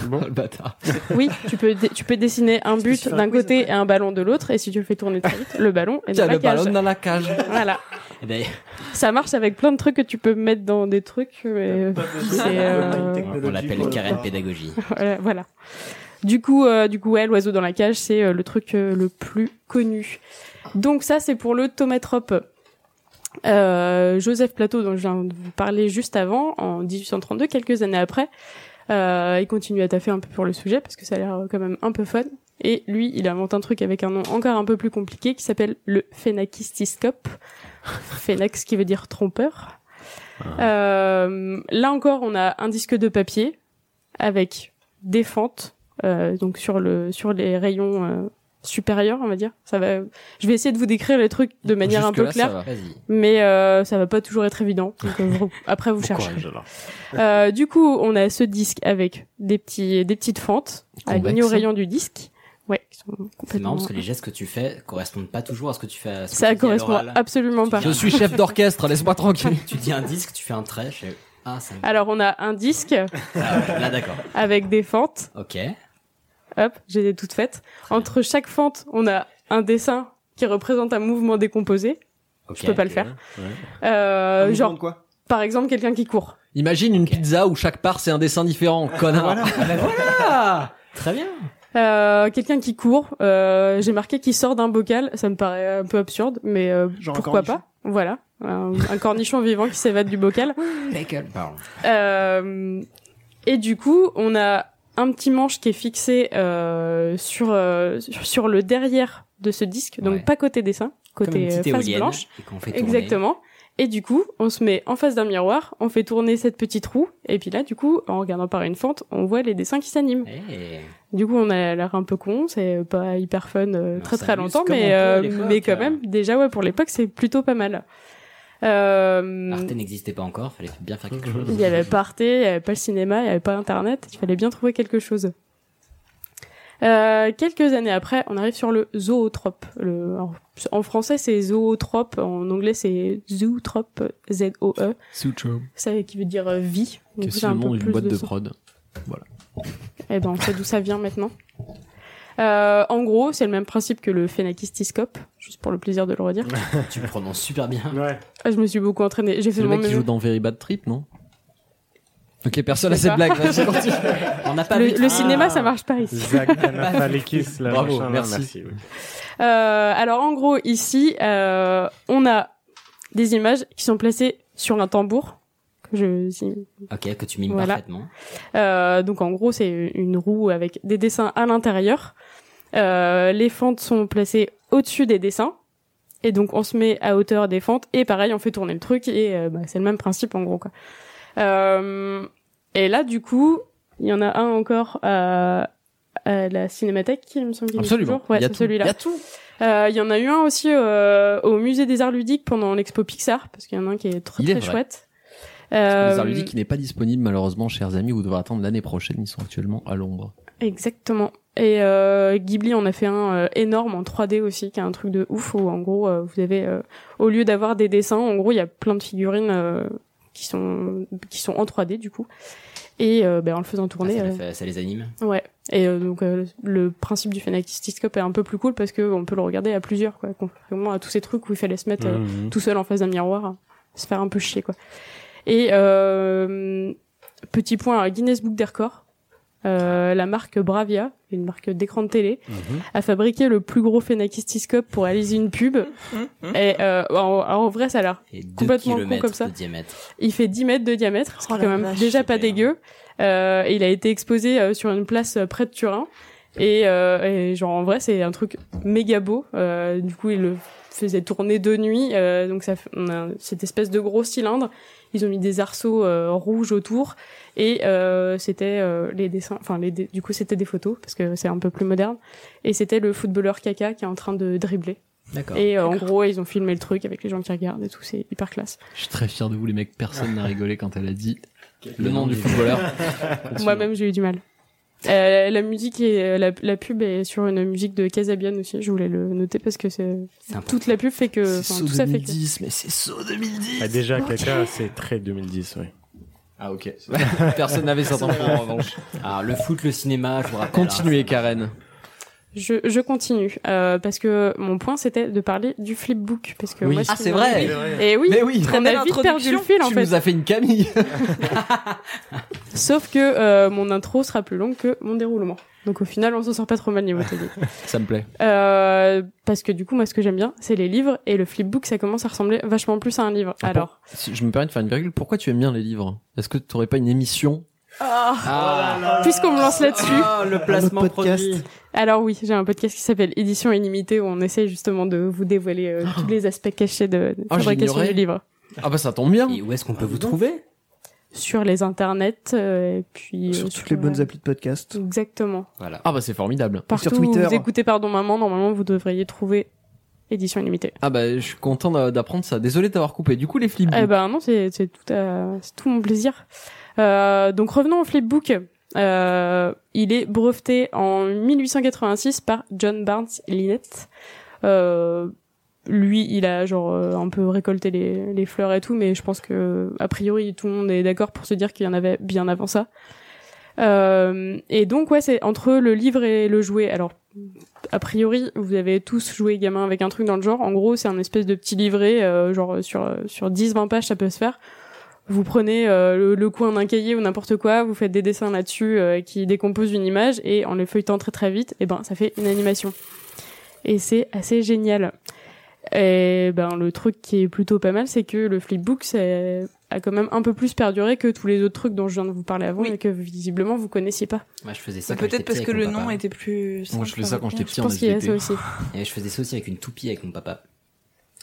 S9: bon. Le bâtard.
S7: Oui, tu peux, dé- tu peux dessiner un but
S9: fais un
S7: d'un côté et un ballon de l'autre, et si tu le fais tourner très vite, le ballon est
S4: Tiens,
S7: dans la
S4: le
S7: cage.
S4: ballon dans la cage.
S7: Voilà.
S4: Eh ben,
S7: Ça marche avec plein de trucs que tu peux mettre dans des trucs, mais c'est, euh,
S4: on l'appelle Karen Pédagogie.
S7: voilà, voilà. Du coup, euh, du coup, ouais, l'oiseau dans la cage, c'est euh, le truc euh, le plus connu. Donc ça, c'est pour le tomatrope. Euh, Joseph Plateau, dont je viens de vous parler juste avant, en 1832, quelques années après, euh, il continue à taffer un peu pour le sujet parce que ça a l'air euh, quand même un peu fun. Et lui, il invente un truc avec un nom encore un peu plus compliqué qui s'appelle le phénakistiscope. Phénax qui veut dire trompeur. Euh, là encore, on a un disque de papier avec des fentes, euh, donc sur le sur les rayons euh, supérieurs, on va dire. Ça va. Je vais essayer de vous décrire les trucs de manière un peu
S4: Jusque-là, ça
S7: claire,
S4: va. Vas-y.
S7: mais euh, ça va pas toujours être évident. Donc, euh, vous- après, vous
S4: Bon
S7: cherchez.
S4: courage, alors.
S7: Euh, du coup, on a ce disque avec des petits des petites fentes alignées au
S4: Convexe.
S7: rayon du disque. Ouais, qui sont
S4: C'est
S7: complètement.
S4: marrant parce que les gestes que tu fais correspondent pas toujours à ce que tu fais. à ce que
S7: ça
S4: tu dis à
S7: correspond
S4: l'oral.
S7: absolument pas.
S4: Je suis
S9: chef d'orchestre, laisse-moi tranquille.
S4: tu dis un disque, tu fais un trait. je- Ah, ça. me-
S7: Alors, on a un disque
S4: Ah ouais, là, d'accord.
S7: avec des fentes.
S4: Ok.
S7: Hop, j'ai les toutes faites. Entre chaque fente, on a un dessin qui représente un mouvement décomposé.
S4: Ok.
S7: Je peux pas le faire. Euh, genre
S3: quoi
S7: Par exemple, quelqu'un qui court.
S9: Imagine une pizza où chaque part c'est un dessin différent, connard.
S4: Ah, très bien.
S7: Euh, quelqu'un qui court. Euh, j'ai marqué qui sort d'un bocal. Ça me paraît un peu absurde, mais euh,
S4: Genre un
S7: pourquoi
S4: cornichon.
S7: pas Voilà, un, un cornichon vivant qui s'évade du bocal.
S4: Pardon.
S7: Euh, et du coup, on a un petit manche qui est fixé euh, sur, euh, sur sur le derrière de ce disque, donc pas côté dessin,
S4: Comme une
S7: côté euh,
S4: petite
S7: face
S4: éolienne
S7: blanche.
S4: et qu'on fait tourner.
S7: Exactement. Et du coup, on se met en face d'un miroir, on fait tourner cette petite roue, et puis là, du coup, en regardant par une fente, on voit les dessins qui s'animent.
S4: Eh.
S7: Du coup, on a l'air un peu con, c'est pas hyper fun euh, très très
S4: s'amuse
S7: longtemps,
S4: comme on
S7: mais
S4: peut à
S7: euh,
S4: l'époque,
S7: mais quand
S4: euh.
S7: même, déjà ouais, pour l'époque, c'est plutôt pas mal. Euh,
S4: Arte n'existait pas encore, fallait bien faire quelque chose.
S7: il y avait pas Arte, il y avait pas le cinéma, il y avait pas Internet. Il fallait bien trouver quelque chose. Euh, quelques années après, on arrive sur le zootrope. Le, en, en français, c'est zootrope. En anglais, c'est zootrope. Z-O-E.
S9: Sutro.
S7: Ça qui veut dire euh, vie. Donc,
S9: Que
S7: j'ai
S9: c'est
S7: un
S9: le
S7: peu
S9: nom d'une
S7: plus
S9: boîte de
S7: son.
S9: prod. Voilà.
S7: Eh ben, on sait d'où ça vient maintenant. Euh, en gros, c'est le même principe que le phénakistiscope, juste pour le plaisir de le redire.
S4: tu le prononces super bien.
S7: Ah, je me suis beaucoup entraînée. J'ai fait
S9: C'est le
S7: mon
S9: mec qui
S7: mémo.
S9: joue dans Very Bad Trip, non Ok, personne
S7: Je
S9: à
S7: sais
S9: cette
S7: pas.
S9: blague. vas-y, continue.
S4: On n'a pas
S7: le,
S4: vu.
S9: Ah.
S7: le cinéma, ça marche pas ici.
S2: Zach Galifianakis, là,
S9: Bravo,
S2: machin, là,
S9: merci.
S2: oui.
S7: Euh, alors en gros ici, euh, on a des images qui sont placées sur un tambour. Que je, si-
S4: Ok, que tu mimes
S7: Voilà.
S4: parfaitement.
S7: Euh, donc en gros c'est une roue avec des dessins à l'intérieur. Euh, les fentes sont placées au-dessus des dessins. Et donc on se met à hauteur des fentes et pareil on fait tourner le truc et euh, bah, c'est le même principe en gros quoi. Euh, et là du coup Il y en a un encore à, à la Cinémathèque, il me semble. qu'il est
S9: Absolument.
S7: toujours. Ouais,
S9: Il y a
S7: c'est
S9: tout.
S7: celui-là.
S9: Il y a tout.
S7: Euh, Il y en a eu un aussi euh, au Musée des Arts Ludiques pendant l'expo Pixar, parce qu'il y en a un qui est très,
S9: Il est
S7: très
S9: vrai.
S7: chouette.
S9: Les
S7: Euh,
S9: arts ludiques qui n'est pas disponible malheureusement, chers amis, vous devrez attendre l'année prochaine. Ils sont actuellement à Londres.
S7: Exactement. Et euh, Ghibli en a fait un euh, énorme en 3D aussi, qui est un truc de ouf où en gros euh, vous avez euh, au lieu d'avoir des dessins, en gros il y a plein de figurines euh, qui sont qui sont en 3D du coup. Et euh, ben, en le faisant
S4: Ah,
S7: tourner,
S4: ça,
S7: euh,
S4: les fait- ça les anime.
S7: ouais. Et euh, donc euh, le principe du Fanatistoscope est un peu plus cool parce que on peut le regarder à plusieurs, quoi, contrairement à tous ces trucs où il fallait se mettre euh,
S20: Mhm.
S4: Mm.
S7: tout seul en face d'un miroir, hein, se faire un peu chier quoi. Et euh, petit point euh, Guinness Book des records. Euh, la marque Bravia, une marque d'écran de télé,
S4: Mhm.
S7: a fabriqué le plus gros phénakistiscope pour réaliser une pub. Et euh, en, en vrai, ça a l'air
S4: Et 2
S7: complètement con
S4: kilomètres
S7: comme ça.
S4: de diamètre.
S7: Il fait 10 mètres de diamètre, ce qui est
S4: Oh la
S7: quand même
S4: vache,
S7: déjà pas dégueu. Euh, et il a été exposé euh, sur une place euh, près de Turin. Et, euh, et genre en vrai, c'est un truc méga beau. Euh, du coup, il le faisait tourner de nuit. Euh, donc ça, fait- on a cette espèce de gros cylindre. Ils ont mis des arceaux euh, rouges autour. Et euh, c'était euh, les dessins. Enfin, les dé- du coup, c'était des photos parce que c'est un peu plus moderne. Et c'était le footballeur Kaka qui est en train de dribbler.
S4: D'accord.
S7: Et euh, en gros, ils ont filmé le truc avec les gens qui regardent et tout. C'est hyper classe.
S9: Je suis très fier de vous les mecs. Personne n'a rigolé quand elle a dit le nom du footballeur.
S7: Moi-même, j'ai eu du mal. Euh, la musique et la, la pub est sur une musique de Casabian aussi. Je voulais le noter parce que c'est toute la pub fait que enfin,
S9: saut
S7: tout ça fait que
S9: 2010, mais c'est saut 2010.
S2: Ah, déjà,
S7: Ok.
S2: Kaka, c'est très 2010, oui.
S9: Ah ok. Personne n'avait cet
S4: Personne
S9: enfant
S4: n'avait.
S9: en revanche.
S4: Alors, Ah, le foot, le cinéma, je vous rappelle. hein.
S9: Continuez Karen.
S7: je, je continue euh, parce que mon point c'était de parler du flipbook parce que
S9: Oui.
S7: moi,
S9: Ah,
S7: ce qui
S9: c'est
S7: m'a-
S9: vrai.
S7: Et oui,
S9: Mais oui.
S7: on a vite perdu le fil en
S9: tu
S7: fait.
S9: nous as fait une Camille.
S7: Sauf que euh, mon intro sera plus longue que mon déroulement. Donc au final, on s'en sort pas trop mal niveau télé.
S9: Ça me plaît.
S7: Euh, parce que du coup, moi, ce que j'aime bien, c'est les livres et le flipbook, ça commence à ressembler vachement plus à un livre.
S4: Ah
S7: Alors,
S9: Si je me permets de faire une virgule, pourquoi tu aimes bien les livres Est-ce que tu aurais pas une émission
S7: Puisqu'on me lance là-dessus.
S4: Oh Ah, le placement Un autre podcast. produit.
S7: Alors oui, j'ai un podcast qui s'appelle Édition illimitée où on essaie justement de vous dévoiler
S4: Ah.
S7: euh, tous les aspects cachés de, de
S9: Ah,
S7: fabrication
S9: j'ignorais.
S7: du livre.
S9: Ah bah ça tombe bien.
S4: Et où est-ce qu'on peut vous trouver
S7: Sur les internets, euh, et puis...
S3: Sur toutes les bonnes applis de podcast.
S7: Exactement.
S9: Voilà. Ah bah c'est formidable.
S7: Partout où vous écoutez Pardon Maman, normalement vous devriez trouver Édition illimitée.
S9: Ah bah je suis content d'a- d'apprendre ça. Désolé de t'avoir coupé. Du coup les flips.
S7: Eh ben non, c'est c'est tout, à- c'est tout mon plaisir. Euh, donc revenons au flipbook. Euh, il est breveté en 1886 par John Barnes Linnet. Euh, lui, il a genre euh, un peu récolté les, les fleurs et tout, mais je pense que a priori tout le monde est d'accord pour se dire qu'il y en avait bien avant ça. Euh, et donc ouais, c'est entre le livre et le jouet. Alors a priori, vous avez tous joué gamin avec un truc dans le genre. En gros, c'est un espèce de petit livret, euh, genre sur sur 10-20 pages, ça peut se faire. Vous prenez euh, le, le coin d'un cahier ou n'importe quoi, vous faites des dessins là-dessus euh, qui décomposent une image et en les feuilletant très très vite, et ben ça fait une animation. Et c'est assez génial. Et ben le truc qui est plutôt pas mal, c'est que le flipbook c'est a quand même un peu plus perduré que tous les autres trucs dont je viens de vous parler avant et que visiblement vous connaissiez pas.
S4: Moi, je faisais ça.
S8: Mais
S4: quand j'étais
S8: Peut-être parce
S4: petit
S8: que
S4: avec
S8: le
S4: mon
S8: nom
S4: papa.
S8: était plus.
S4: Moi, je
S8: simple.
S4: faisais ça quand j'étais petit
S7: Je
S4: en
S7: pense qu'il y a
S4: SVT.
S7: ça aussi.
S4: Et je faisais ça aussi avec une toupie avec mon papa.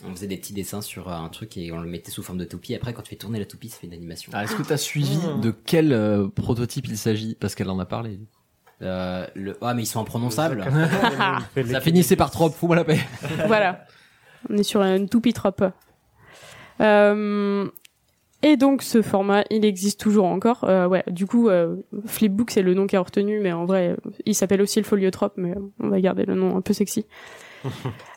S4: On faisait des petits dessins sur euh, un truc et on le mettait sous forme de toupie. Après, quand tu fais tourner la toupie, ça fait une animation.
S9: Ah, est-ce que t'as suivi de quel euh, prototype il s'agit Parce qu'elle en a parlé.
S4: Euh, le... Ah, mais ils sont imprononçables.
S9: ça finissait par trop. Fous-moi la paix.
S7: voilà. On est sur une toupie trop. Euh, et donc ce format, il existe toujours encore. Euh, ouais, du coup, euh, Flipbook, c'est le nom qui est retenu, mais en vrai, euh, il s'appelle aussi le Foliotrope, mais euh, on va garder le nom un peu sexy.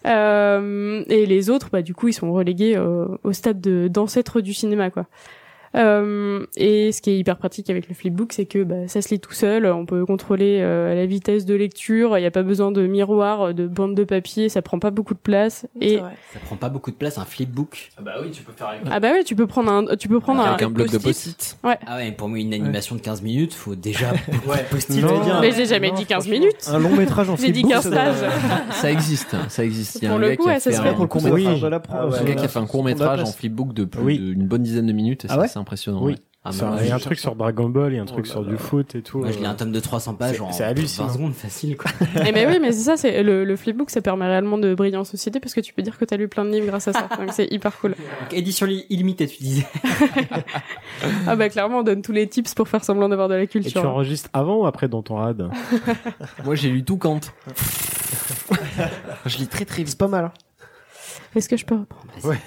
S7: Euh, et les autres, bah, du coup, ils sont relégués euh, au stade de- d'ancêtre du cinéma, quoi. Euh, et ce qui est hyper pratique avec le flipbook, c'est que bah, ça se lit tout seul. On peut contrôler euh, la vitesse de lecture. Il n'y a pas besoin de miroir, de bande de papier. Ça prend pas beaucoup de place. Et
S4: Ça prend pas beaucoup de place, un flipbook. Ah, bah oui, tu peux faire
S7: ah bah oui, tu peux prendre un, tu peux prendre
S4: Avec
S7: un,
S4: un bloc de
S9: post-it.
S7: Ouais.
S4: Ah, ouais, pour moi, une animation de 15 minutes, faut déjà beaucoup de post-it.
S7: Non. Mais j'ai jamais dit 15 minutes.
S3: Un long métrage en
S7: J'ai dit
S3: flipbook,
S7: 15
S3: ça doit-
S7: pages.
S9: Ça existe, ça existe. Il y a
S7: Pour
S9: un
S7: le
S9: gars
S7: coup,
S9: qui a
S7: ouais, ça
S9: fait
S7: se
S9: un,
S7: fait. Pour le
S9: court
S3: court-métrage,
S9: métrage.
S3: je la prends.
S9: un gars qui a fait un court
S3: On la
S9: métrage en
S3: place.
S9: flipbook de plus
S3: Oui.
S9: d'une bonne dizaine de minutes et
S3: Ah
S9: ça,
S3: ouais
S9: c'est impressionnant.
S3: Oui.
S9: ouais.
S4: Ah,
S2: Ça-
S4: bah,
S2: il y
S4: je
S2: a un
S4: cherche
S2: truc
S4: ça.
S2: sur Dragon Ball, il y a un truc sur du foot et tout.
S4: Moi, je lis
S2: euh,
S4: un tome de 300 pages
S2: c'est-
S4: en
S2: c'est hallucinant.
S4: 20 secondes, facile, quoi.
S7: Eh ben oui, mais c'est ça, c'est le, le flipbook, ça permet réellement de briller en société parce que tu peux dire que t'as lu plein de livres grâce à ça. Donc c'est hyper cool.
S4: Édition li- illimitée, tu disais.
S7: Ah bah clairement, on donne tous les tips pour faire semblant d'avoir de la
S2: Et tu
S7: culture.
S2: enregistres avant ou après dans ton rad
S9: Moi, j'ai lu tout Kant. je lis très très vite. C'est pas mal. hein.
S7: Est-ce que je peux reprendre
S9: Ouais.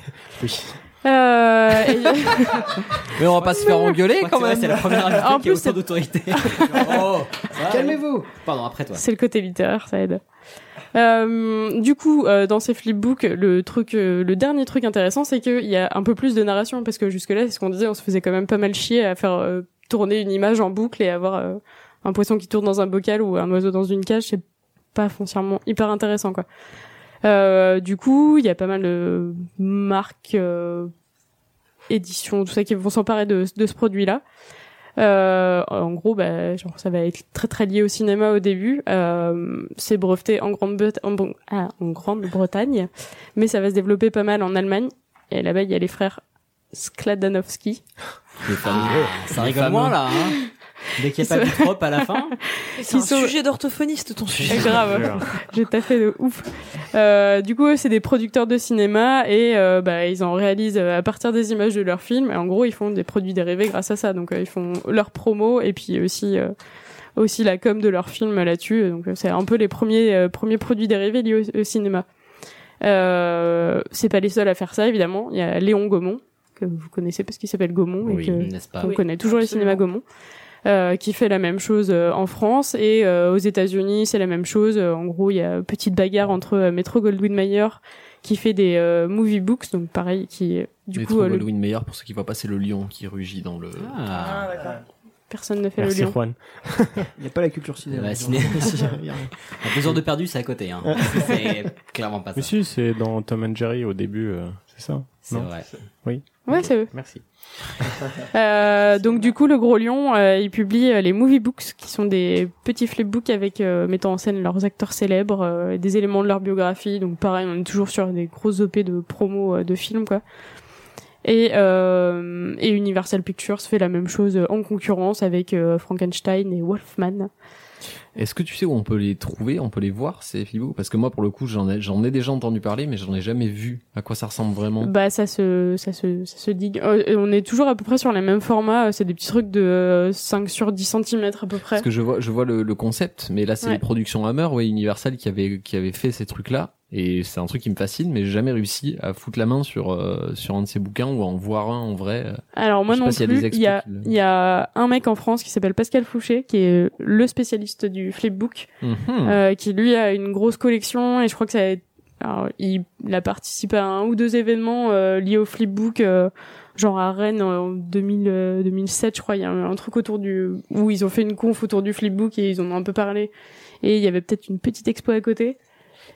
S9: Oui.
S7: Euh, et-
S9: Mais on va pas se faire engueuler
S4: Je crois
S9: quand
S4: que c'est
S9: même.
S4: vrai, c'est la première invitée
S7: En
S4: qui a
S7: plus,
S4: autant d'autorité. Oh, ça va,
S9: Calmez-vous.
S4: Pardon, après toi.
S7: C'est le côté littéraire, ça aide. Euh, du coup, euh, dans ces flipbooks, le truc, euh, le dernier truc intéressant, c'est qu'il y a un peu plus de narration parce que jusque-là, c'est ce qu'on disait, on se faisait quand même pas mal chier à faire euh, tourner une image en boucle et avoir euh, un poisson qui tourne dans un bocal ou un oiseau dans une cage, c'est pas foncièrement hyper intéressant, quoi. Euh, du coup, il y a pas mal de marques, euh, éditions, tout ça qui vont s'emparer de, de ce produit-là. Euh, en gros, bah, genre, ça va être très très lié au cinéma au début. Euh, c'est breveté en Grande-Bretagne, en, bon- ah, en Grande-Bretagne, mais ça va se développer pas mal en Allemagne. Et là-bas, il y a les frères Skladanowski.
S4: Ah, ça
S7: les
S4: rigole
S7: fameux.
S4: moins, là, hein. Dès qu'il n'y a pas de trop à la fin.
S8: C'est un
S7: Ils sont-
S8: sujet d'orthophoniste, ton sujet.
S7: C'est grave. J'ai taffé de ouf. Euh, du coup, eux, c'est des producteurs de cinéma et euh, bah, ils en réalisent euh, à partir des images de leurs films. Et en gros, ils font des produits dérivés grâce à ça. Donc, euh, ils font leurs promos et puis aussi euh, aussi la com de leurs films euh, là-dessus. Donc, euh, c'est un peu les premiers euh, premiers produits dérivés liés au, au cinéma. Euh, c'est pas les seuls à faire ça, évidemment. Il y a Léon Gaumont que vous connaissez parce qu'il s'appelle Gaumont
S4: Oui,
S7: et que
S4: n'est-ce pas
S7: on
S4: Oui,
S7: connaît toujours les cinémas Gaumont. Euh, qui fait la même chose euh, en France et euh, aux États-Unis, c'est la même chose. Euh, en gros, il y a une petite bagarre entre euh, Metro Goldwyn Mayer qui fait des euh, movie books, donc pareil, qui du
S9: Du
S7: coup euh, le-
S9: Goldwyn Mayer, pour ceux qui voient pas, c'est le lion qui rugit dans le.
S4: Ah,
S7: personne ne fait
S9: Merci,
S7: le lien.
S9: Juan.
S3: Il n'y a pas la culture cinéma.
S4: La Bah, ciné. À deux heures de perdu, c'est à côté, hein. C'est clairement pas ça.
S2: Mais si, c'est dans Tom and Jerry au début, euh, c'est ça
S4: C'est
S2: non
S4: vrai.
S2: Oui.
S7: Ouais, c'est eux.
S2: Merci.
S7: Euh, donc du coup, le Gros Lion, euh, il publie euh, les movie books, qui sont des petits flipbooks avec euh, mettant en scène leurs acteurs célèbres, euh, des éléments de leur biographie. Donc pareil, on est toujours sur des grosses op de promo euh, de films, quoi. Et, euh, et Universal Pictures fait la même chose euh, en concurrence avec euh, Frankenstein et Wolfman.
S9: Est-ce que tu sais où on peut les trouver, on peut les voir ces films Parce que moi, pour le coup, j'en ai, j'en ai déjà entendu parler, mais j'en ai jamais vu. À quoi ça ressemble vraiment
S7: Bah ça se ça se ça se digue. Euh, et on est toujours à peu près sur les mêmes formats. euh, C'est des petits trucs de euh, 5 sur 10 cm à peu près.
S9: Parce que je vois, je vois le, le concept, mais là, c'est
S7: Ouais.
S9: les productions Hammer, ouais, Universal qui avait qui avait fait ces trucs-là, et c'est un truc qui me fascine, mais j'ai jamais réussi à foutre la main sur euh, sur un de ces bouquins ou à en voir un en vrai. euh.
S7: Alors moi
S9: Je sais
S7: non
S9: pas s'il y a
S7: plus,
S9: des
S7: il y a,
S9: expos qui
S7: il y a un mec en France qui s'appelle Pascal Fouché, qui est le spécialiste du flipbook,
S9: Mhm.
S7: euh, qui lui a une grosse collection et je crois que ça a... Alors, il, il a participé à un ou deux événements euh, liés au flipbook, euh, genre à Rennes en 2000, euh, 2007, je crois. Il y a un, un truc autour du où ils ont fait une conf autour du flipbook et ils en ont un peu parlé. Et il y avait peut-être une petite expo à côté.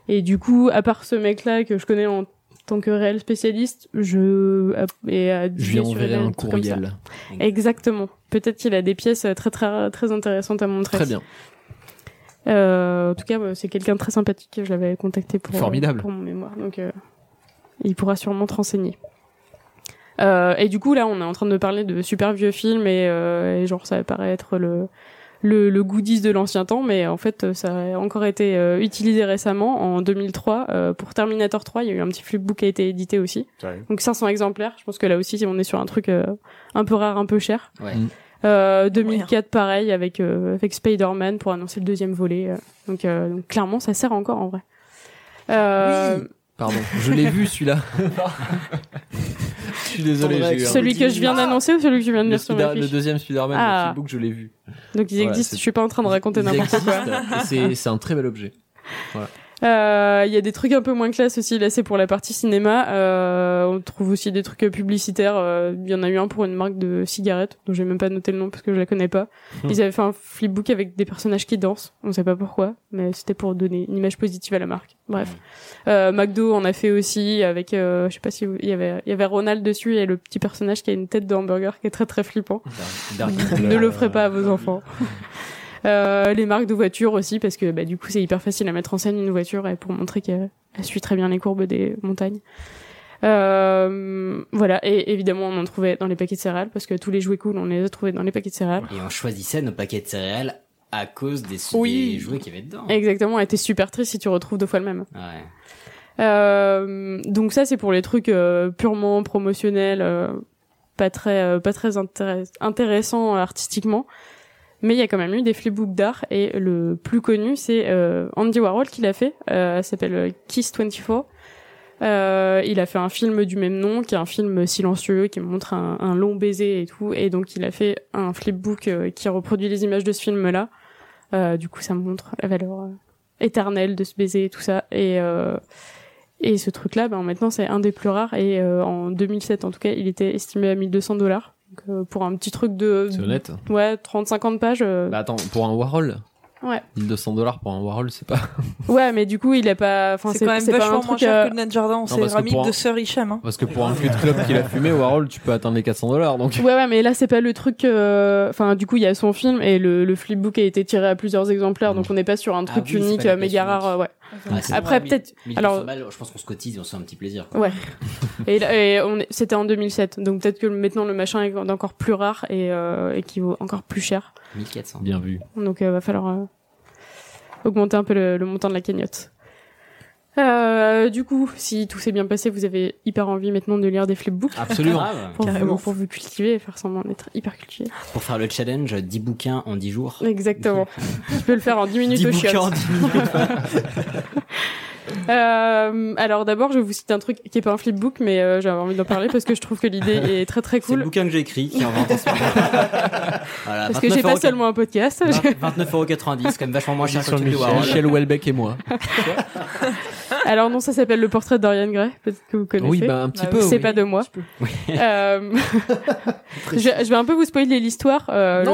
S7: Et du coup, à part ce mec-là que je connais en tant que réel spécialiste, je euh, et à
S9: Je lui
S7: sur
S9: enverrai
S7: Internet,
S9: un
S7: truc comme ça.
S9: courriel.
S7: Exactement. Peut-être qu'il a des pièces euh, très très très intéressantes à montrer.
S9: Très bien.
S7: Euh, en tout cas, euh, c'est quelqu'un de très sympathique. Je l'avais contacté pour, euh,
S9: Formidable.
S7: pour mon mémoire. Donc, euh, il pourra sûrement te renseigner. Euh, et du coup, là, on est en train de parler de super vieux films et, euh, et genre, ça paraît être le, le, le goodies de l'ancien temps, mais en fait, euh, ça a encore été euh, utilisé récemment. En 2003, euh, pour Terminator 3, il y a eu un petit flipbook qui a été édité aussi.
S2: Ouais.
S7: Donc 500 exemplaires. Je pense que là aussi, on est sur un truc euh, un peu rare, un peu cher.
S4: Ouais.
S9: Mm.
S7: Euh, 2004, pareil, avec, euh, avec Spider-Man pour annoncer le deuxième volet. euh. Donc, euh, donc clairement, ça sert encore en vrai. Euh,
S9: Pardon, je l'ai vu celui-là. je suis désolé. j'ai eu un-
S7: Celui que je
S9: Ah
S7: viens d'annoncer ou celui que je viens de
S9: le,
S7: lire sur
S9: Spider-
S7: ma
S9: le
S7: fiche
S9: deuxième Spider-Man,
S7: Ah.
S9: le flipbook, je l'ai vu.
S7: Donc ils
S9: Voilà,
S7: existent,
S9: c'est-
S7: je suis pas en train de raconter
S9: Ils
S7: n'importe quoi.
S9: existent, et c'est- C'est un très bel objet. Voilà.
S7: Euh, Il y a des trucs un peu moins classe aussi, là c'est pour la partie cinéma. Euh, on trouve aussi des trucs euh, publicitaires. Euh, Il y en a eu un pour une marque de cigarettes, dont j'ai même pas noté le nom parce que je la connais pas. Ils avaient fait un flipbook avec des personnages qui dansent, on sait pas pourquoi, mais c'était pour donner une image positive à la marque. Bref. Euh, McDo en a fait aussi avec, euh, je sais pas si vous- il y avait, il y avait Ronald dessus et le petit personnage qui a une tête de hamburger qui est très très flippant. ne le ferez pas à vos enfants. Euh, les marques de voitures aussi parce que bah, du coup c'est hyper facile à mettre en scène une voiture et pour montrer qu'elle elle suit très bien les courbes des montagnes. Euh, voilà, et évidemment, on en trouvait dans les paquets de céréales parce que tous les jouets cool, on les a trouvés dans les paquets de céréales.
S4: Et on choisissait nos paquets de céréales à cause des, des jouets qu'il y avait dedans.
S7: Exactement, et t'es super triste si tu retrouves deux fois le même.
S4: Ouais.
S7: Euh, donc ça, c'est pour les trucs euh, purement promotionnels, euh, pas très, euh, pas très intéress- intéressants euh, artistiquement. Mais il y a quand même eu des flipbooks d'art et le plus connu, c'est euh, Andy Warhol qui l'a fait. Euh, elle s'appelle Kiss 24. Euh, il a fait un film du même nom, qui est un film silencieux, qui montre un, un long baiser et tout. Et donc, il a fait un flipbook euh, qui reproduit les images de ce film-là. Euh, du coup, ça montre la valeur euh, éternelle de ce baiser et tout ça. Et, euh, et ce truc-là, ben, maintenant, c'est un des plus rares. Et euh, en 2007, en tout cas, il était estimé à 1200 dollars. Donc, euh, pour un petit truc de...
S9: C'est honnête. hein.
S7: Ouais, 30-50 pages. euh,
S9: Bah attends, pour un Warhol,
S7: Ouais.
S9: 1200 dollars pour un Warhol, c'est pas.
S7: Ouais, mais du coup, il est pas. Enfin,
S8: C'est quand même
S7: pas un
S8: vachement
S7: truc,
S8: moins cher
S7: euh,
S8: que le Ned Jardin. On
S9: Non,
S8: s'est
S9: parce que
S8: remis
S9: pour un-
S8: de Sir Hicham. Hein.
S9: Parce que pour un fut club qu'il a fumé, Warhol, tu peux atteindre les 400 dollars. Donc.
S7: Ouais, ouais, mais là, c'est pas le truc. euh, Enfin, du coup, il y a son film et le, le flipbook a été tiré à plusieurs exemplaires, donc on n'est pas sur un truc
S4: Ah oui, c'est
S7: unique,
S4: pas la
S7: euh, méga rare. euh, ouais.
S4: Ouais, Ah, c'est
S7: Après,
S4: vrai,
S7: peut-être.
S4: 1200
S7: Alors,
S4: balles, je pense qu'on se cotise et on se fait un petit plaisir. quoi.
S7: ouais. et là- et on est- c'était en 2007, donc peut-être que maintenant le machin est encore plus rare et, euh, et qui vaut encore plus cher.
S4: 1400.
S9: Bien vu.
S7: Donc euh, va falloir euh, augmenter un peu le, le montant de la cagnotte. Euh, du coup, si tout s'est bien passé, vous avez hyper envie maintenant de lire des flipbooks.
S4: Absolument. Grave.
S7: pour, vous,
S4: Carrément. Ah.
S7: pour vous cultiver et faire semblant d'être hyper cultivé.
S4: Pour faire le challenge, 10 bouquins en 10 jours.
S7: Exactement. Je peux le faire en 10 minutes
S4: 10
S7: au
S4: bouquins
S7: chiottes.
S4: en 10 minutes.
S7: Euh, alors d'abord, je vais vous citer un truc qui est pas un flipbook, mais euh, j'avais envie d'en parler parce que je trouve que l'idée est très très
S4: C'est le
S7: cool.
S4: bouquin que j'ai écrit qui est en vente en ce moment. Voilà,
S7: Parce que j'ai pas
S4: 29,90
S7: seulement un podcast. j'ai-
S4: 29,90€, c'est quand même vachement moins cher que
S9: Sur
S4: le truc de
S9: Michel,
S4: Warhol.
S9: Michel Houellebecq et moi.
S7: Ah, Alors non, ça s'appelle le portrait d'Oriane Gray, peut-être que vous connaissez.
S9: Oui, bah, un petit Ah peu,
S7: C'est
S9: oui.
S7: pas de moi. Euh, je, je vais un peu vous spoiler l'histoire. euh, le-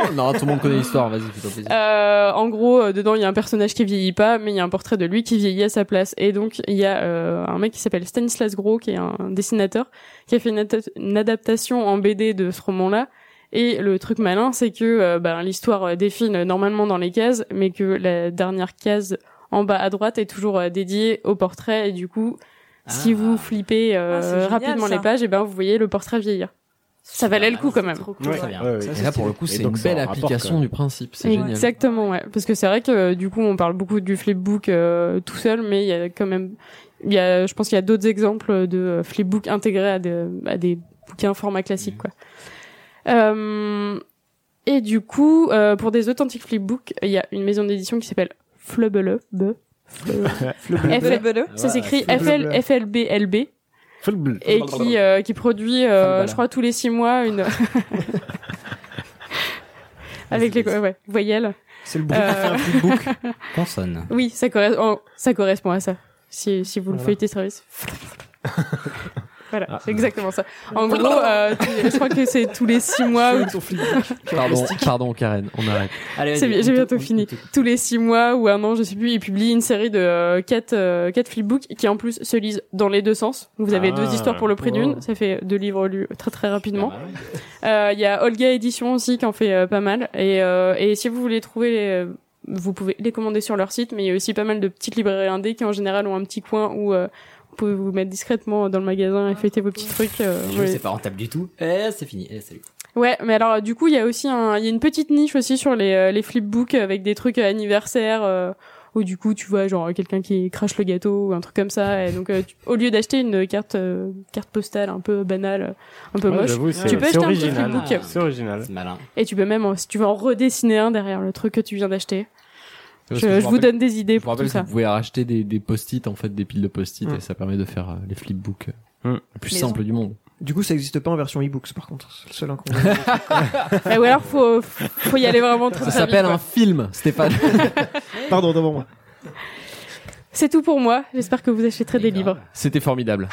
S9: Oh, non, tout le monde connaît l'histoire, vas-y, fais-toi plaisir.
S7: Euh, en gros, euh, dedans, il y a un personnage qui vieillit pas, mais il y a un portrait de lui qui vieillit à sa place. Et donc, il y a euh, un mec qui s'appelle Stanislas Gros, qui est un dessinateur, qui a fait une, adap- une adaptation en BD de ce roman-là. Et le truc malin, c'est que euh, ben, l'histoire euh, défile euh, normalement dans les cases, mais que la dernière case en bas à droite est toujours euh, dédiée au portrait. Et du coup, si vous flippez euh,
S8: Ah, c'est génial,
S7: rapidement
S8: ça.
S7: les pages, et ben vous voyez le portrait vieillir. Ça valait le coup quand même.
S9: et là, pour le coup, c'est une belle application du principe. C'est génial.
S7: Exactement, ouais. Parce que c'est vrai que euh, du coup, on parle beaucoup du flipbook euh, tout seul, mais il y a quand même, il y a, je pense qu'il y a d'autres exemples de euh, flipbook intégrés à des, à des bouquins format classique, quoi. Euh, et du coup, euh, pour des authentiques flipbooks, il y a une maison d'édition qui s'appelle Flubble.
S8: Flubble.
S7: E,
S9: Ah,
S7: Ça s'écrit E.
S8: Flubble.
S7: FL, FLBLB. Et qui, euh, qui produit, euh, je crois, tous les six mois une. Avec les ouais, voyelles. Euh.
S4: C'est
S9: le bruit qui fait un flipbook. Consonne.
S7: Oui, ça, corre- oh, ça correspond à ça. Si, si vous le
S4: Voilà. Ah.
S7: feuilletez service. voilà, c'est exactement ça. En gros, euh, tu- je crois que c'est tous les six mois. ou-
S9: Pardon, pardon, Karen, on arrête.
S7: C'est bien, j'ai bientôt fini. Tous les six mois ou un an, je sais plus, ils publient une série de euh, quatre euh, quatre flipbooks qui en plus se lisent dans les deux sens. Donc, Vous avez
S20: Ah,
S7: deux histoires pour le prix
S20: wow.
S7: d'une, ça fait deux livres lus très très rapidement. Euh, Il y a Olga Édition aussi qui en fait euh, pas mal. Et, euh, et si vous voulez trouver les- euh, vous pouvez les commander sur leur site, mais il y a aussi pas mal de petites librairies indées qui en général ont un petit coin où euh, vous pouvez vous mettre discrètement dans le magasin et fêter vos petits trucs. euh,
S4: Je
S7: ouais.
S4: c'est pas rentable du tout. Eh, c'est fini. Eh, salut.
S7: Ouais, mais alors euh, du coup, il y a aussi un, il y a une petite niche aussi sur les euh, les flipbooks avec des trucs euh, anniversaires euh, où du coup, tu vois genre quelqu'un qui crache le gâteau ou un truc comme ça et donc euh, tu- au lieu d'acheter une carte euh, carte postale un peu banale, euh, un peu
S2: Ouais,
S7: moche,
S2: j'avoue, c'est-
S7: tu peux
S2: c'est
S7: acheter
S2: original.
S7: un petit flipbook
S2: C'est original. C'est
S4: malin.
S7: et tu peux même en- si tu veux en redessiner un derrière le truc que tu viens d'acheter. Je,
S9: Parce que me
S7: je vous
S9: rappelle-
S7: donne des idées
S9: je me
S7: pour
S9: rappelle
S7: tout
S9: que
S7: ça. Hum.
S9: Vous pouvez racheter des, des post-it, en fait, des piles de post-it,
S3: Mm.
S9: et ça permet de faire euh, les flipbooks euh, les plus
S3: Maison.
S9: simples du monde.
S3: Du coup, ça n'existe pas en version e-books, par contre. C'est le seul inconvénient.
S9: Bah,
S7: Ah, ou alors faut faut y aller vraiment très
S9: Ça
S7: très vite,
S9: s'appelle
S7: quoi.
S9: un film, Stéphane.
S3: Pardon, d'abord moi.
S7: C'est tout pour moi. J'espère que vous achèterez des livres.
S9: C'était formidable.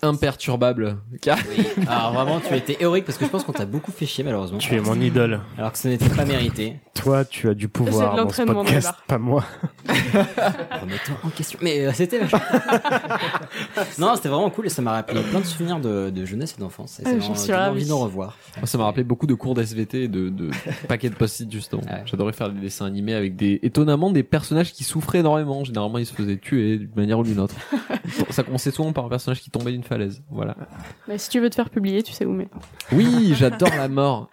S9: imperturbable. Car-
S4: Alors vraiment, tu étais héroïque parce que je pense qu'on t'a beaucoup fait chier malheureusement.
S2: Tu es mon idole.
S4: Alors que ce n'était pas mérité.
S2: Toi, tu as du
S4: C'est de
S2: pouvoir dans ce
S4: l'entraînement,
S2: podcast,
S4: Bernard.
S2: pas moi.
S4: Remets-toi en question. Mais euh, c'était vachement- Non, c'était vraiment cool et ça m'a rappelé plein de souvenirs euh, de, de jeunesse et d'enfance. Et
S7: Ah,
S4: ça
S7: j'en
S4: m'a
S7: suis
S4: donné
S7: ravie.
S4: envie d'en revoir.
S9: Moi, ça m'a rappelé beaucoup de cours d'SVT et de, de paquets de post-it justement. J'adorais faire des dessins animés avec des étonnamment des personnages qui souffraient énormément. Généralement, ils se faisaient tuer d'une manière ou d'une autre. ça commençait souvent par un personnage qui tombait d'une falaise. Voilà.
S7: Bah, si tu veux te faire publier, tu sais où mettre.
S9: Oui, j'adore la mort.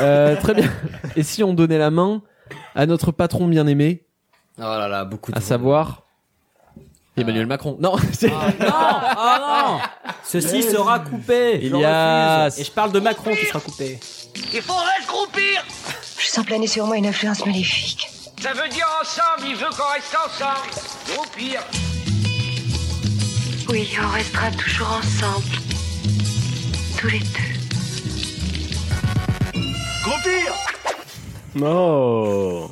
S9: Euh, très bien. Et si on donnait la main à notre patron bien aimé,
S4: Oh là là, beaucoup de Euh.
S9: à savoir Emmanuel Macron. Non. c'est-
S4: Ah non Ceci
S9: Yes.
S4: sera coupé je
S9: Elias.
S4: refuse. Et je parle de Macron qui sera coupé.
S20: Il faut groupir
S14: Je sens planer sur moi une influence maléfique.
S20: Ça veut dire ensemble, il veut qu'on reste ensemble. Groupir
S14: Oui, on restera toujours ensemble. Tous les deux.
S20: Groupir
S2: Non.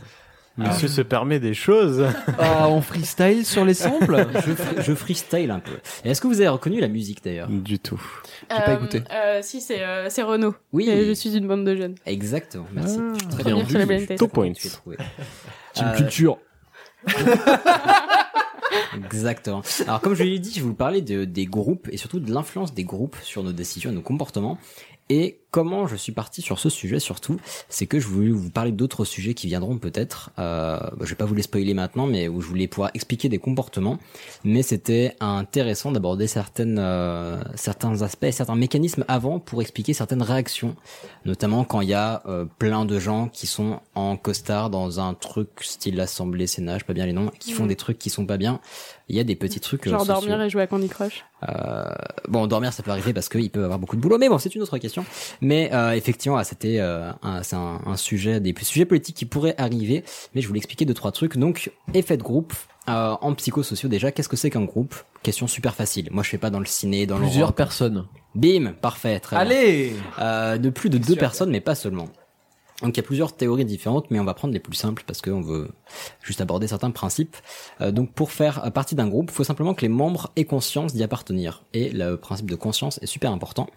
S2: Monsieur se permet des choses.
S9: Ah, on freestyle sur les samples
S4: je, fr- je freestyle un peu. Et Est-ce que vous avez reconnu la musique d'ailleurs
S2: Du tout.
S7: J'ai
S4: pas écouté.
S7: si, c'est euh, c'est Renaud.
S4: Oui.
S7: Et je suis une bande de jeunes.
S4: Exactement, merci.
S7: Ah.
S4: Je suis très
S7: Bien
S4: bien.
S7: vu, Sur la blind test. two points.
S4: Tu l'as trouvé.
S9: Team
S4: Euh,
S9: culture.
S4: Exactement. Alors comme je l'ai dit, je vais vous parler de- des groupes et surtout de l'influence des groupes sur nos décisions et nos comportements. Et comment je suis parti sur ce sujet surtout, c'est que je voulais vous parler d'autres sujets qui viendront peut-être. Euh, bah, je vais pas vous les spoiler maintenant, mais où je voulais pouvoir expliquer des comportements. Mais c'était intéressant d'aborder certaines, euh, certains aspects, et certains mécanismes avant pour expliquer certaines réactions, notamment quand il y a euh, plein de gens qui sont en costard dans un truc style assemblée, sénat, je sais pas bien les noms, qui font
S7: Mhm.
S4: des trucs qui sont pas bien. Il y a des petits trucs. euh,
S7: Genre
S4: sociaux.
S7: dormir et jouer à Candy Crush.
S4: Euh, bon, dormir, ça peut arriver parce qu'ils peuvent avoir beaucoup de boulot, mais bon, c'est une autre question. Mais euh, effectivement, ah, c'était euh, un, c'est un, un sujet des sujets politiques qui pourraient arriver, mais je voulais expliquer deux trois trucs. Donc, effet de groupe. euh, en psychosociaux déjà, qu'est-ce que c'est qu'un groupe Question super facile. Moi, je fais pas dans le ciné, dans le
S9: Plusieurs
S4: rock.
S9: personnes.
S4: Bim, parfait, très bien.
S9: Allez
S4: Euh, De plus de deux personnes, mais pas seulement. Donc il y a plusieurs théories différentes, mais on va prendre les plus simples parce qu'on veut juste aborder certains principes. Euh, donc pour faire euh, partie d'un groupe, il faut simplement que les membres aient conscience d'y appartenir. Et le principe de conscience est super important.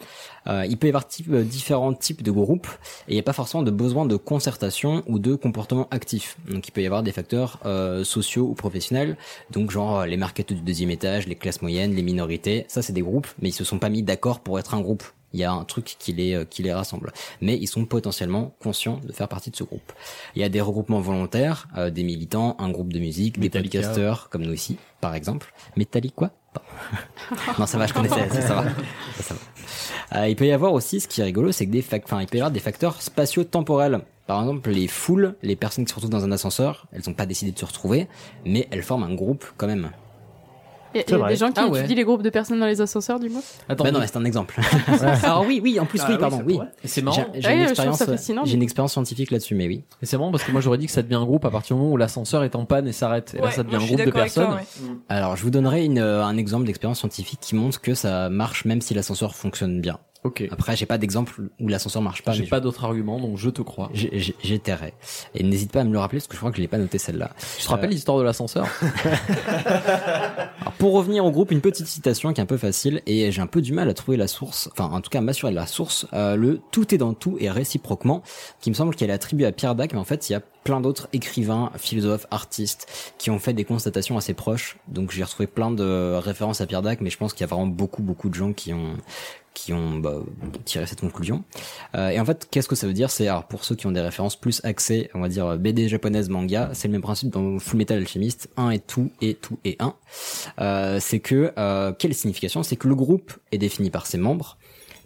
S4: Euh, il peut y avoir type- euh, différents types de groupes et il n'y a pas forcément de besoin de concertation ou de comportement actif. Donc il peut y avoir des facteurs euh, sociaux ou professionnels, donc genre euh, les marketeurs du deuxième étage, les classes moyennes, les minorités. Ça c'est des groupes, mais ils se sont pas mis d'accord pour être un groupe. Il y a un truc qui les, euh, qui les rassemble. Mais ils sont potentiellement conscients de faire partie de ce groupe. Il y a des regroupements volontaires, euh, des militants, un groupe de musique, des podcasteurs, comme nous ici, par exemple. Metallic quoi Pardon. Non, ça va, je connaissais, ça, ça va. Ça, ça va. Euh, il peut y avoir aussi, ce qui est rigolo, c'est que des, fac- enfin, il peut y avoir des facteurs spatio-temporels. Par exemple, les foules, les personnes qui se retrouvent dans un ascenseur, elles n'ont pas décidé de se retrouver, mais elles forment un groupe quand même.
S7: Il y a,
S4: C'est
S7: il y a
S4: vrai.
S7: des gens qui
S4: Ah ouais.
S7: étudient les groupes de personnes dans les ascenseurs, du moins.
S4: Bah non, mais c'est un exemple. Alors oui, oui, en plus,
S9: Ah
S4: oui,
S9: oui,
S4: pardon,
S9: ça
S4: oui.
S9: pourrait. Et c'est marrant.
S4: J'ai-
S7: Ouais,
S4: J'ai une
S7: je trouve
S4: expérience-
S7: ça fascinant,
S4: j'ai une expérience scientifique là-dessus, mais oui.
S9: Et c'est marrant parce que moi j'aurais dit que ça devient un groupe à partir du moment où l'ascenseur est en panne et s'arrête. Et là
S4: Ouais,
S9: ça devient
S4: moi, je
S9: un
S4: suis
S9: groupe de
S4: d'accord avec toi,
S9: personnes.
S4: ouais. Mm. Alors, je vous donnerai une, euh, un exemple d'expérience scientifique qui montre que ça marche même si l'ascenseur fonctionne bien.
S9: Ok.
S4: Après, j'ai pas d'exemple où l'ascenseur marche pas.
S9: J'ai
S4: mais
S9: pas d'autres arguments donc je te crois.
S4: je- j'ai- j'ai- J'étairai. Et n'hésite pas à me le rappeler parce que je crois que je l'ai pas noté celle-là. Euh,
S9: Tu te rappelles l'histoire de l'ascenseur
S4: Alors, pour revenir au groupe, une petite citation qui est un peu facile et j'ai un peu du mal à trouver la source, enfin en tout cas à m'assurer de la source, euh, le tout est dans tout et réciproquement, qui me semble qu'elle est attribuée à Pierre Dac, mais en fait il y a plein d'autres écrivains, philosophes, artistes qui ont fait des constatations assez proches. Donc j'ai retrouvé plein de références à Pierre Dac, mais je pense qu'il y a vraiment beaucoup beaucoup de gens qui ont qui ont bah, tiré cette conclusion. Euh, et en fait, qu'est-ce que ça veut dire C'est alors pour ceux qui ont des références plus axées, on va dire BD japonaise, manga, c'est le même principe dans Full Metal Alchemist, 1 et tout et tout et 1. Euh, c'est que euh, quelle signification C'est que le groupe est défini par ses membres,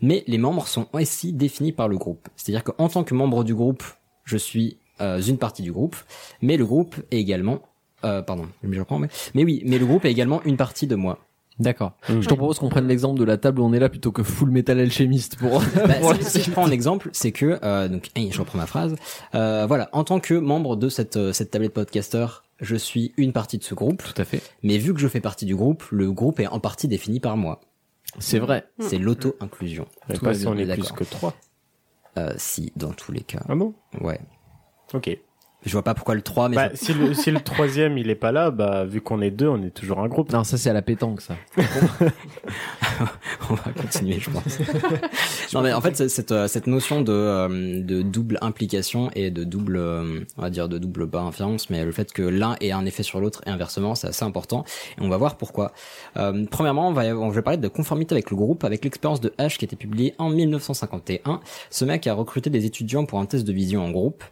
S4: mais les membres sont aussi définis par le groupe. C'est-à-dire qu'en tant que membre du groupe, je suis euh, une partie du groupe, mais le groupe est également, euh, pardon, je reprends, mais, mais oui, mais le groupe est également une partie de moi.
S9: D'accord. Je te propose qu'on prenne l'exemple de la table où on est là plutôt que full metal alchimiste pour.
S4: Bah,
S9: pour
S4: si, si je prends un exemple, c'est que euh, donc hey, je reprends ma phrase. Euh, voilà, en tant que membre de cette euh, cette tablette podcasteur, je suis une partie de ce groupe.
S9: Tout à fait.
S4: Mais vu que je fais partie du groupe, le groupe est en partie défini par moi.
S9: C'est vrai.
S4: C'est l'auto-inclusion.
S2: Mais
S4: Tout
S2: pas
S4: va
S2: si
S4: bien,
S2: on est plus
S4: d'accord.
S2: que trois.
S4: Euh, si, dans tous les cas.
S2: Ah bon
S4: Ouais.
S2: Ok.
S4: Je vois pas pourquoi le 3, mais.
S2: Bah,
S4: ça-
S2: si, le, si le troisième il est pas là, bah vu qu'on est deux, on est toujours un groupe.
S9: Non, ça c'est à la pétanque ça.
S4: on va continuer, je pense. non, mais en fait, c'est- cette, euh, cette notion de, euh, de double implication et de double, euh, on va dire, de double pas influence, mais le fait que l'un ait un effet sur l'autre et inversement, c'est assez important. Et on va voir pourquoi. Euh, premièrement, on va, y avoir- je vais parler de conformité avec le groupe, avec l'expérience de H qui a été publiée en 1951. Ce mec a recruté des étudiants pour un test de vision en groupe.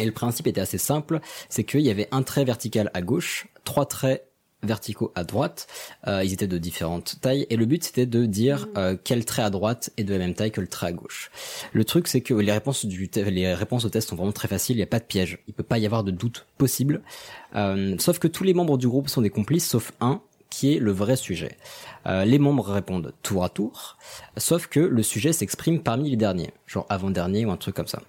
S4: Et le principe était assez simple, c'est qu'il y avait un trait vertical à gauche, trois traits verticaux à droite, Euh, ils étaient de différentes tailles, et le but c'était de dire euh, quel trait à droite est de la même taille que le trait à gauche. Le truc c'est que les réponses, du te- les réponses au test sont vraiment très faciles, il n'y a pas de piège, il peut pas y avoir de doute possible, Euh, sauf que tous les membres du groupe sont des complices, sauf un, qui est le vrai sujet. Euh, les membres répondent tour à tour, sauf que le sujet s'exprime parmi les derniers, genre avant-dernier ou un truc comme ça.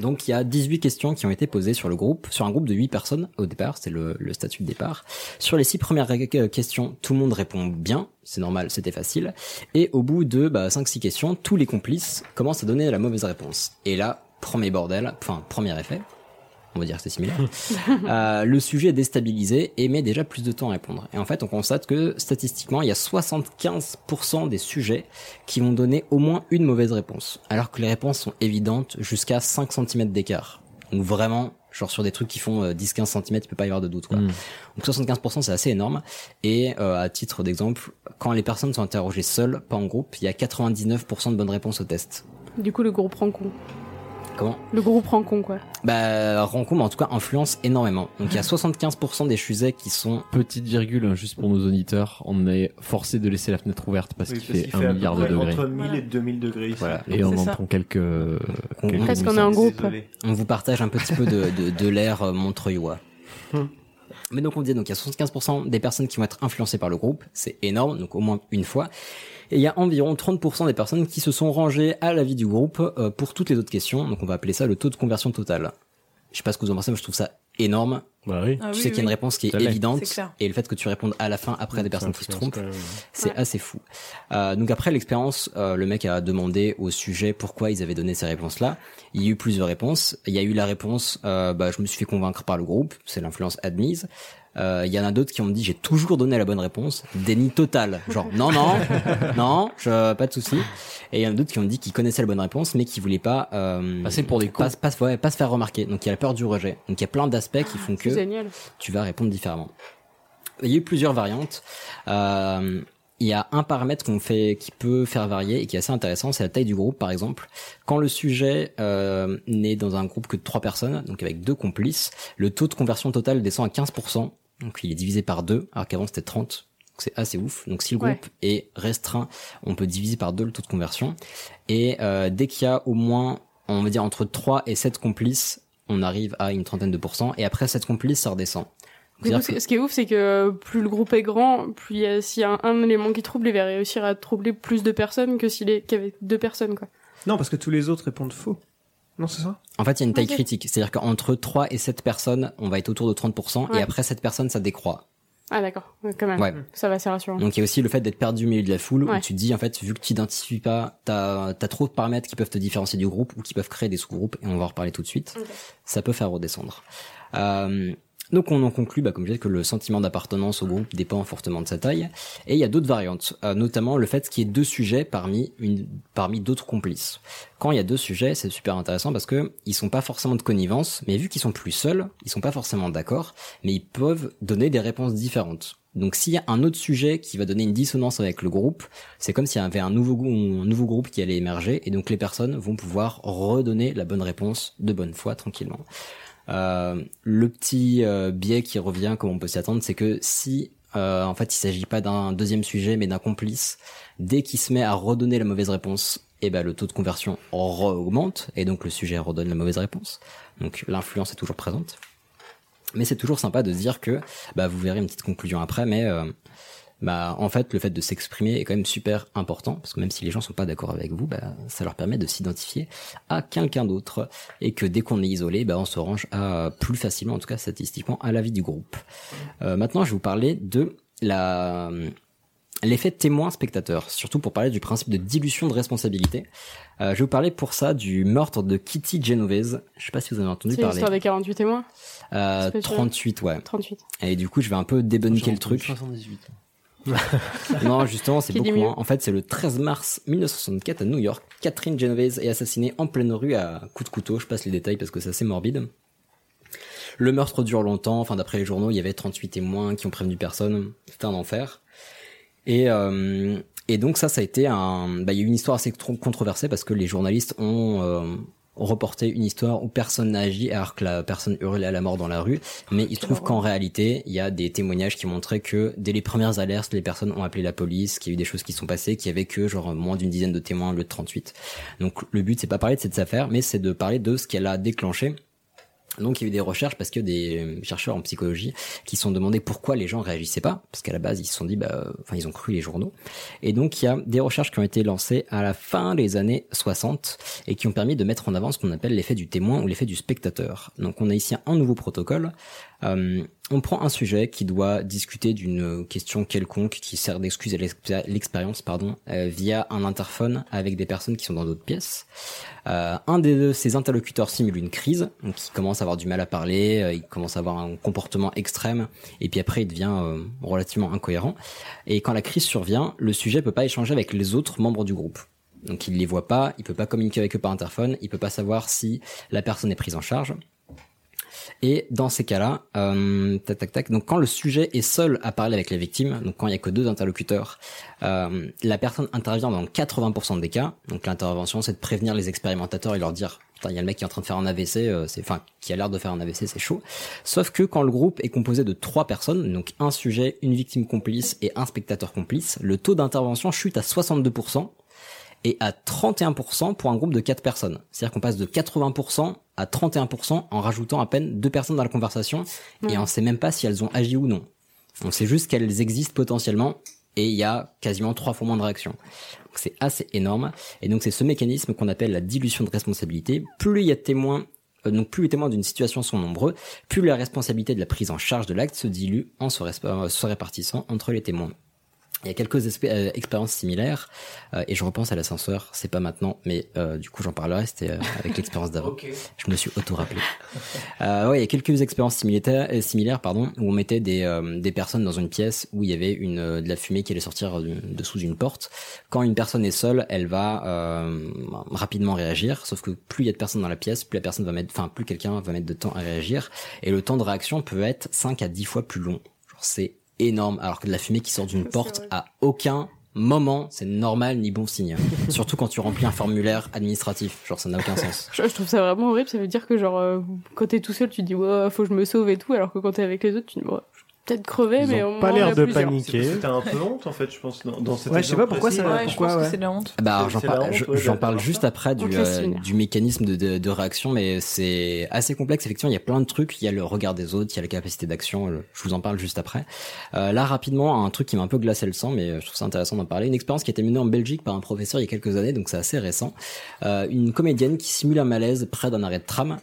S4: Donc il y a 18 questions qui ont été posées sur le groupe, sur un groupe de 8 personnes au départ, c'est le, le statut de départ. Sur les 6 premières ré- euh, questions, tout le monde répond bien, c'est normal, c'était facile. Et au bout de bah, 5-6 questions, tous les complices commencent à donner la mauvaise réponse. Et là, premier bordel, enfin premier effet, on va dire que c'est similaire. Euh, le sujet est déstabilisé et met déjà plus de temps à répondre. Et en fait, on constate que statistiquement, il y a 75% des sujets qui vont donner au moins une mauvaise réponse, alors que les réponses sont évidentes jusqu'à 5 cm d'écart. Donc vraiment, genre sur des trucs qui font euh, 10-15 cm, il peut pas y avoir de doute. Quoi. Donc 75%, c'est assez énorme. Et euh, à titre d'exemple, quand les personnes sont interrogées seules, pas en groupe, il y a 99% de bonnes réponses au test.
S7: Du coup, le groupe rend con.
S4: Comment
S7: Le groupe rend con, quoi.
S4: bah, Rancombe, en tout cas, influence énormément. Donc, il y a 75% des fusées qui sont...
S9: Petite virgule, hein, juste pour nos auditeurs, on est forcé de laisser la fenêtre ouverte parce
S10: Oui,
S9: qu'il
S10: parce
S9: fait
S10: qu'il fait à
S9: un
S10: peu
S9: milliard de
S10: près
S9: degrés.
S10: Entre 1000 et 2000 degrés. ici.
S9: Voilà. Et on en prend quelques. quelques
S7: Presque qu'on est en groupe. Désolé.
S4: On vous partage un petit peu de, de, de l'air euh, montreuillois.
S7: Hmm.
S4: Mais donc, on disait, donc, il y a 75% des personnes qui vont être influencées par le groupe. C'est énorme, donc au moins une fois. Et il y a environ 30% des personnes qui se sont rangées à l'avis du groupe euh, pour toutes les autres questions. Donc, on va appeler ça le taux de conversion total. Je sais pas ce que vous en pensez, mais je trouve ça énorme.
S2: oui.
S4: Tu
S2: Ah oui,
S4: sais qu'il y a une
S2: oui.
S4: réponse qui est
S2: Ça l'est.
S4: évidente
S2: C'est clair.
S4: et le fait que tu répondes à la fin après
S2: Ouais,
S4: des
S2: ça
S4: personnes qui se
S2: influence
S4: trompent,
S2: quand même.
S4: c'est assez fou. Euh, donc après l'expérience, euh, le mec a demandé au sujet pourquoi ils avaient donné ces réponses-là. Il y a eu plusieurs réponses. Il y a eu la réponse, euh, bah, je me suis fait convaincre par le groupe, c'est l'influence admise. Euh, Il y en a d'autres qui ont dit j'ai toujours donné la bonne réponse, déni total, genre non non non, je, pas de souci. Et il y en a d'autres qui ont dit qu'ils connaissaient la bonne réponse mais qui voulaient pas euh, passer pour des pas, pas, ouais, pas se faire remarquer. Donc il y a la peur du rejet. Donc il y a plein d'aspects qui font que
S7: C'est génial.
S4: tu vas répondre différemment. Il y a eu plusieurs variantes. Euh, il y a un paramètre qu'on fait, qui peut faire varier et qui est assez intéressant, c'est la taille du groupe, par exemple. Quand le sujet euh, n'est dans un groupe que de trois personnes, donc avec deux complices, le taux de conversion total descend à 15%. Donc il est divisé par deux, alors qu'avant c'était 30. Donc c'est assez ouf. Donc si le
S9: Ouais.
S4: groupe est restreint, on peut diviser par deux le taux de conversion. Et euh, dès qu'il y a au moins, on va dire entre 3 et 7 complices, on arrive à une trentaine de pourcents. Et après 7 complices, ça redescend. Donc,
S7: Du coup,
S4: c'est-à-dire
S7: ce
S4: que-
S7: ce qui est ouf, c'est que euh, plus le groupe est grand, plus il y a- s'il y a un, un élément qui trouble, il va réussir à troubler plus de personnes que s'il est qu'avec deux personnes, quoi.
S3: Non, parce que tous les autres répondent faux. Non, c'est ça
S4: En fait, il y a une taille
S7: Ok.
S4: critique. C'est-à-dire qu'entre 3 et 7 personnes, on va être autour de 30%,
S7: Ouais.
S4: et après 7 personnes, ça décroît.
S7: Ah, d'accord. Ouais, Quand même.
S4: Ouais.
S7: Ça va, c'est rassurant.
S4: Donc il y a aussi le fait d'être perdu au milieu de la foule,
S7: Ouais.
S4: où tu te dis, en fait, vu que tu t'identifies pas, t'as as trop de paramètres qui peuvent te différencier du groupe, ou qui peuvent créer des sous-groupes, et on va en reparler tout de suite. Ça peut faire redescendre. Euh, donc on en conclut, bah, comme je disais, que le sentiment d'appartenance au groupe dépend fortement de sa taille. Et il y a d'autres variantes, euh, notamment le fait qu'il y ait deux sujets parmi une parmi d'autres complices. Quand il y a deux sujets, c'est super intéressant parce que ils sont pas forcément de connivence, mais vu qu'ils sont plus seuls, ils sont pas forcément d'accord, mais ils peuvent donner des réponses différentes. Donc s'il y a un autre sujet qui va donner une dissonance avec le groupe, c'est comme s'il y avait un nouveau, gou- un nouveau groupe qui allait émerger et donc les personnes vont pouvoir redonner la bonne réponse de bonne foi tranquillement. Euh, le petit euh, biais qui revient, comme on peut s'y attendre, c'est que si euh, en fait il s'agit pas d'un deuxième sujet mais d'un complice, dès qu'il se met à redonner la mauvaise réponse, eh ben le taux de conversion augmente et donc le sujet redonne la mauvaise réponse. Donc l'influence est toujours présente. Mais c'est toujours sympa de se dire que, bah, vous verrez une petite conclusion après, mais euh, bah, en fait, le fait de s'exprimer est quand même super important, parce que même si les gens sont pas d'accord avec vous, bah, ça leur permet de s'identifier à quelqu'un d'autre, et que dès qu'on est isolé, bah, on se range à, plus facilement, en tout cas statistiquement, à l'avis du groupe. Euh, maintenant, je vais vous parler de la l'effet témoin-spectateur, surtout pour parler du principe de dilution de responsabilité. Euh, je vais vous parler pour ça du meurtre de Kitty Genovese. Je sais pas si vous en avez entendu
S7: C'est
S4: parler.
S7: l'histoire des 48 témoins.
S4: Euh,
S7: Spécial.
S4: 38, ouais.
S7: 38.
S4: Et du coup, je vais un peu débunker le truc. non, justement, c'est
S7: Qui dit
S4: beaucoup
S7: mieux
S4: moins. En fait, c'est le 13 mars 1964 à New York. Catherine Genovese est assassinée en pleine rue à coups de couteau. Je passe les détails parce que c'est assez morbide. Le meurtre dure longtemps. Enfin, d'après les journaux, il y avait 38 témoins qui ont prévenu personne. C'était un enfer. Et, euh, et donc ça, ça a été un. Bah, il y a eu une histoire assez tro- controversée parce que les journalistes ont euh, reporté une histoire où personne n'a agi alors que la personne hurlait à la mort dans la rue. Mais il se trouve qu'en réalité, il y a des témoignages qui montraient que dès les premières alertes, les personnes ont appelé la police, qu'il y a eu des choses qui sont passées, qu'il y avait que genre moins d'une dizaine de témoins au lieu de 38. Donc le but, c'est pas parler de cette affaire, mais c'est de parler de ce qu'elle a déclenché. Donc il y a eu des recherches parce que des chercheurs en psychologie qui se sont demandés pourquoi les gens réagissaient pas parce qu'à la base ils se sont dit bah enfin ils ont cru les journaux et donc il y a des recherches qui ont été lancées à la fin des années 60 et qui ont permis de mettre en avant ce qu'on appelle l'effet du témoin ou l'effet du spectateur. Donc on a ici un nouveau protocole. Euh, on prend un sujet qui doit discuter d'une question quelconque qui sert d'excuse à l'expé- l'expérience pardon euh, via un interphone avec des personnes qui sont dans d'autres pièces. Euh, un des deux, ses interlocuteurs simule une crise, donc il commence à avoir du mal à parler, euh, il commence à avoir un comportement extrême, et puis après il devient euh, relativement incohérent. Et quand la crise survient, le sujet peut pas échanger avec les autres membres du groupe. Donc il les voit pas, il peut pas communiquer avec eux par interphone, il peut pas savoir si la personne est prise en charge. Et dans ces cas-là, euh, tac tac tac. Donc quand le sujet est seul à parler avec la victime, donc quand il y a que deux interlocuteurs, euh, la personne intervient dans 80% des cas. Donc l'intervention, c'est de prévenir les expérimentateurs et leur dire, putain, il y a le mec qui est en train de faire un AVC, euh, c'est, enfin, qui a l'air de faire un AVC, c'est chaud. Sauf que quand le groupe est composé de trois personnes, donc un sujet, une victime complice et un spectateur complice, le taux d'intervention chute à 62% et à 31% pour un groupe de 4 personnes. C'est-à-dire qu'on passe de 80% à 31% en rajoutant à peine deux personnes dans la conversation et
S7: Ouais.
S4: on sait même pas si elles ont agi ou non. On sait juste qu'elles existent potentiellement et il y a quasiment trois fois moins de réactions. Donc c'est assez énorme et donc c'est ce mécanisme qu'on appelle la dilution de responsabilité. Plus il y a de témoins euh, donc plus les témoins d'une situation sont nombreux, plus la responsabilité de la prise en charge de l'acte se dilue en se resp- euh, se répartissant entre les témoins. Il y a quelques espé- euh, expériences similaires, euh, et je repense à l'ascenseur, c'est pas maintenant, mais euh, du coup j'en parlerai, c'était euh, avec l'expérience d'avant.
S9: Ok.
S4: Je me suis auto-rappelé. Euh, ouais, il y a quelques expériences similaires, euh, similaires pardon, où on mettait des, euh, des personnes dans une pièce où il y avait une, euh, de la fumée qui allait sortir euh, dessous d'une porte. Quand une personne est seule, elle va euh, rapidement réagir, sauf que plus il y a de personnes dans la pièce, plus la personne va mettre, enfin plus quelqu'un va mettre de temps à réagir, et le temps de réaction peut être 5 à 10 fois plus long. Genre, C'est énorme, alors que de la fumée qui sort d'une porte à aucun moment, c'est normal ni bon signe. Surtout quand tu remplis un formulaire administratif, genre ça n'a aucun sens.
S7: Je, je trouve ça vraiment horrible. Ça veut dire que, genre, euh, quand t'es tout seul, tu te dis, ouais, faut que je me sauve et tout, alors que quand t'es avec les autres, tu te dis, ouais, je vais peut-être crever, mais au moins, on a plusieurs.
S10: C'est- C'était un peu honte en fait, je pense. Dans, dans cet
S3: Ouais, je sais pas
S10: exemple
S3: pourquoi
S10: précis.
S3: ça- Ouais, je pourquoi, pense que ouais. c'est de la honte.
S4: Bah,
S10: C'est-
S4: j'en
S10: c'est la
S4: par-
S10: honte,
S4: je-
S10: ouais,
S4: j'en
S10: d'accord.
S4: parle juste après
S10: Ok,
S4: du, euh,
S10: c'est
S4: du mécanisme de, de, de réaction, mais c'est assez complexe. Effectivement, il y a plein de trucs. Il y a le regard des autres, il y a la capacité d'action. le- Je vous en parle juste après. Euh, là, rapidement, un truc qui m'a un peu glacé le sang, mais je trouve ça intéressant d'en parler. Une expérience qui a été menée en Belgique par un professeur il y a quelques années, donc c'est assez récent. Euh, une comédienne qui simule un malaise près d'un arrêt de tram.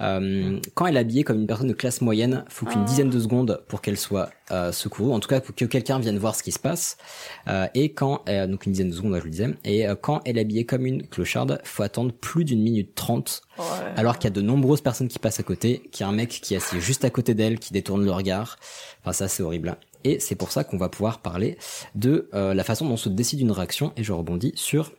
S4: Euh, quand elle est habillée comme une personne de classe moyenne, faut qu'une
S9: Ah.
S4: dizaine de secondes pour qu'elle soit euh, secourue. En tout cas, faut que quelqu'un vienne voir ce qui se passe. Euh, et quand euh, donc une dizaine de secondes, je le disais. Et euh, quand elle est habillée comme une clocharde, faut attendre plus d'une minute trente. Alors qu'il y a de nombreuses personnes qui passent à côté, qu'il y a un mec qui est assis juste à côté d'elle, qui détourne le regard. Enfin, ça, c'est horrible. hein. Et c'est pour ça qu'on va pouvoir parler de euh, la façon dont se décide une réaction. Et je rebondis sur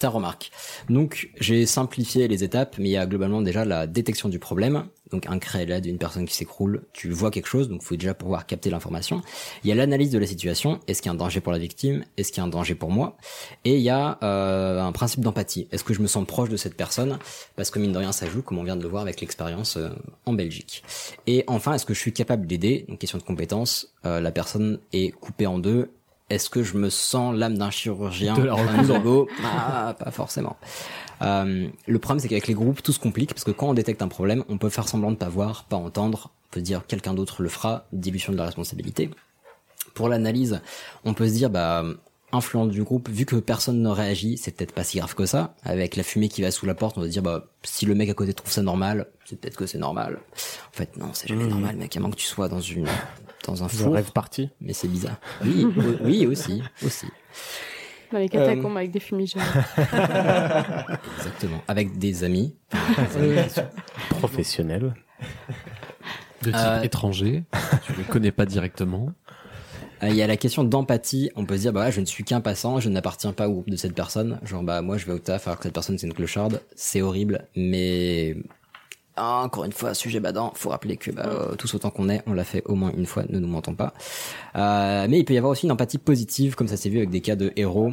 S4: ta remarque. Donc, j'ai simplifié les étapes, mais il y a globalement déjà la détection du problème. Donc, un cré là d'une personne qui s'écroule, tu vois quelque chose, donc faut déjà pouvoir capter l'information. Il y a l'analyse de la situation. Est-ce qu'il y a un danger pour la victime? Est-ce qu'il y a un danger pour moi? Et il y a, euh, un principe d'empathie. Est-ce que je me sens proche de cette personne? Parce que mine de rien, ça joue, comme on vient de le voir avec l'expérience euh, en Belgique. Et enfin, est-ce que je suis capable d'aider? Donc, question de compétence. Euh, la personne est coupée en deux. Est-ce que je me sens l'âme d'un chirurgien
S9: De la
S4: un
S9: recoudre.
S4: ergot Ah, pas forcément. Euh, le problème, c'est qu'avec les groupes, tout se complique parce que quand on détecte un problème, on peut faire semblant de pas voir, pas entendre. On peut dire quelqu'un d'autre le fera, dilution de la responsabilité. Pour l'analyse, on peut se dire bah influent du groupe, vu que personne ne réagit, c'est peut-être pas si grave que ça. Avec la fumée qui va sous la porte, on va se dire bah si le mec à côté trouve ça normal, c'est peut-être que c'est normal. En fait non, c'est jamais normal, mec. À moins que tu sois dans une Mmh. dans un
S2: The
S4: four.
S2: rave
S4: parti. Mais c'est bizarre. Oui, o- oui aussi, aussi.
S7: Dans les catacombes avec des fumigènes.
S4: Exactement. Avec des amis.
S2: Professionnel.
S9: De type
S4: Euh,
S9: étranger, tu ne les connais pas directement.
S4: Euh, Il y a la question d'empathie. On peut se dire, bah, je ne suis qu'un passant, je n'appartiens pas au groupe de cette personne. Genre, bah, moi, je vais au taf alors que cette personne, c'est une clocharde. C'est horrible, mais ah, encore une fois, sujet badant, faut rappeler que bah, euh, tous autant qu'on est, on l'a fait au moins une fois, ne nous mentons pas. Euh, mais il peut y avoir aussi une empathie positive, comme ça s'est vu avec des cas de héros.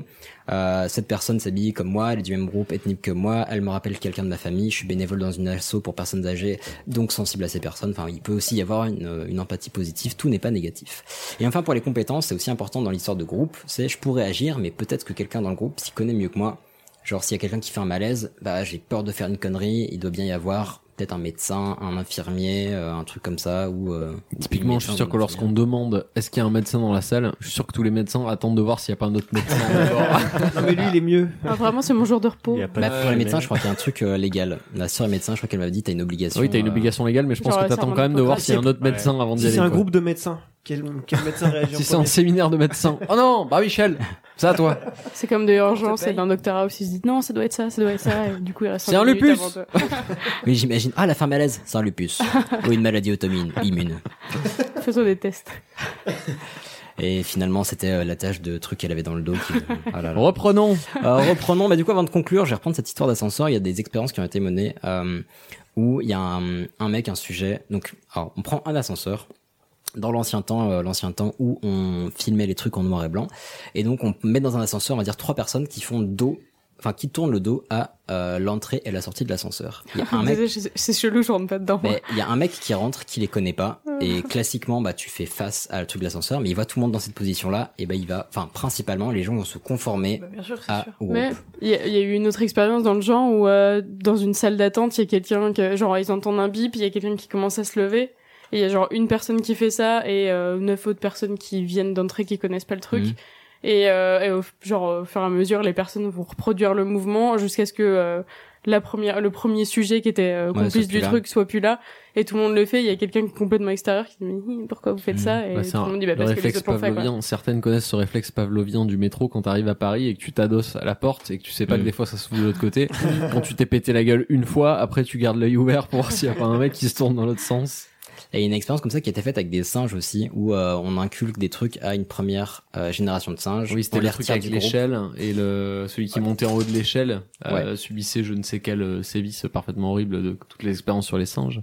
S4: Euh, cette personne s'habille comme moi, elle est du même groupe ethnique que moi, elle me rappelle quelqu'un de ma famille, je suis bénévole dans une asso pour personnes âgées, donc sensible à ces personnes. Enfin, il peut aussi y avoir une, une empathie positive, tout n'est pas négatif. Et enfin, pour les compétences, c'est aussi important dans l'histoire de groupe, c'est je pourrais agir, mais peut-être que quelqu'un dans le groupe s'y connaît mieux que moi. Genre s'il y a quelqu'un qui fait un malaise, bah j'ai peur de faire une connerie, il doit bien y avoir peut-être un médecin, un infirmier, euh, un truc comme ça ou euh,
S9: Typiquement, je suis sûr que lorsqu'on demande est-ce qu'il y a un médecin dans la salle, je suis sûr que tous les médecins attendent de voir s'il n'y a pas un autre médecin.
S3: non, mais lui, il est mieux.
S7: Ah, vraiment, c'est mon jour de repos.
S4: Bah, pour les médecins, je crois qu'il y a un truc euh, légal. La sœur est médecin, je crois qu'elle m'a dit t'as une obligation. euh,
S9: Oui, t'as une obligation légale, mais je pense
S4: Genre,
S9: que t'attends
S4: serment
S9: quand même de voir
S4: d'Hippocrate.
S9: s'il y a un autre médecin avant d'y
S3: Si
S9: aller.
S3: c'est un
S9: quoi.
S3: groupe de médecins, quel, quel médecin réagit en
S9: Si c'est un
S3: premier
S9: séminaire de médecins. Oh non, bah Michel, ça toi.
S7: C'est comme de l'urgence et d'un doctorat où ils se disent non, ça doit être ça, ça doit être ça. Et du coup, il reste
S4: C'est
S7: cinq
S4: un
S7: minutes
S4: lupus.
S7: avant de-
S4: Oui, j'imagine. Ah, la fin malaise, c'est un lupus ou une maladie automine immune.
S7: Faisons des tests.
S4: Et finalement, c'était euh, la tâche de truc qu'elle avait dans le dos. qui- Ah là là.
S9: Reprenons.
S4: Euh, reprenons. Bah, du coup, avant de conclure, je vais reprendre cette histoire d'ascenseur. Il y a des expériences qui ont été menées euh, où il y a un, un mec, un sujet. Donc, alors, on prend un ascenseur. Dans l'ancien temps, euh, l'ancien temps où on filmait les trucs en noir et blanc, et donc on met dans un ascenseur, on va dire trois personnes qui font dos, enfin qui tournent le dos à euh, l'entrée et la sortie de l'ascenseur. Il y a un mec
S7: Désolé, c'est- C'est chelou, je rentre pas dedans.
S4: mais il y a un mec qui rentre qui les connaît pas et classiquement bah tu fais face à le truc de l'ascenseur mais il voit tout le monde dans cette position là et bah il va enfin principalement les gens vont se conformer
S7: Bah, bien sûr, c'est
S4: à au
S7: Mais
S4: groupe.
S7: il y, a- il y a eu une autre expérience dans le genre où euh, dans une salle d'attente, il y a quelqu'un que genre ils entendent un bip, il y a quelqu'un qui commence à se lever et il y a genre une personne qui fait ça et euh, neuf autres personnes qui viennent d'entrer qui connaissent pas le truc.
S4: Mhm.
S7: Et, euh, et au, f- genre au fur et à mesure, les personnes vont reproduire le mouvement jusqu'à ce que euh, la première, le premier sujet qui était euh,
S4: Ouais,
S7: complice
S4: soit
S7: du
S4: plus là.
S7: truc soit plus là, et tout le monde le fait. Il y a quelqu'un qui est complètement extérieur qui dit mais hi, pourquoi vous
S4: Mhm.
S7: faites ça Et
S9: Bah, c'est
S7: tout
S9: un-
S7: le monde dit bah
S9: le
S7: parce que les
S9: réflexe
S7: autres l'ont fait. quoi.
S9: pavlovien. Certaines connaissent ce réflexe pavlovien du métro quand t'arrives à Paris et que tu t'adosses à la porte et que tu sais pas
S4: Mm.
S9: que des fois ça s'ouvre de l'autre côté. quand tu t'es pété la gueule une fois, après tu gardes l'œil ouvert pour voir s'il y a pas un mec qui se tourne dans l'autre sens.
S4: Et il y a une expérience comme ça qui a été faite avec des singes aussi où euh, on inculque des trucs à une première euh, génération de singes
S9: Oui,
S4: On
S9: c'était
S4: les
S9: le truc
S4: retire
S9: avec
S4: du groupe.
S9: l'échelle et le celui qui montait en haut de l'échelle euh, subissait je ne sais quel euh, sévice parfaitement horrible de toutes les expériences sur les singes.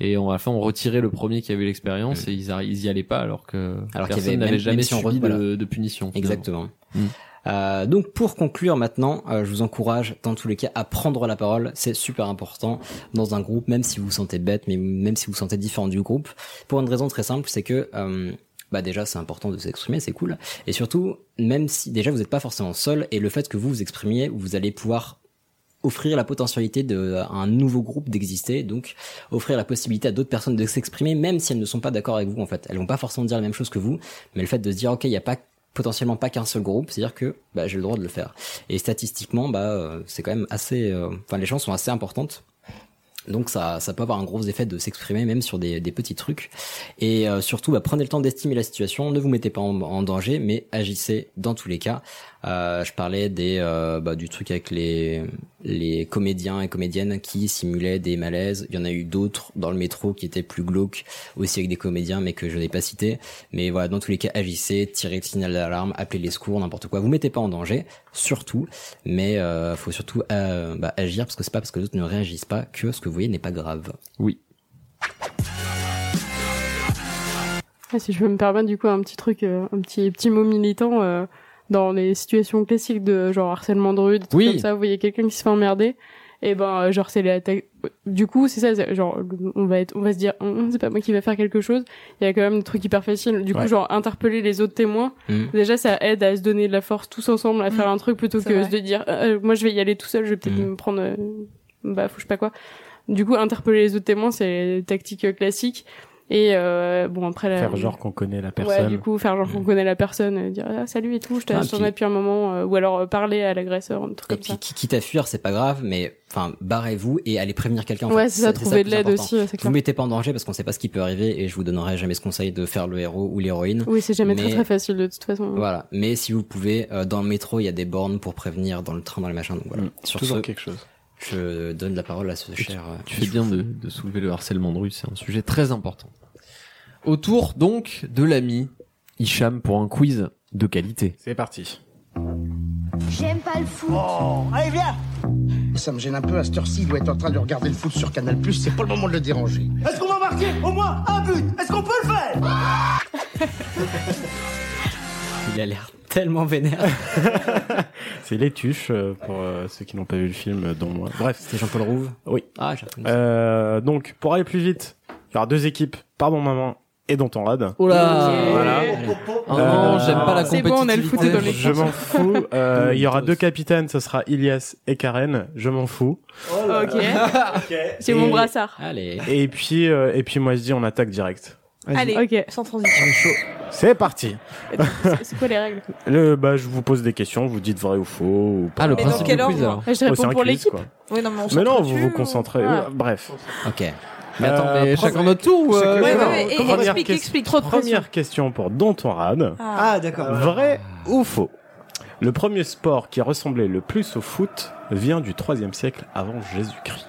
S9: Et on, à la fin, on retirait le premier qui avait eu l'expérience et ils, arri- ils y allaient pas alors que
S4: alors qu'il y avait
S9: personne
S4: même-
S9: n'avait jamais
S4: même si on
S9: subi
S4: re- voilà.
S9: de, de punition. finalement.
S4: Exactement.
S9: Mm.
S4: Euh, donc pour conclure maintenant, euh, je vous encourage dans tous les cas à prendre la parole, c'est super important dans un groupe, même si vous vous sentez bête, mais même si vous vous sentez différent du groupe, pour une raison très simple, c'est que euh, bah déjà c'est important de s'exprimer, c'est cool, et surtout même si déjà vous n'êtes pas forcément seul, et le fait que vous vous exprimiez, vous allez pouvoir offrir la potentialité de, à un nouveau groupe d'exister, donc offrir la possibilité à d'autres personnes de s'exprimer, même si elles ne sont pas d'accord avec vous, en fait. Elles vont pas forcément dire la même chose que vous, mais le fait de se dire, OK, il n'y a pas potentiellement pas qu'un seul groupe, c'est-à-dire que bah, j'ai le droit de le faire. Et statistiquement, bah, euh, c'est quand même assez... euh, Enfin, les chances sont assez importantes. Donc ça, ça peut avoir un gros effet de s'exprimer même sur des, des petits trucs. Et euh, surtout, bah, prenez le temps d'estimer la situation, ne vous mettez pas en, en danger, mais agissez dans tous les cas. Euh, je parlais des, euh, bah, du truc avec les, les comédiens et comédiennes qui simulaient des malaises. Il y en a eu d'autres dans le métro qui étaient plus glauques, aussi avec des comédiens, mais que je n'ai pas cité. Mais voilà, dans tous les cas, agissez, tirez le signal d'alarme, appelez les secours, n'importe quoi. Vous mettez pas en danger, surtout, mais euh, faut surtout euh, bah, agir parce que c'est pas parce que les autres ne réagissent pas que ce que vous voyez n'est pas grave.
S9: Oui.
S7: Ah, si je peux me permettre du coup un petit truc, euh, un petit petit mot militant euh, dans les situations classiques de genre harcèlement de rue, des trucs
S9: Oui.
S7: comme ça, vous voyez quelqu'un qui se fait emmerder, et ben euh, genre c'est les attaques. Du coup c'est ça, c'est- genre on va être, on va se dire Hum, hum, c'est pas moi qui vais faire quelque chose. Il y a quand même des trucs hyper faciles. Du coup
S21: Ouais.
S7: genre interpeller les autres témoins,
S21: Mhm.
S7: déjà ça aide à se donner de la force tous ensemble à faire un truc plutôt
S21: c'est
S7: que
S21: vrai.
S7: se de dire Euh, euh, moi je vais y aller tout seul, je vais peut-être
S21: Mhm.
S7: me prendre euh, bah faut je sais pas quoi. Du coup interpeller les autres témoins c'est tactique euh, classique. Et euh, bon après la-
S2: Faire genre qu'on connaît la personne.
S7: Ouais, du coup, faire genre qu'on connaît la personne, euh, dire ah, salut et tout, je
S4: Ah,
S7: t'ai tourné
S4: puis-
S7: depuis un moment, euh, ou alors euh, parler à l'agresseur, un truc
S4: Et
S7: comme
S4: puis,
S7: ça.
S4: qui- quitte à fuir, c'est pas grave, mais enfin, barrez-vous et allez prévenir quelqu'un. en
S7: Ouais,
S4: fait.
S7: c'est ça,
S4: le
S7: trouver de
S4: plus
S7: l'aide
S4: important.
S7: aussi, c'est
S4: Vous
S7: clair.
S4: mettez pas en danger parce qu'on sait pas ce qui peut arriver et je vous donnerai jamais ce conseil de faire le héros ou l'héroïne.
S7: Oui, c'est jamais
S4: Mais-
S7: très très facile de toute façon.
S4: Voilà, mais si vous pouvez, euh, dans le métro, il y a des bornes pour prévenir, dans le train, dans les machins. Donc voilà. Sur
S2: toujours
S4: ce,
S2: quelque chose.
S4: Je donne la parole à ce cher. euh,
S9: Tu fais bien de, de soulever le harcèlement de rue, c'est un sujet très important. Autour donc de l'ami Hicham pour un quiz de qualité.
S2: C'est parti.
S18: J'aime pas le foot.
S16: Oh,
S19: allez, viens Ça me gêne un peu, à cette heure-ci, il doit être en train de regarder le foot sur Canal+, c'est pas le moment de le déranger.
S20: Est-ce qu'on va marquer au moins un but Est-ce qu'on peut le faire
S4: Il a l'air tellement vénère.
S2: C'est Les Tuches, euh, pour euh, ceux qui n'ont pas vu le film, euh, dont moi. Bref.
S4: C'était Jean-Paul Rouve
S2: Oui.
S4: Ah, j'ai reconnu.
S2: Euh, donc, pour aller plus vite, il y aura deux équipes, Pardon Maman et Dont on rade.
S9: Oh là
S2: Voilà. Euh,
S9: Oh non, j'aime pas la
S2: C'est
S9: compétitivité.
S2: bon, on a le foot dans les Je m'en fous. Euh, Il y aura deux capitaines, ce sera Ilias et Karen. Je m'en fous.
S7: Ok. C'est mon
S2: Et-
S7: brassard.
S4: Allez.
S2: Et puis, euh, et puis moi je dis on attaque direct.
S7: Allez. Ok. Sans transition.
S2: C'est parti.
S7: C'est- C'est quoi les règles
S2: Le, bah, je vous pose des questions, vous dites vrai ou faux. Ou pas.
S9: Ah, le Mais dans principe
S7: quel du quiz, ordre alors. Je réponds
S2: c'est un
S7: pour
S2: quiz,
S7: l'équipe.
S2: quoi.
S7: Oui, non, mais on
S2: Mais non,
S7: s'entend
S2: vous
S7: dessus,
S2: vous
S7: ou-
S2: concentrez.
S7: Ah.
S2: euh, Bref.
S4: Ok. Mais attends, mais chacun
S9: notre tour ou, euh,
S8: Ouais, ouais, ouais, et-
S2: Première
S8: explique,
S2: ques-
S8: explique, trop de
S2: Première question pour Danton Rad.
S8: Ah, d'accord.
S2: Vrai ou faux Le premier sport qui ressemblait le plus au foot vient du 3 siècle avant Jésus-Christ.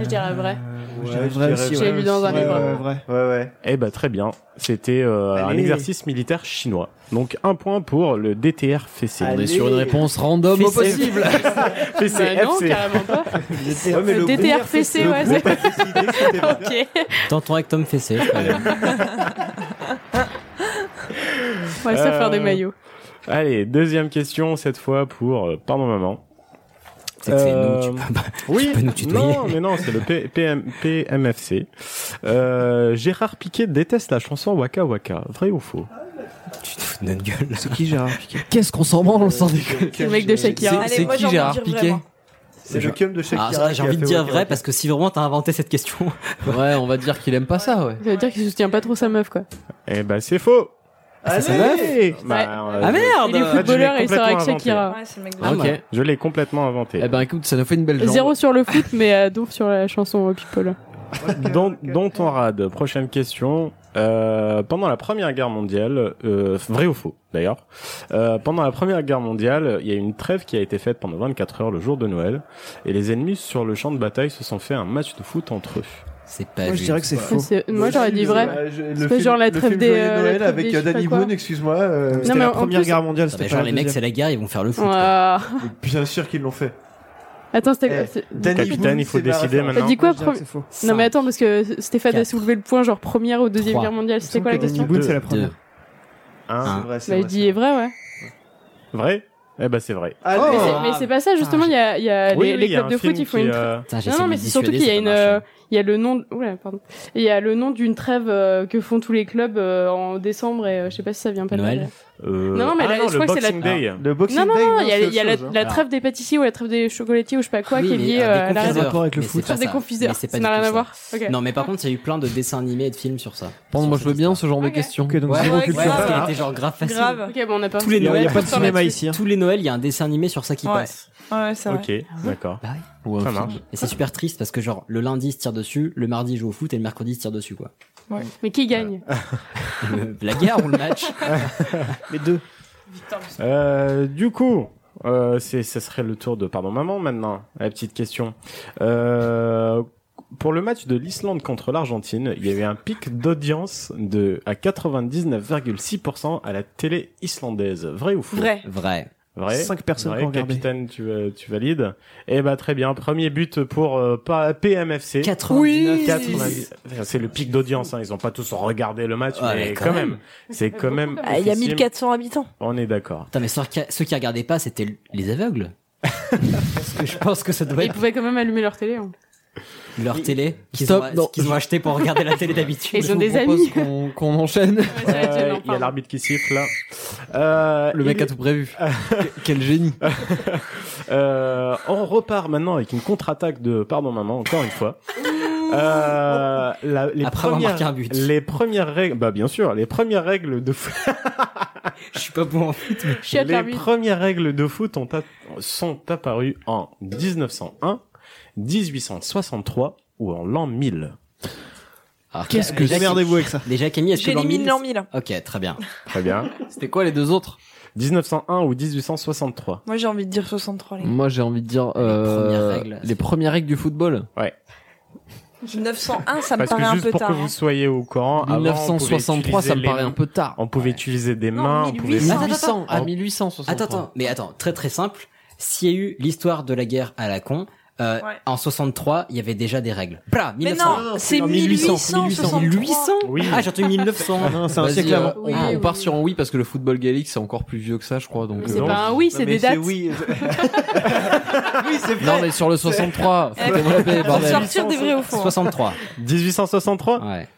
S7: Je dirais vrai.
S10: Ouais,
S2: vrai aussi,
S7: J'ai lu dans un
S10: ouais,
S7: livre.
S10: ouais, vrai. Ouais, ouais.
S2: Eh ben très bien, c'était euh, un
S10: Allez.
S2: exercice militaire chinois. Donc un point pour le DTR fessé.
S9: On est sur une réponse random au
S2: Fessé.
S9: possible.
S2: Fessé,
S7: Bah non,
S2: FC.
S7: carrément pas.
S10: Ouais, mais
S7: Le DTRFC, ouais. c'est- Ok.
S4: T'entends avec Tom Fessé. je crois.
S7: On va se faire des
S2: Euh,
S7: maillots.
S2: Allez, deuxième question cette fois pour euh, pardon maman. Euh,
S4: C'est que c'est nous, tu peux pas- tu
S2: oui,
S4: peux nous tutoyer.
S2: Non, mais non, c'est le P- PM PMFC. Euh, Gérard Piquet déteste la chanson Waka Waka. Vrai ou faux
S4: Pff, notre gueule.
S3: C'est qui Gérard Piquet
S9: Qu'est-ce qu'on s'en branle, sans déconner
S7: C'est le mec de Shakira.
S9: Euh, C'est qui Gérard Piquet
S10: C'est le cum de
S4: Ah,
S10: Shakira.
S4: ça,
S10: qui
S4: j'ai
S10: a
S4: envie de
S10: fait
S4: dire
S10: Waka
S4: vrai
S10: Waka.
S4: parce que si vraiment t'as inventé cette question.
S9: Ouais, on va dire qu'il aime pas ça, ouais.
S7: Ça veut dire qu'il soutient pas trop sa meuf, quoi.
S2: Eh ben c'est faux.
S7: Ah,
S10: Allez
S2: Ah, c'est neuf
S7: Bah, Ouais.
S2: euh,
S4: Ah, merde
S7: Il est
S4: En fait, je
S7: footballeur
S2: l'ai
S7: et il sort avec
S2: complètement
S7: Shakira.
S8: Ouais, c'est le mec de
S4: Ah,
S9: ok.
S4: ouais.
S2: Je l'ai complètement inventé.
S9: Eh ben écoute, ça nous fait une
S2: Ah,
S9: belle jambe.
S7: Zéro sur le foot, mais euh, douf sur la chanson euh, People.
S2: Dans, dans ton rad, prochaine question. Euh, pendant la Première Guerre mondiale, euh, vrai ou faux d'ailleurs, euh, pendant la Première Guerre mondiale, il y a une trêve qui a été faite pendant 24 heures le jour de Noël, et les ennemis sur le champ de bataille se sont fait un match de foot entre eux.
S4: C'est pas
S3: Moi, je
S4: juste.
S3: dirais que c'est faux.
S7: C'est- Moi, j'aurais dit vrai.
S10: Ouais, je- le
S7: C'est pas
S10: film-
S7: genre la
S10: le
S7: trêve
S10: film
S7: des.
S10: Joyeux
S7: euh, la
S10: Noël
S7: trêve
S10: avec
S7: des
S10: euh,
S7: je sais
S10: Danny
S7: pas quoi.
S10: Boone, excuse-moi. euh,
S7: Non,
S3: C'était
S7: mais
S3: la
S7: en
S3: première
S7: plus-
S3: guerre mondiale,
S4: Ah, bah,
S3: c'était
S4: genre,
S3: pas
S4: les
S3: la
S4: mecs, c'est
S3: deuxième.
S4: la guerre, ils vont faire le foot. quoi.
S7: Ah.
S10: Bien sûr qu'ils l'ont fait.
S7: Attends,
S10: Eh,
S7: c'était. c'est-
S10: Danny
S2: Capitaine,
S10: Boone,
S2: il faut
S10: c'est la
S2: décider
S10: référence.
S7: T'as
S2: maintenant.
S7: dit quoi
S3: Je dirais
S7: pre-
S3: que c'est faux.
S7: Non, mais attends, parce que Stéphane a
S4: Quatre.
S7: soulevé le point, genre première ou deuxième
S4: Trois.
S7: guerre mondiale. C'était quoi la
S3: Danny
S7: question
S3: Boone, c'est la
S4: Deux.
S3: première.
S2: Hein
S10: C'est vrai, c'est
S7: Bah, il
S10: vrai.
S7: dit est vrai, ouais.
S2: Vrai Eh ben c'est vrai.
S10: Allez.
S7: Mais c'est- Mais c'est pas ça, justement, il y a, il y a
S2: Ah, Oui,
S7: les,
S2: oui,
S7: les
S2: il y a
S7: clubs
S2: un
S7: de
S2: film
S7: foot, ils font
S2: qui,
S7: une
S2: euh,
S4: Putain, j'essaie
S7: Non, non,
S4: de
S7: mais
S4: les
S7: c'est surtout
S4: dissuader,
S7: qu'il y a
S4: ça
S7: une,
S4: marche.
S7: euh, il y a le nom, oula, pardon, il y a le nom d'une trêve euh, que font tous les clubs euh, en décembre et euh, je sais pas si ça vient pas de
S4: Noël.
S7: là.
S2: Euh,
S7: Non, non, mais
S2: ah
S7: la- je
S2: le
S7: crois que c'est la-
S2: Boxing Day. Ah.
S10: Le boxing
S7: Non, non,
S10: day,
S7: non, il y a,
S10: c'est
S7: il y a la,
S10: autre chose,
S7: la
S10: hein.
S7: trêve des pâtissiers ou la trêve des chocolatiers ou je sais pas quoi
S4: Oui,
S7: qui est
S4: mais,
S7: liée
S4: euh,
S7: euh, à
S4: des
S7: la
S4: confiseurs.
S7: raison.
S3: rapport avec le
S4: Mais
S3: foot.
S4: c'est
S7: Sur
S4: pas
S7: des
S4: ça.
S7: confiseurs,
S4: Mais c'est pas
S7: ça
S4: du
S7: n'a
S4: tout
S7: rien à
S4: ça.
S7: voir. Ok.
S4: Non, mais par contre, il y a eu plein de dessins animés et de films sur ça.
S9: Pardon,
S4: Sur
S9: moi
S4: cette
S9: je veux bien
S4: histoire.
S9: ce genre de
S7: Ok.
S9: questions.
S3: Ok, donc
S4: Ouais,
S3: zéro
S4: ouais,
S3: culture.
S4: ouais,
S8: ça
S4: c'était
S8: marche.
S4: genre grave facile.
S8: Grave.
S7: Ok, bon, on n'a pas.
S4: Tous les
S3: Il y a- il y
S4: Noëls,
S3: a pas de cinéma ici. hein.
S4: tous les Noëls, il y a un dessin animé sur ça qui
S8: Ouais.
S4: passe.
S8: Ouais, c'est vrai.
S2: Ok, d'accord.
S4: Bah ouais.
S9: Ou un
S2: Ça
S9: film.
S2: marche.
S4: Et c'est super triste parce que genre le lundi il se tire dessus, le mardi il joue au foot et le mercredi il se tire dessus quoi.
S7: Mais qui gagne
S3: Ah.
S4: Le- la guerre ou le match
S3: Les deux.
S2: Euh, du coup, euh, c'est, ça serait le tour de pardon maman maintenant. La petite question. Euh, pour le match de l'Islande contre l'Argentine, il y a eu un pic d'audience de à 99,6% à la télé islandaise. Vrai ou faux
S8: Vrai.
S4: Vrai.
S2: Vrai.
S3: Cinq personnes
S2: Vrai,
S3: qui ont regardé.
S2: capitaine, tu, euh, tu valides Eh bah très bien. Premier but pour euh, pas- PMFC.
S4: 99.
S2: 90. C'est le pic d'audience. Hein. Ils ont pas tous regardé le match,
S4: Ouais,
S2: mais
S4: mais
S2: quand,
S4: quand
S2: même,
S4: même.
S2: c'est quand même.
S8: Ah, Il y a
S2: oufissime.
S8: 1400 habitants.
S2: On est d'accord.
S4: Putain mais ceux qui, ceux qui regardaient pas c'était l- les aveugles. parce que je pense que ça doit
S7: Mais Ils
S4: être
S7: pouvaient quand même allumer leur télé. hein.
S4: leur télé qu'ils
S9: Stop,
S4: ont,
S9: non.
S4: qu'ils ont acheté pour regarder la télé d'habitude.
S7: Et
S9: Je
S7: ils ont
S9: vous
S7: des
S9: propose
S7: amis.
S9: qu'on- Qu'on enchaîne.
S7: ça va être
S2: Euh,
S7: gênant,
S2: Il y a
S7: pardon.
S2: l'arbitre qui siffle là. Euh,
S9: Le mec
S2: il-
S9: a tout prévu. Que- Quel génie.
S2: euh, on repart maintenant avec une contre-attaque de pardon maman encore une fois. Euh, la- les
S4: Après avoir
S2: premières,
S4: marqué un but.
S2: les premières règles, bah bien sûr, les premières règles de foot,
S4: Je suis pas bon en foot. mais-
S7: Je suis à
S2: les
S7: Derby.
S2: premières règles de foot ont a- sont apparues en 1901, 1863 ou en l'an 1000.
S4: Alors,
S3: Qu'est-ce que
S4: Ah, déjà,
S3: c'est Merdez-vous avec ça.
S4: Déjà Camille est-ce que l'an
S8: J'élimine
S4: 1000
S8: l'an 1000.
S4: Ok très bien.
S2: Très bien.
S9: C'était quoi les deux autres
S2: 1901 ou 1863.
S8: Moi, j'ai envie de dire
S2: Mm.
S8: 63, les gars.
S9: Moi j'ai envie de dire
S4: premières
S9: euh,
S4: règles.
S9: les premières règles du football.
S8: 1901, ça me
S2: Parce que
S8: paraît un
S2: juste
S8: peu
S2: pour
S8: tard. hein.
S2: que vous soyez au courant, avant, on
S9: 1963,
S2: pouvait
S9: ça me
S2: utiliser
S9: paraît
S2: les-
S9: un peu tard. Ah,
S2: On pouvait utiliser des mains, on pouvait.
S4: 1800.
S8: Ah,
S9: à 1863.
S4: Attends, attends, mais attends, très très simple. S'il y a eu l'histoire de la guerre à la con, euh, en 63, il y avait déjà des règles. Plah,
S8: Mais
S4: 1900.
S8: non, c'est 1800, 1800.
S4: 1800
S9: Oui.
S4: Ah, j'ai entendu 1900.
S9: Ah non, c'est un
S4: Vas-y,
S9: siècle
S4: euh,
S9: avant.
S4: oui,
S9: on, on
S4: oui.
S9: part sur un oui parce que le football gaélique c'est encore plus vieux que ça, je crois. Donc
S7: C'est
S9: euh,
S7: pas un
S9: non.
S7: oui, c'est
S9: Non, mais
S7: des dates.
S10: oui.
S9: Non mais sur le 63.
S7: C'est-
S8: Eh,
S9: foutez-moi la paix,
S7: Faut
S9: bordel.
S7: sortir des vrais au fond.
S4: 63.
S2: 1863
S4: Ouais.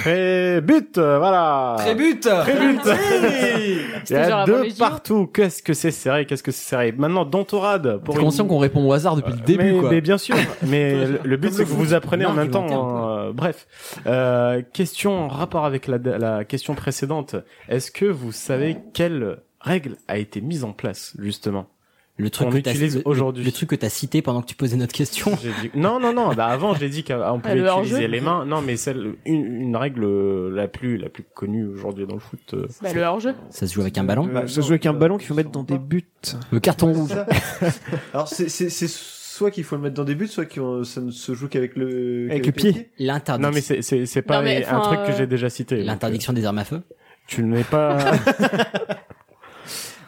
S2: Très but, euh, voilà.
S4: Très but.
S2: Très but. Il y
S9: C'était genre
S2: a
S9: avant
S2: deux
S9: les JO.
S2: partout. Qu'est-ce que c'est serré Qu'est-ce que c'est serré Maintenant, Dantorade. Pour Euh,
S9: T'es conscient qu'on répond au hasard depuis le début
S2: mais,
S9: quoi.
S2: mais bien sûr. Mais le- le but,
S9: Comme
S2: c'est
S9: le
S2: que vous
S9: foot.
S2: vous apprenez en
S9: Non,
S2: même temps.
S9: argumenter un
S2: hein, euh, bref, Euh, question en rapport avec la, la question précédente. Est-ce que vous savez quelle règle a été mise en place justement
S4: Le truc
S2: qu'on
S4: que t'as-
S2: utilise
S4: le-
S2: aujourd'hui
S4: Le truc que t'as cité pendant que tu posais notre question.
S2: Non, non, non. Bah avant, j'ai dit qu'on pouvait
S4: Ah, le hors-jeu,
S2: utiliser les
S4: peut-être.
S2: mains. Non, mais celle, une, une règle euh, la plus, la plus connue aujourd'hui dans le foot. euh,
S7: Bah, le hors-jeu.
S4: Ça se joue avec un ballon
S10: Euh,
S3: Bah, ça se joue avec un ballon qu'il faut mettre dans des buts.
S4: Le carton rouge.
S10: Alors c'est c'est c'est soit qu'il faut le mettre dans des buts, soit que euh, ça ne se joue qu'avec le
S2: Avec le pied.
S4: L'interdit.
S2: Non, mais c'est- c'est c'est pas
S10: Non, mais,
S2: un
S10: enfin,
S2: truc que
S10: euh,
S2: j'ai déjà cité.
S4: L'interdiction des armes à feu.
S2: Tu n'es pas.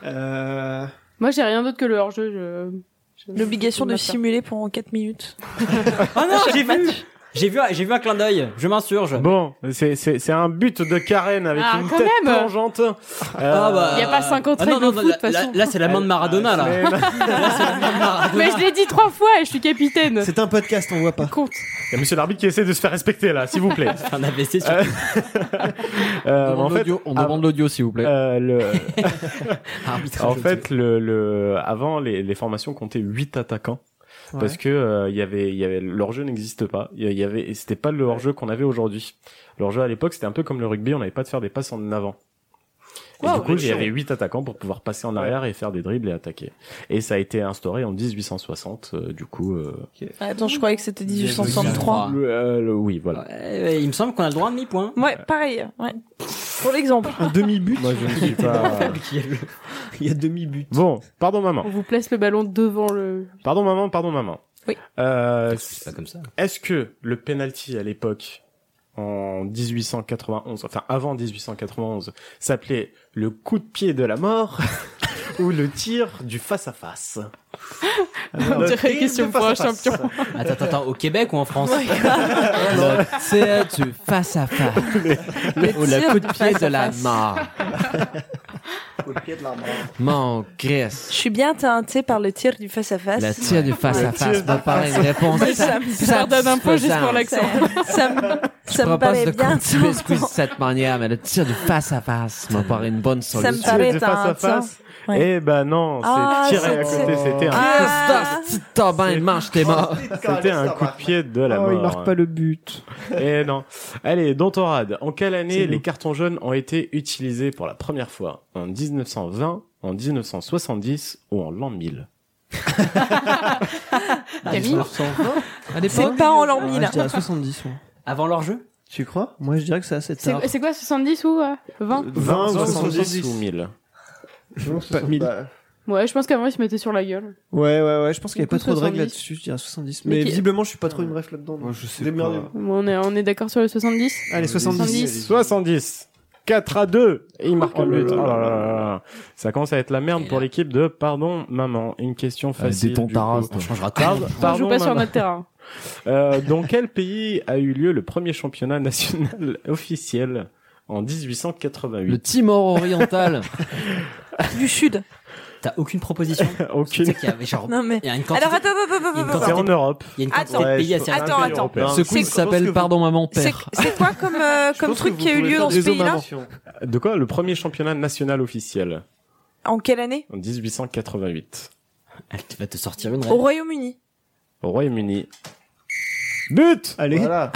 S10: Euh...
S7: Moi, j'ai rien d'autre que le hors-jeu. je- je-
S8: L'obligation
S7: je
S8: de
S7: m'attends.
S8: simuler pendant 4 minutes.
S4: Oh non, j'ai vu. J'ai vu, j'ai vu un clin d'œil. Je m'insurge.
S2: Bon, c'est c'est c'est un but de Karen avec
S7: Ah,
S2: une
S7: quand
S2: tête
S7: même.
S2: plongeante.
S9: Euh,
S2: Euh,
S4: Ah bah.
S7: Il y a pas 50
S4: Ah non,
S7: règles
S4: non,
S7: au foot, de
S4: là-
S7: toute façon.
S4: là- Là, c'est la main de
S2: Ah,
S4: Maradona, là.
S7: Mais je l'ai dit trois fois et je suis capitaine.
S3: C'est un podcast, on voit pas.
S7: Compte.
S2: Il y a Monsieur l'arbitre qui essaie de se faire respecter là, s'il vous plaît.
S4: Un AVC sur
S2: Euh,
S9: On demande
S2: mais en fait,
S9: l'audio- on
S2: ah,
S9: demande l'audio s'il vous plaît.
S2: euh, le-
S4: Arbitrage
S2: en
S4: au-dessus.
S2: fait, le, le avant les, les formations comptaient 8 attaquants.
S4: Ouais.
S2: Parce que euh, il y avait il y avait leur jeu n'existe pas il y avait et c'était pas le hors jeu qu'on avait aujourd'hui leur jeu à l'époque c'était un peu comme le rugby on n'avait pas de faire des passes en avant et
S10: Wow,
S2: du coup il y
S10: chiant.
S2: avait 8 attaquants pour pouvoir passer en arrière et faire des dribbles et attaquer et ça a été instauré en 1860 euh, du coup euh,
S8: Attends, je croyais que c'était 1863.
S2: Le- euh, le- oui voilà
S4: Euh, Il me semble qu'on a le droit à demi-point.
S8: Ouais, pareil. Ouais. Pour l'exemple.
S3: Un demi-but.
S2: Moi, je ne suis pas.
S3: Il y a demi-but.
S2: Bon, pardon maman.
S7: On vous place le ballon devant le.
S2: Pardon maman, pardon maman.
S7: Oui.
S2: Euh,
S4: pas comme ça.
S2: Est-ce que le penalty à l'époque, en 1891, enfin avant 1891, s'appelait le coup de pied de la mort ou le tir du face à face
S7: On dirait question pour un champion.
S4: Attends, attends, attends, au Québec ou en
S2: Oh
S4: France
S7: Ouais.
S4: Le théâtre face à face.
S9: Ou Oh, le coup de pied de Oh, la mort. Mon Grèce.
S8: Je suis bien teintée par le tir du face à face.
S9: La tire du face à face me paraît une réponse
S8: Mais ça me- ça me donne un peu juste pour l'accent. Ça me,
S9: Je
S8: ça me
S9: propose
S8: paraît
S9: de
S8: bien
S9: continuer ce quiz de
S8: tentant.
S9: cette manière, mais le tir du face à face me paraît une bonne
S8: Ça me
S9: solution.
S8: paraît Le tir du face à tentant. face Ouais.
S2: Eh ben non, c'est
S8: Ah,
S2: tiré à
S8: c'est-
S2: côté,
S9: c'est-
S2: c'était un,
S9: Ah, c'est t'as bien mange tes morts.
S2: c'était un coup de pied de la
S3: Oh,
S2: mort.
S3: il marque pas le but.
S2: Eh non. Allez, Dantorade, en quelle année
S3: C'est
S2: les
S3: nous.
S2: cartons jaunes ont été utilisés pour la première fois En 1920, en 1970 ou en l'an 1000
S7: Camille
S3: Hein
S8: C'est pas en l'an
S3: Ouais,
S8: 1000.
S3: je dirais 70. ouais.
S4: Avant leur jeu
S10: Tu crois
S3: Moi, je dirais que c'est assez tard.
S7: C'est c'est quoi, 70 ou euh, 20
S3: 20 ou
S2: 70 ou 1000
S3: Pas mille.
S7: Ouais, je pense qu'avant, ils se mettaient sur la gueule.
S3: Ouais, ouais, ouais, je pense qu'il n'y
S7: Du
S3: avait pas
S7: coup,
S3: trop de
S7: 70.
S3: règles là-dessus, je dirais 70.
S7: Mais
S3: Mais
S7: qui-
S3: visiblement, je suis pas trop une bref là-dedans. Moi, je sais
S7: Bon, on est, on est d'accord sur le 70
S3: Allez, 70.
S2: 70 4 à 2 et il marque
S10: Oh
S2: un
S10: là là
S2: but. Oh là
S10: là
S2: là là. Ça commence à être la merde pour l'équipe de Pardon Maman. Une question
S9: Ah,
S2: facile.
S9: détends
S2: du
S9: ta
S2: coup.
S9: race, toi.
S4: On changera tout.
S2: Pardon,
S7: On
S2: pardon,
S7: joue pas sur
S2: Maman.
S7: notre terrain.
S2: Euh, dans quel pays a eu lieu le premier championnat national officiel en 1888
S9: Le Timor oriental.
S8: Du sud.
S4: T'as aucune proposition Tu
S2: Aucune.
S4: sais qu'il y avait genre-
S8: Non, mais.
S4: Il y a une quantité,
S8: Alors, attends, attends,
S4: il y a une
S8: attends,
S4: quantité-
S2: C'est en Europe.
S4: Il y a une quantité
S8: Attends,
S4: de pays
S2: Ouais,
S4: assez
S2: je-
S8: attends,
S2: un pays
S8: attends.
S2: européen.
S9: Ce quiz
S8: C'est-
S9: s'appelle Pardon maman
S8: C'est
S9: père.
S8: c'est quoi comme, euh, comme truc qui a eu lieu dans ce pays-là
S2: De quoi Le premier championnat national officiel
S8: En quelle année
S2: en 1888
S4: Elle te- va te sortir une
S8: Au
S4: règle.
S8: Royaume-Uni.
S2: au Royaume-Uni. But
S3: Allez.
S10: Voilà.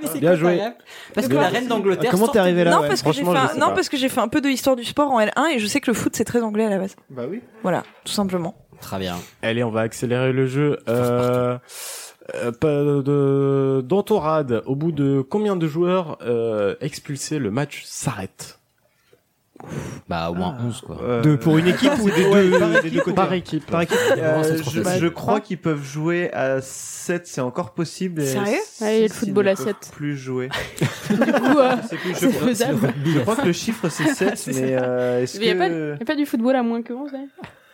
S4: Mais c'est
S2: Bien joué.
S4: incroyable. Parce que
S2: Bien
S4: la
S2: joué.
S4: reine d'Angleterre.
S3: Comment t'es
S4: sortait-
S3: arrivé là
S8: non,
S3: ouais.
S8: parce que j'ai fait
S2: franchement, je
S8: un...
S2: sais
S8: non,
S2: pas.
S8: parce que j'ai fait un peu de histoire du sport en L1 et je sais que le foot c'est très anglais à la base.
S10: Bah oui.
S8: Voilà, tout simplement.
S4: Très bien.
S2: Allez, on va accélérer le jeu. Euh, euh, pas de d'entourade. Au bout de combien de joueurs euh, expulsés, le match s'arrête Euh,
S4: Bah, au moins 11, quoi.
S3: De- pour une équipe ou des deux- des deux côtés
S10: Euh, Par équipe.
S4: Ah,
S3: Par équipe.
S10: Euh,
S3: Ouais, c'est trop
S10: je,
S3: facile.
S10: je crois qu'ils peuvent jouer à 7, c'est encore possible. et
S7: Sérieux
S10: s'ils
S7: Ouais, et le
S10: ne
S7: football à
S10: peuvent
S7: 7.
S10: plus jouer.
S7: euh,
S10: Je sais Ah, plus, je
S7: c'est
S10: crois-
S7: faisable.
S10: Je crois que le chiffre c'est 7,
S7: C'est
S10: mais
S7: ça.
S10: euh, est-ce
S7: Il n'y a, pas
S10: que.
S7: de- y a pas du football à moins que 11 hein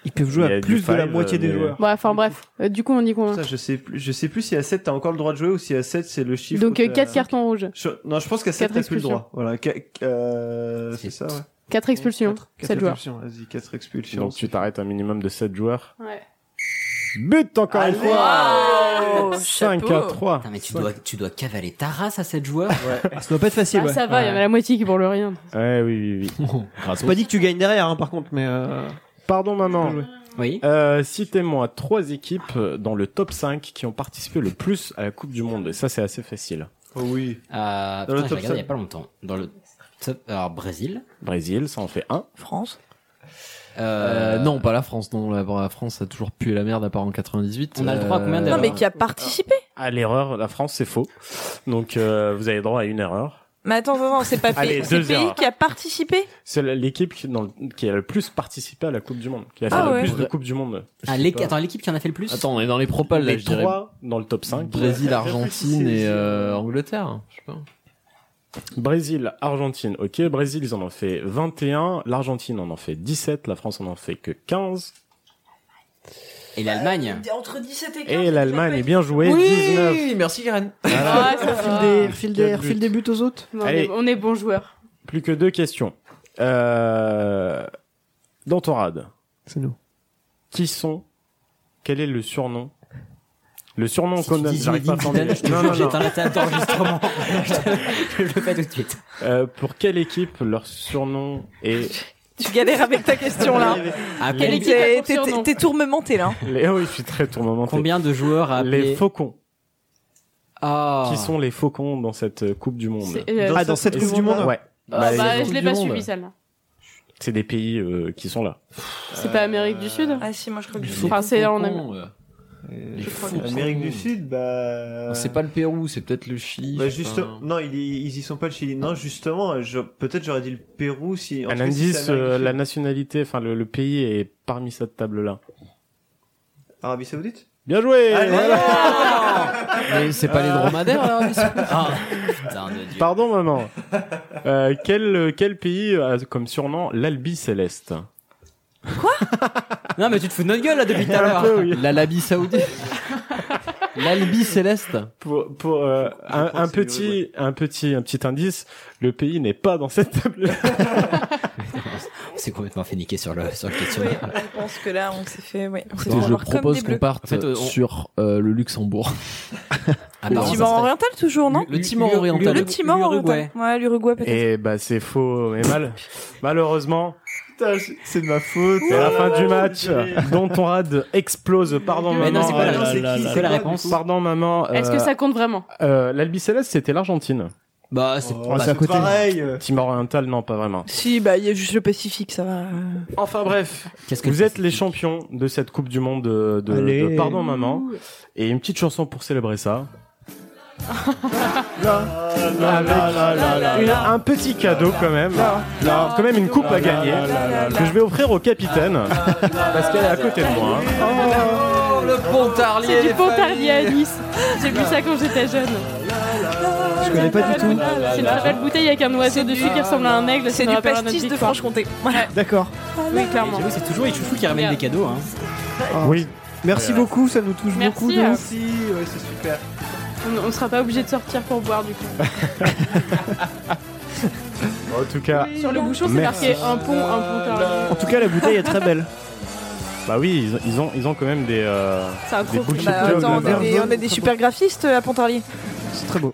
S3: Ils peuvent jouer
S10: Il y a
S3: à
S10: du
S3: plus de la
S10: five,
S3: moitié des
S10: mais-
S3: joueurs.
S7: Bon, enfin bref, Euh, du coup on dit combien
S10: Ah. Ça, je sais plus, je sais plus si à 7 t'as encore le droit de jouer ou si à 7 c'est le chiffre. euh,
S7: Donc
S10: où
S7: 4
S10: t'as-
S7: cartons rouges,
S10: Je- Non, je pense qu'à 7
S7: Quatre
S10: t'as plus le
S7: expulsions.
S10: droit. Voilà, qu'à- euh, c'est ça, ouais.
S7: 4 expulsions, 7
S10: Quatre
S7: joueurs.
S10: expulsions, Vas-y, 4 expulsions.
S2: Donc tu t'arrêtes un minimum de 7 joueurs.
S7: Ouais.
S2: But encore une fois 5 à 3.
S4: Putain, mais tu dois, tu dois cavaler ta race à 7 joueurs.
S3: Ah, ça doit pas être facile.
S7: Ah,
S3: ouais.
S7: ça va, il y en a la moitié qui pour le rien.
S2: Ouais, oui, oui, oui.
S3: C'est pas dit que tu gagnes derrière, hein, par contre, mais. euh,
S2: Pardon, maman.
S4: Oui.
S2: Euh, Citez-moi trois équipes dans le top 5 qui ont participé le plus à la Coupe du Monde. Et ça, c'est assez facile.
S10: oui.
S4: Euh,
S2: Dans le
S4: putain, j'ai
S2: top
S4: regardé il y a
S2: cinq.
S4: pas longtemps. Dans le top, alors Brésil.
S2: Brésil, ça en fait un.
S8: France.
S9: Euh, non, pas la France. Non, la, la France a toujours pué la merde à part en Euh, 98.
S2: On a le droit à combien
S8: Non,
S2: d'erreurs
S8: mais qui a participé.
S2: À l'erreur, la France, c'est faux. Donc, euh, vous avez droit à une erreur.
S8: Mais attends, attends, attends, c'est pas
S2: Allez,
S8: fait. C'est le
S2: deux
S8: pays
S2: erreurs.
S8: qui a participé.
S2: C'est l'équipe qui, dans le- qui a le plus participé à la Coupe du Monde. Qui a fait
S8: Ah
S2: le
S8: ouais.
S2: plus de Coupe du Monde. Je
S4: Ah,
S2: sais
S4: l'équ-
S2: pas.
S4: Attends, l'équipe qui en a fait le plus
S9: Attends, on est dans les propales là,
S2: Les
S9: je dirais.
S2: trois dans le top 5.
S9: Brésil, Argentine et euh, Angleterre. Je sais pas.
S2: Brésil, Argentine, ok. Brésil, ils en ont fait 21. L'Argentine en en fait 17. La France en en fait que 15.
S4: Et l'Allemagne
S8: Euh, Entre 17
S2: Et l'Allemagne est bien jouée, 19.
S9: merci Karen.
S2: Voilà.
S3: File des, file des,
S2: Quatre buts.
S3: file des buts aux autres.
S7: Ah, Non, on,
S2: Allez.
S7: est, on est bons joueurs.
S2: Plus que deux questions. Euh... Dans ton rad,
S3: C'est nous.
S2: qui sont Quel est le surnom Le surnom
S4: Si tu
S2: qu'on a...
S4: dis
S2: J'arrête pas à
S4: Zinedine
S2: formuler.
S4: Zidane, je te
S2: Non,
S4: jure,
S2: non, non.
S4: j'éteins la table d'enregistrement. je, te- je le fais tout de suite.
S2: Euh, Pour quelle équipe leur surnom est...
S8: Tu galères avec ta question là.
S4: Ah,
S8: T'es-
S4: quelle
S7: équipe a
S8: T'es
S7: ton surnom
S8: t'es- t'es tourmenté là.
S2: Les... Oh, oui, je suis très tourmenté.
S4: Combien de joueurs a
S2: Les
S4: appelé-
S2: faucons.
S4: Ah.
S2: Qui sont les faucons dans cette euh, Coupe du Monde
S7: C'est- euh,
S3: Ah, dans cette Coupe du Monde
S2: Ouais.
S7: Ah,
S2: Bah,
S7: bah,
S2: les-
S7: je l'ai
S9: du
S7: pas
S9: monde.
S7: suivi celle-là.
S2: C'est des pays euh, qui sont là.
S7: C'est pas Amérique du Sud
S8: Ah si, moi je crois que
S7: Enfin, c'est en Amérique.
S9: Faucons, euh,
S10: Euh,
S9: Les
S10: crois
S9: fous,
S10: que Amérique
S9: c'est
S10: du
S9: bon.
S10: Sud, bah.
S9: C'est pas le Pérou, c'est peut-être le Chili.
S10: Bah
S9: je sais
S10: juste,
S9: pas.
S10: non, ils, y- ils y sont pas le Chili. Non, justement, je- peut-être j'aurais dit le Pérou si. en
S2: Un
S10: tout cas, si
S2: indice,
S10: c'est Amérique
S2: euh,
S10: du
S2: la
S10: Sud.
S2: nationalité, enfin le, le pays est parmi cette table-là.
S10: Arabie Saoudite.
S2: Bien joué
S10: Allez
S9: Mais c'est pas les dromadaires là
S4: Ah, putain de Dieu.
S2: Pardon maman. Euh, quel, quel pays a comme surnom l'Albi Céleste
S4: Non, mais tu te fous de notre gueule là depuis tout à
S2: Un
S4: l'heure.
S2: peu, oui.
S9: L'Alabie Saoudite. L'Albi Céleste.
S2: Pour, pour, euh, un,
S10: que
S2: un
S10: c'est
S2: petit, un petit, un petit indice, le pays n'est pas dans cette table.
S4: C'est complètement fait niquer sur le, sur le questionnaire.
S8: Je pense que là on s'est fait. Ouais, on s'est
S9: Écoutez,
S8: fait
S9: je
S8: avoir comme des
S9: propose qu'on
S8: bleus.
S9: parte
S4: En fait, on-
S9: sur euh, le Luxembourg.
S4: Ah,
S8: Le
S4: bah,
S8: Timor
S4: on s'en serait-
S8: oriental toujours, non
S9: Le Timor oriental.
S8: Le Timor oriental. Ouais, l'Uruguay peut-être.
S2: Et bah c'est faux et mal. Malheureusement,
S10: Putain, je- c'est de ma faute.
S2: c'est la fin du match. Dont ton rad explose. Pardon
S10: Mais
S4: Mais
S2: maman.
S4: non, c'est quoi
S2: Euh,
S4: la,
S10: là,
S4: c'est
S10: là,
S4: qui-
S10: là,
S4: c'est la
S10: là.
S4: réponse
S2: Pardon maman.
S7: Est-ce que
S2: Euh,
S7: ça compte vraiment
S2: euh, L'Albi Céleste, c'était l'Argentine.
S4: Bah, c'est
S10: Oh,
S4: bah,
S10: c'est pareil.
S2: Timor oriental, non, pas vraiment.
S8: Si, bah il y a juste le Pacifique, ça va.
S2: Enfin bref,
S4: Qu'est-ce que
S2: vous êtes les champions de cette Coupe du Monde de, de-
S3: Allez.
S2: de Pardon Maman. Et une petite chanson pour célébrer ça. Avec une-
S10: Ah.
S2: un petit cadeau quand même. Quand même une coupe à gagner. Que je vais offrir au capitaine.
S10: Ah
S2: Parce qu'elle est à côté de moi.
S4: Oh, le pontarlier.
S7: C'est du pontarlier à Nice. J'ai bu ça quand j'étais jeune.
S3: Je connais pas du tout.
S7: C'est une très belle bouteille avec un oiseau dessus qui ressemble à un aigle. ça
S8: C'est
S7: nous
S8: du
S7: rappellera notre
S8: pastis de
S7: victoire.
S8: Franche-Comté. Voilà.
S3: D'accord.
S8: Oui, clairement.
S4: J'avoue, c'est toujours les chouchous qui ramènent des cadeaux. Hein.
S2: Oui.
S3: Merci
S2: Ouais.
S3: beaucoup, ça nous touche
S7: Merci,
S3: beaucoup. de
S7: hein.
S3: ouf.
S10: Si, ouais, c'est super.
S7: On, on sera pas obligé de sortir pour boire du coup.
S2: En tout cas,
S7: Sur le bouchon, c'est
S2: Merci.
S7: marqué un pont, un pontarlier.
S3: En tout cas, la bouteille est très belle.
S2: bah oui, ils, ils ont, ils ont quand même des. euh,
S7: C'est un
S2: des
S7: gros
S2: bullshit
S8: Bah,
S2: jobs
S8: attends, on
S2: là-bas.
S8: est des, on est des super graphistes euh, à Pontarlier.
S3: C'est très beau.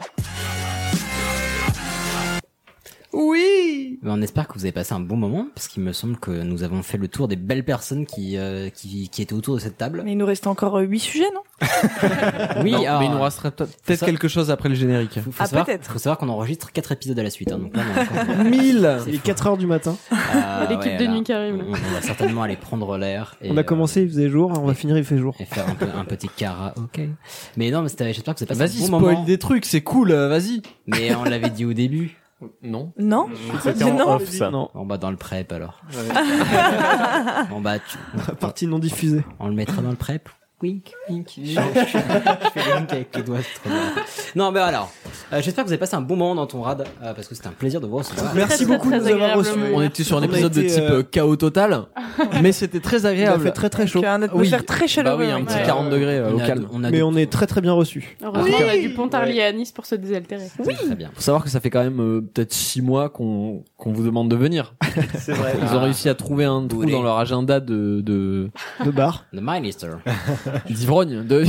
S8: Oui.
S4: Mais on espère que vous avez passé un bon moment, parce qu'il me semble que nous avons fait le tour des belles personnes qui, euh, qui, qui étaient autour de cette table.
S8: Mais il nous reste encore 8 sujets, non
S4: Oui,
S9: Non,
S4: alors,
S9: mais il nous restera peut- peut-être
S4: ça-
S9: quelque chose après le générique.
S4: faut, faut
S8: Ah,
S4: savoir,
S8: peut-être.
S4: faut savoir qu'on enregistre 4 épisodes à la suite. Hein, donc là, on est encore-
S3: 1000
S4: C'est
S3: Il est
S4: fou.
S3: 4h du matin.
S4: Ah,
S7: L'équipe
S4: ouais,
S7: de
S4: là,
S7: nuit qui arrive, là.
S4: On, on va certainement aller prendre l'air. et,
S3: On a
S4: euh,
S3: commencé, il faisait jour, on va finir, il fait jour.
S4: et faire un, peu- un petit karaoké. Mais non, mais c'était- j'espère que vous avez passé
S9: Vas-y,
S4: un bon
S9: spoil
S4: moment.
S9: des trucs, c'est cool, euh, vas-y.
S4: Mais on l'avait dit au début.
S9: Non.
S8: Non.
S9: C'était en
S8: Non.
S9: off, ça.
S4: Bon bah dans le prep alors.
S8: Ouais.
S4: bon bah tu...
S3: partie non diffusée.
S4: On le mettra dans le prep. Wink, wink. Je, je- je fais le wink avec les doigts. c'est trop bien. Non mais alors, euh, j'espère que vous avez passé un bon moment dans ton rad euh, parce que c'était un plaisir de vous recevoir.
S9: Merci beaucoup de nous avoir reçus. On était sur un épisode de type euh, chaos total, mais c'était très agréable.
S3: euh, Il a fait très, très chaud.
S8: Un atmosphère très
S9: Bah
S8: chaleureuse.
S9: oui, un petit
S8: Ouais.
S9: 40 degrés euh,
S4: On
S9: au
S4: a-
S9: calme.
S4: on a
S3: Mais on est très très bien reçus. euh,
S7: Heureusement,
S9: Ah.
S7: on a du Pontarlier à Nice pour se désaltérer. Oui.
S9: Faut savoir que ça fait quand même euh, peut-être six mois qu'on qu'on vous demande de venir.
S10: C'est
S4: vrai.
S9: Ils ont réussi à trouver un trou
S4: Bourré.
S9: dans leur agenda de euh, de,
S3: de bar,
S4: The Minister.
S9: d'ivrogne. De...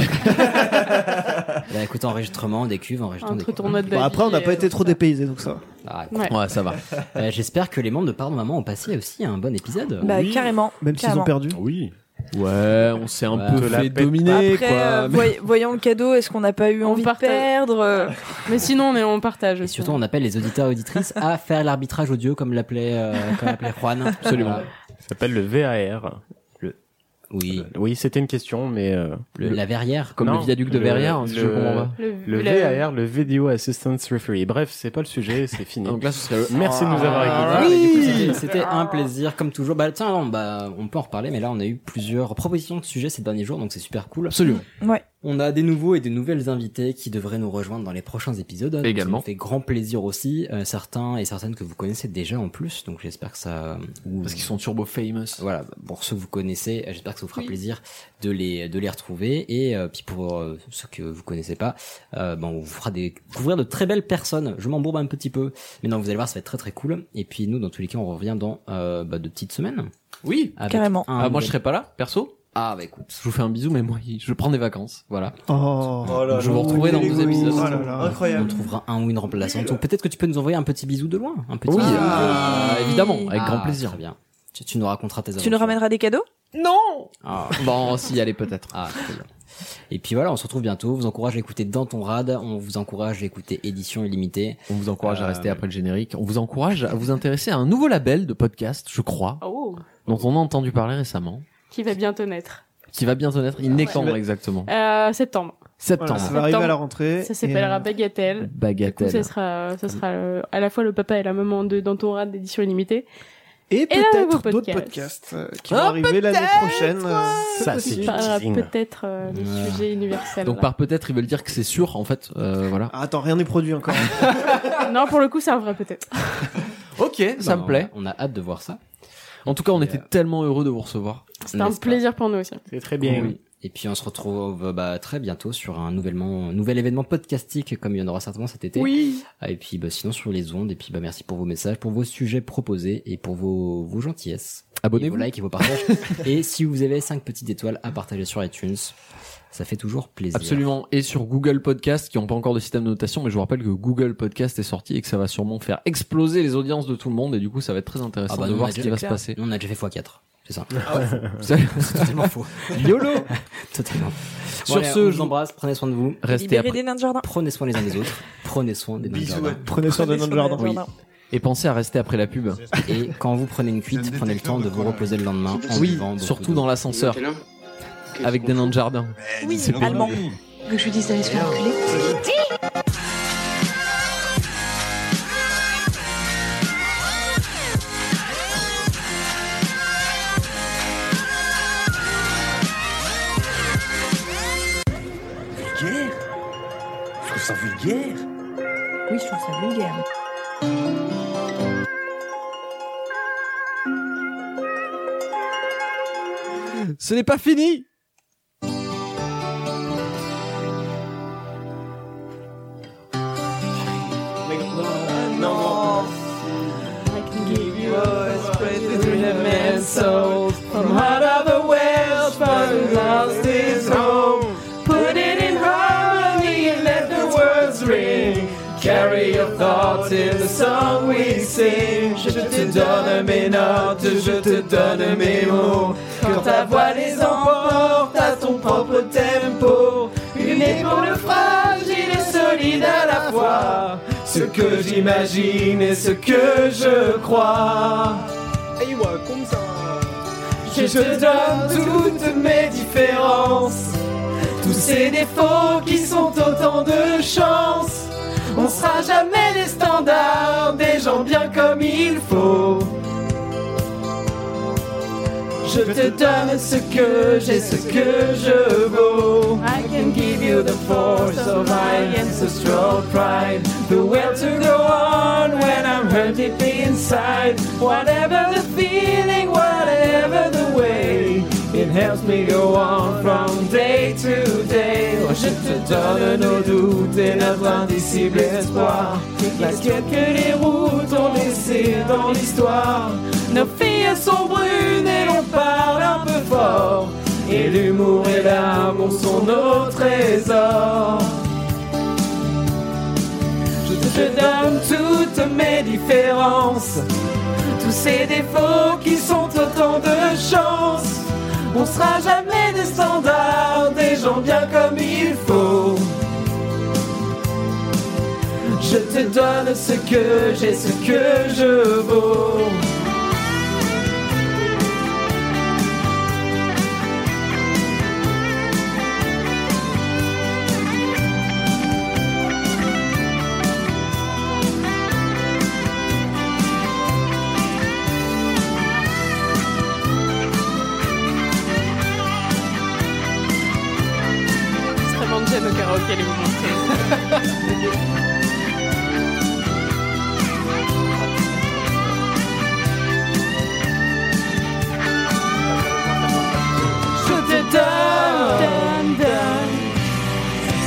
S4: Là, Bah, écoute, enregistrement des cuves, enregistrement des
S7: Entre
S4: cuves.
S7: tournoi de
S3: Bon, Bah, après, on n'a pas été trop dépaysés, donc ça. va.
S4: Ah,
S7: Ouais.
S9: Ouais, ça va.
S4: Euh, J'espère que les membres de Pardon Maman ont passé aussi un bon épisode.
S8: Bah, carrément.
S3: Même s'ils
S8: carrément.
S3: ont perdu.
S2: Oui.
S9: Ouais, on s'est un
S4: Ouais.
S9: peu
S4: Te la
S9: fait
S4: pète.
S9: dominer,
S8: Après,
S9: quoi.
S8: euh,
S9: Mais-
S8: voy- voyons le cadeau, est-ce qu'on n'a pas eu envie de perdre euh,
S7: Mais sinon, on, est, on partage. aussi. hein.
S4: Surtout, on appelle les auditeurs et auditrices à faire l'arbitrage audio, comme l'appelait euh, comme l'appelait Juan.
S9: Absolument.
S4: Euh,
S2: Ça s'appelle le VAR. Le-
S4: Oui.
S2: Euh, oui, c'était une question, mais. euh,
S4: Le- la verrière
S9: Comme
S2: Non,
S9: le viaduc de Verrières, je sais pas comment on va.
S7: Le-
S2: Le
S7: la-
S2: VAR, le Video Assistance Referee. Bref, c'est pas le sujet, c'est fini.
S9: Donc là, ce serait le-
S2: Merci de nous
S4: Ah,
S2: avoir
S4: mais du coup,
S2: écoutés.
S4: c'était-
S7: Ah,
S4: C'était un plaisir, comme toujours. Bah, tiens, non, bah, on peut en reparler, mais là, on a eu plusieurs propositions de sujets ces derniers jours, donc c'est super cool.
S9: Absolument.
S8: Ouais.
S4: On a des nouveaux et des nouvelles invités qui devraient nous rejoindre dans les prochains épisodes.
S9: Également.
S4: Ça fait grand plaisir aussi. euh, certains et certaines que vous connaissez déjà en plus, donc j'espère que ça. ou-
S9: Parce qu'ils sont turbo famous.
S4: Voilà, pour ceux que vous connaissez, euh, j'espère que ça vous fera plaisir de les, de les retrouver. Et euh, puis pour euh, ceux que vous connaissez pas, euh, ben, on vous fera découvrir de très belles personnes. Je m'embourbe un petit peu. Mais non, vous allez voir, ça va être très très cool. Et puis nous, dans tous les cas, on revient dans euh, bah, de petites semaines.
S3: Ah,
S9: Oui.
S4: Avec
S8: Carrément.
S9: Ah,
S4: un
S9: moi,
S4: nouvel-
S9: je serais pas là, perso.
S4: Ah bah écoute.
S9: Je vous fais un bisou, mais moi, je prends des vacances. Voilà.
S3: Oh.
S9: je vous retrouverai dans deux épisodes.
S10: Oh là là.
S4: On
S10: Incroyable.
S4: trouvera un ou une remplaçante. Ou peut-être que tu peux nous envoyer un petit bisou de loin. Un petit
S9: Oui,
S4: bisou.
S9: ah, évidemment, avec
S4: Ah,
S9: grand plaisir.
S4: Très bien. Tu, tu nous raconteras tes
S8: Tu nous
S4: aventures.
S8: ramèneras des cadeaux
S4: Ah.
S9: Bon, s'y aller peut-être.
S4: Ah, très bien. Et puis voilà, on se retrouve bientôt. On vous encourage à écouter dans ton rad. On vous encourage à écouter édition illimitée.
S9: On vous encourage à
S4: Euh,
S9: rester après le générique. On vous encourage à vous intéresser à un nouveau label de podcast, je crois,
S7: Oh,
S9: dont on a entendu parler récemment,
S7: qui va bientôt naître.
S9: qui va bientôt naître. Il n'est quand
S3: Ouais.
S9: exactement
S7: Euh, septembre.
S9: Septembre.
S3: Voilà, ça va
S7: Septembre.
S3: arriver à la rentrée.
S7: Ça
S3: et,
S7: s'appellera
S3: euh,
S7: Bagatelle. Du coup,
S9: Bagatelle.
S7: ça sera, ça sera euh, à la fois le papa et la maman de dans ton rad d'édition illimitée.
S3: Et
S7: Et un nouveau
S3: peut-être d'autres
S7: podcast.
S3: podcasts euh, qui vont arriver l'année prochaine. euh,
S2: Ça, c'est
S7: Il
S2: du
S7: parlera
S2: teasing.
S7: peut-être euh, des
S9: Ouais.
S7: sujets universels.
S9: Donc par peut-être, ils veulent dire que c'est sûr, en fait. Euh, voilà.
S3: Ah, attends, rien n'est produit encore.
S7: Non, pour le coup, c'est un vrai peut-être.
S9: Ok, ça
S4: Bah,
S9: me plaît.
S4: On a, on a hâte de voir ça.
S9: En tout cas, on était tellement heureux de vous recevoir.
S7: C'était un
S4: euh, N'est-ce pas
S7: plaisir pour nous aussi.
S2: C'est très bien.
S4: Oui. Et puis on se retrouve euh, bah, très bientôt sur un nouvellement, nouvel événement podcastique comme il y en aura certainement cet été.
S7: Oui.
S4: Ah, Et puis bah, sinon sur les ondes. Et puis bah, merci pour vos messages, pour vos sujets proposés et pour vos, vos gentillesses. Et
S9: Abonnez-vous.
S4: vos likes et vos partages. et si vous avez 5 petites étoiles à partager sur iTunes, ça fait toujours plaisir.
S9: Absolument. Et sur Google Podcast, qui n'ont pas encore de système de notation, mais je vous rappelle que Google Podcast est sorti et que ça va sûrement faire exploser les audiences de tout le monde. Et du coup, ça va être très intéressant
S4: Ah bah,
S9: de
S4: nous, on
S9: voir
S4: a
S9: ce qui
S4: déjà-
S9: va se passer.
S4: Nous, on a déjà fait x4. C'est ça.
S9: Ça-
S4: C'est totalement faux.
S9: YOLO
S4: Totalement.
S9: Sur
S4: allez,
S9: ce,
S4: on
S9: je
S4: vous
S9: vous-
S4: embrasse. Prenez soin de vous.
S9: Restez
S8: Libérer
S9: après.
S8: des nains de jardin.
S4: Prenez soin les uns des autres. Prenez soin des
S10: Bisous
S4: nains
S10: à
S3: Prenez soin de
S8: Prenez
S3: notre
S8: soin
S3: jardin.
S8: de notre jardin.
S9: Et pensez à rester après la pub.
S4: Et quand vous prenez une cuite,
S5: C'est un
S4: prenez le temps de
S5: détecteur de
S4: vous reposer le lendemain en
S9: Oui,
S4: buvant beaucoup
S9: surtout
S4: d'eau.
S9: dans l'ascenseur,
S6: Et maintenant, qu'est-ce
S9: avec
S6: qu'on
S9: des
S6: fout
S9: nains de jardin.
S5: Eh,
S8: Oui,
S5: dis-nous,
S8: allemand.
S5: Connerie.
S14: Que je lui dise d'aller se faire enculer
S13: Vulgaire Je trouve ça vulgaire.
S11: Oui, je trouve ça vulgaire.
S9: Ce n'est pas fini
S20: Je te donne toutes mes différences, tous ces défauts qui sont autant de chances. On sera jamais les standards des comme il faut. Je te donne ce que j'ai, ce que je vaux. I can give you the force of my ancestral pride. The will to go on when I'm hurt deeply inside. Whatever the feeling, whatever the way, it helps me go on from day to day. Oh, je te donne nos doutes et notre indicible espoir. La quête que les routes ont laissée dans l'histoire. Nos filles sont brunes et l'on parle un peu fort. Et l'humour et l'amour sont nos trésors. Je te donne toutes mes différences, tous ces défauts qui sont autant de chances. On sera jamais des standards, des gens bien comme il faut. Je te donne ce que j'ai, ce que je vaux.
S21: C'est tellement de jeunes au karaoké, les moments.
S20: Je te donne, donne, donne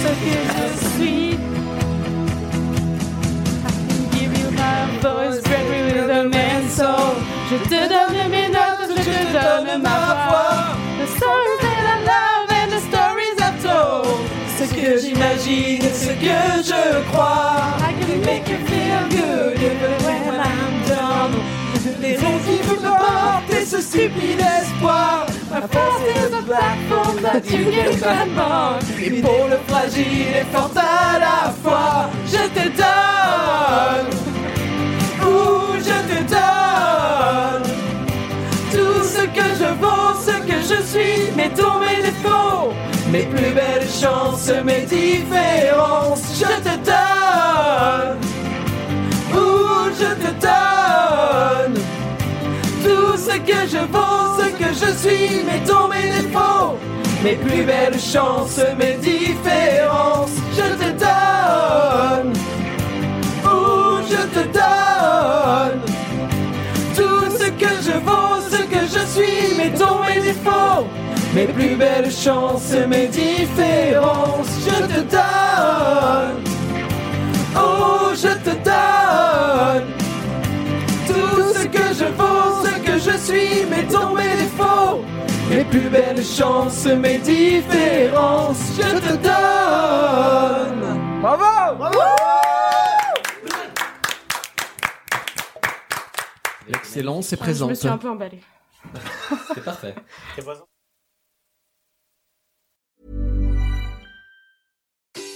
S20: ce que je suis. Give you my voice, baby, with a man's soul. Je te donne mes notes, je te donne ma voix. The songs that I love and the stories I told. Ce que j'imagine, et ce que je crois. I can make you feel good even when I'm down. Les rêves qui vous portent et ce stupide espoir Ma force est the platform that you can climb on Et pour le fragile et fort à la fois Je te donne Ouh, je te donne Tout ce que je vaux, ce que je suis Mes dons, mes défauts Mes plus belles chances, mes différences Je te donne Ouh, je te donne tout ce que je vaux, ce que je suis, mes dons, mes défauts, mes plus belles chances, mes différences. Je te donne, ouh, je te donne tout ce que je vaux, ce que je suis, mes dons, mes défauts, mes plus belles chances, mes différences. Je te donne. Oh, je te donne tout ce que je vaux, ce que je suis, mes dons, mes défauts, mes plus belles chances, mes différences. Je te donne. Bravo, bravo.
S9: L'excellence est
S7: Ah, Je
S9: présente.
S7: me suis un peu emballée.
S4: C'est parfait.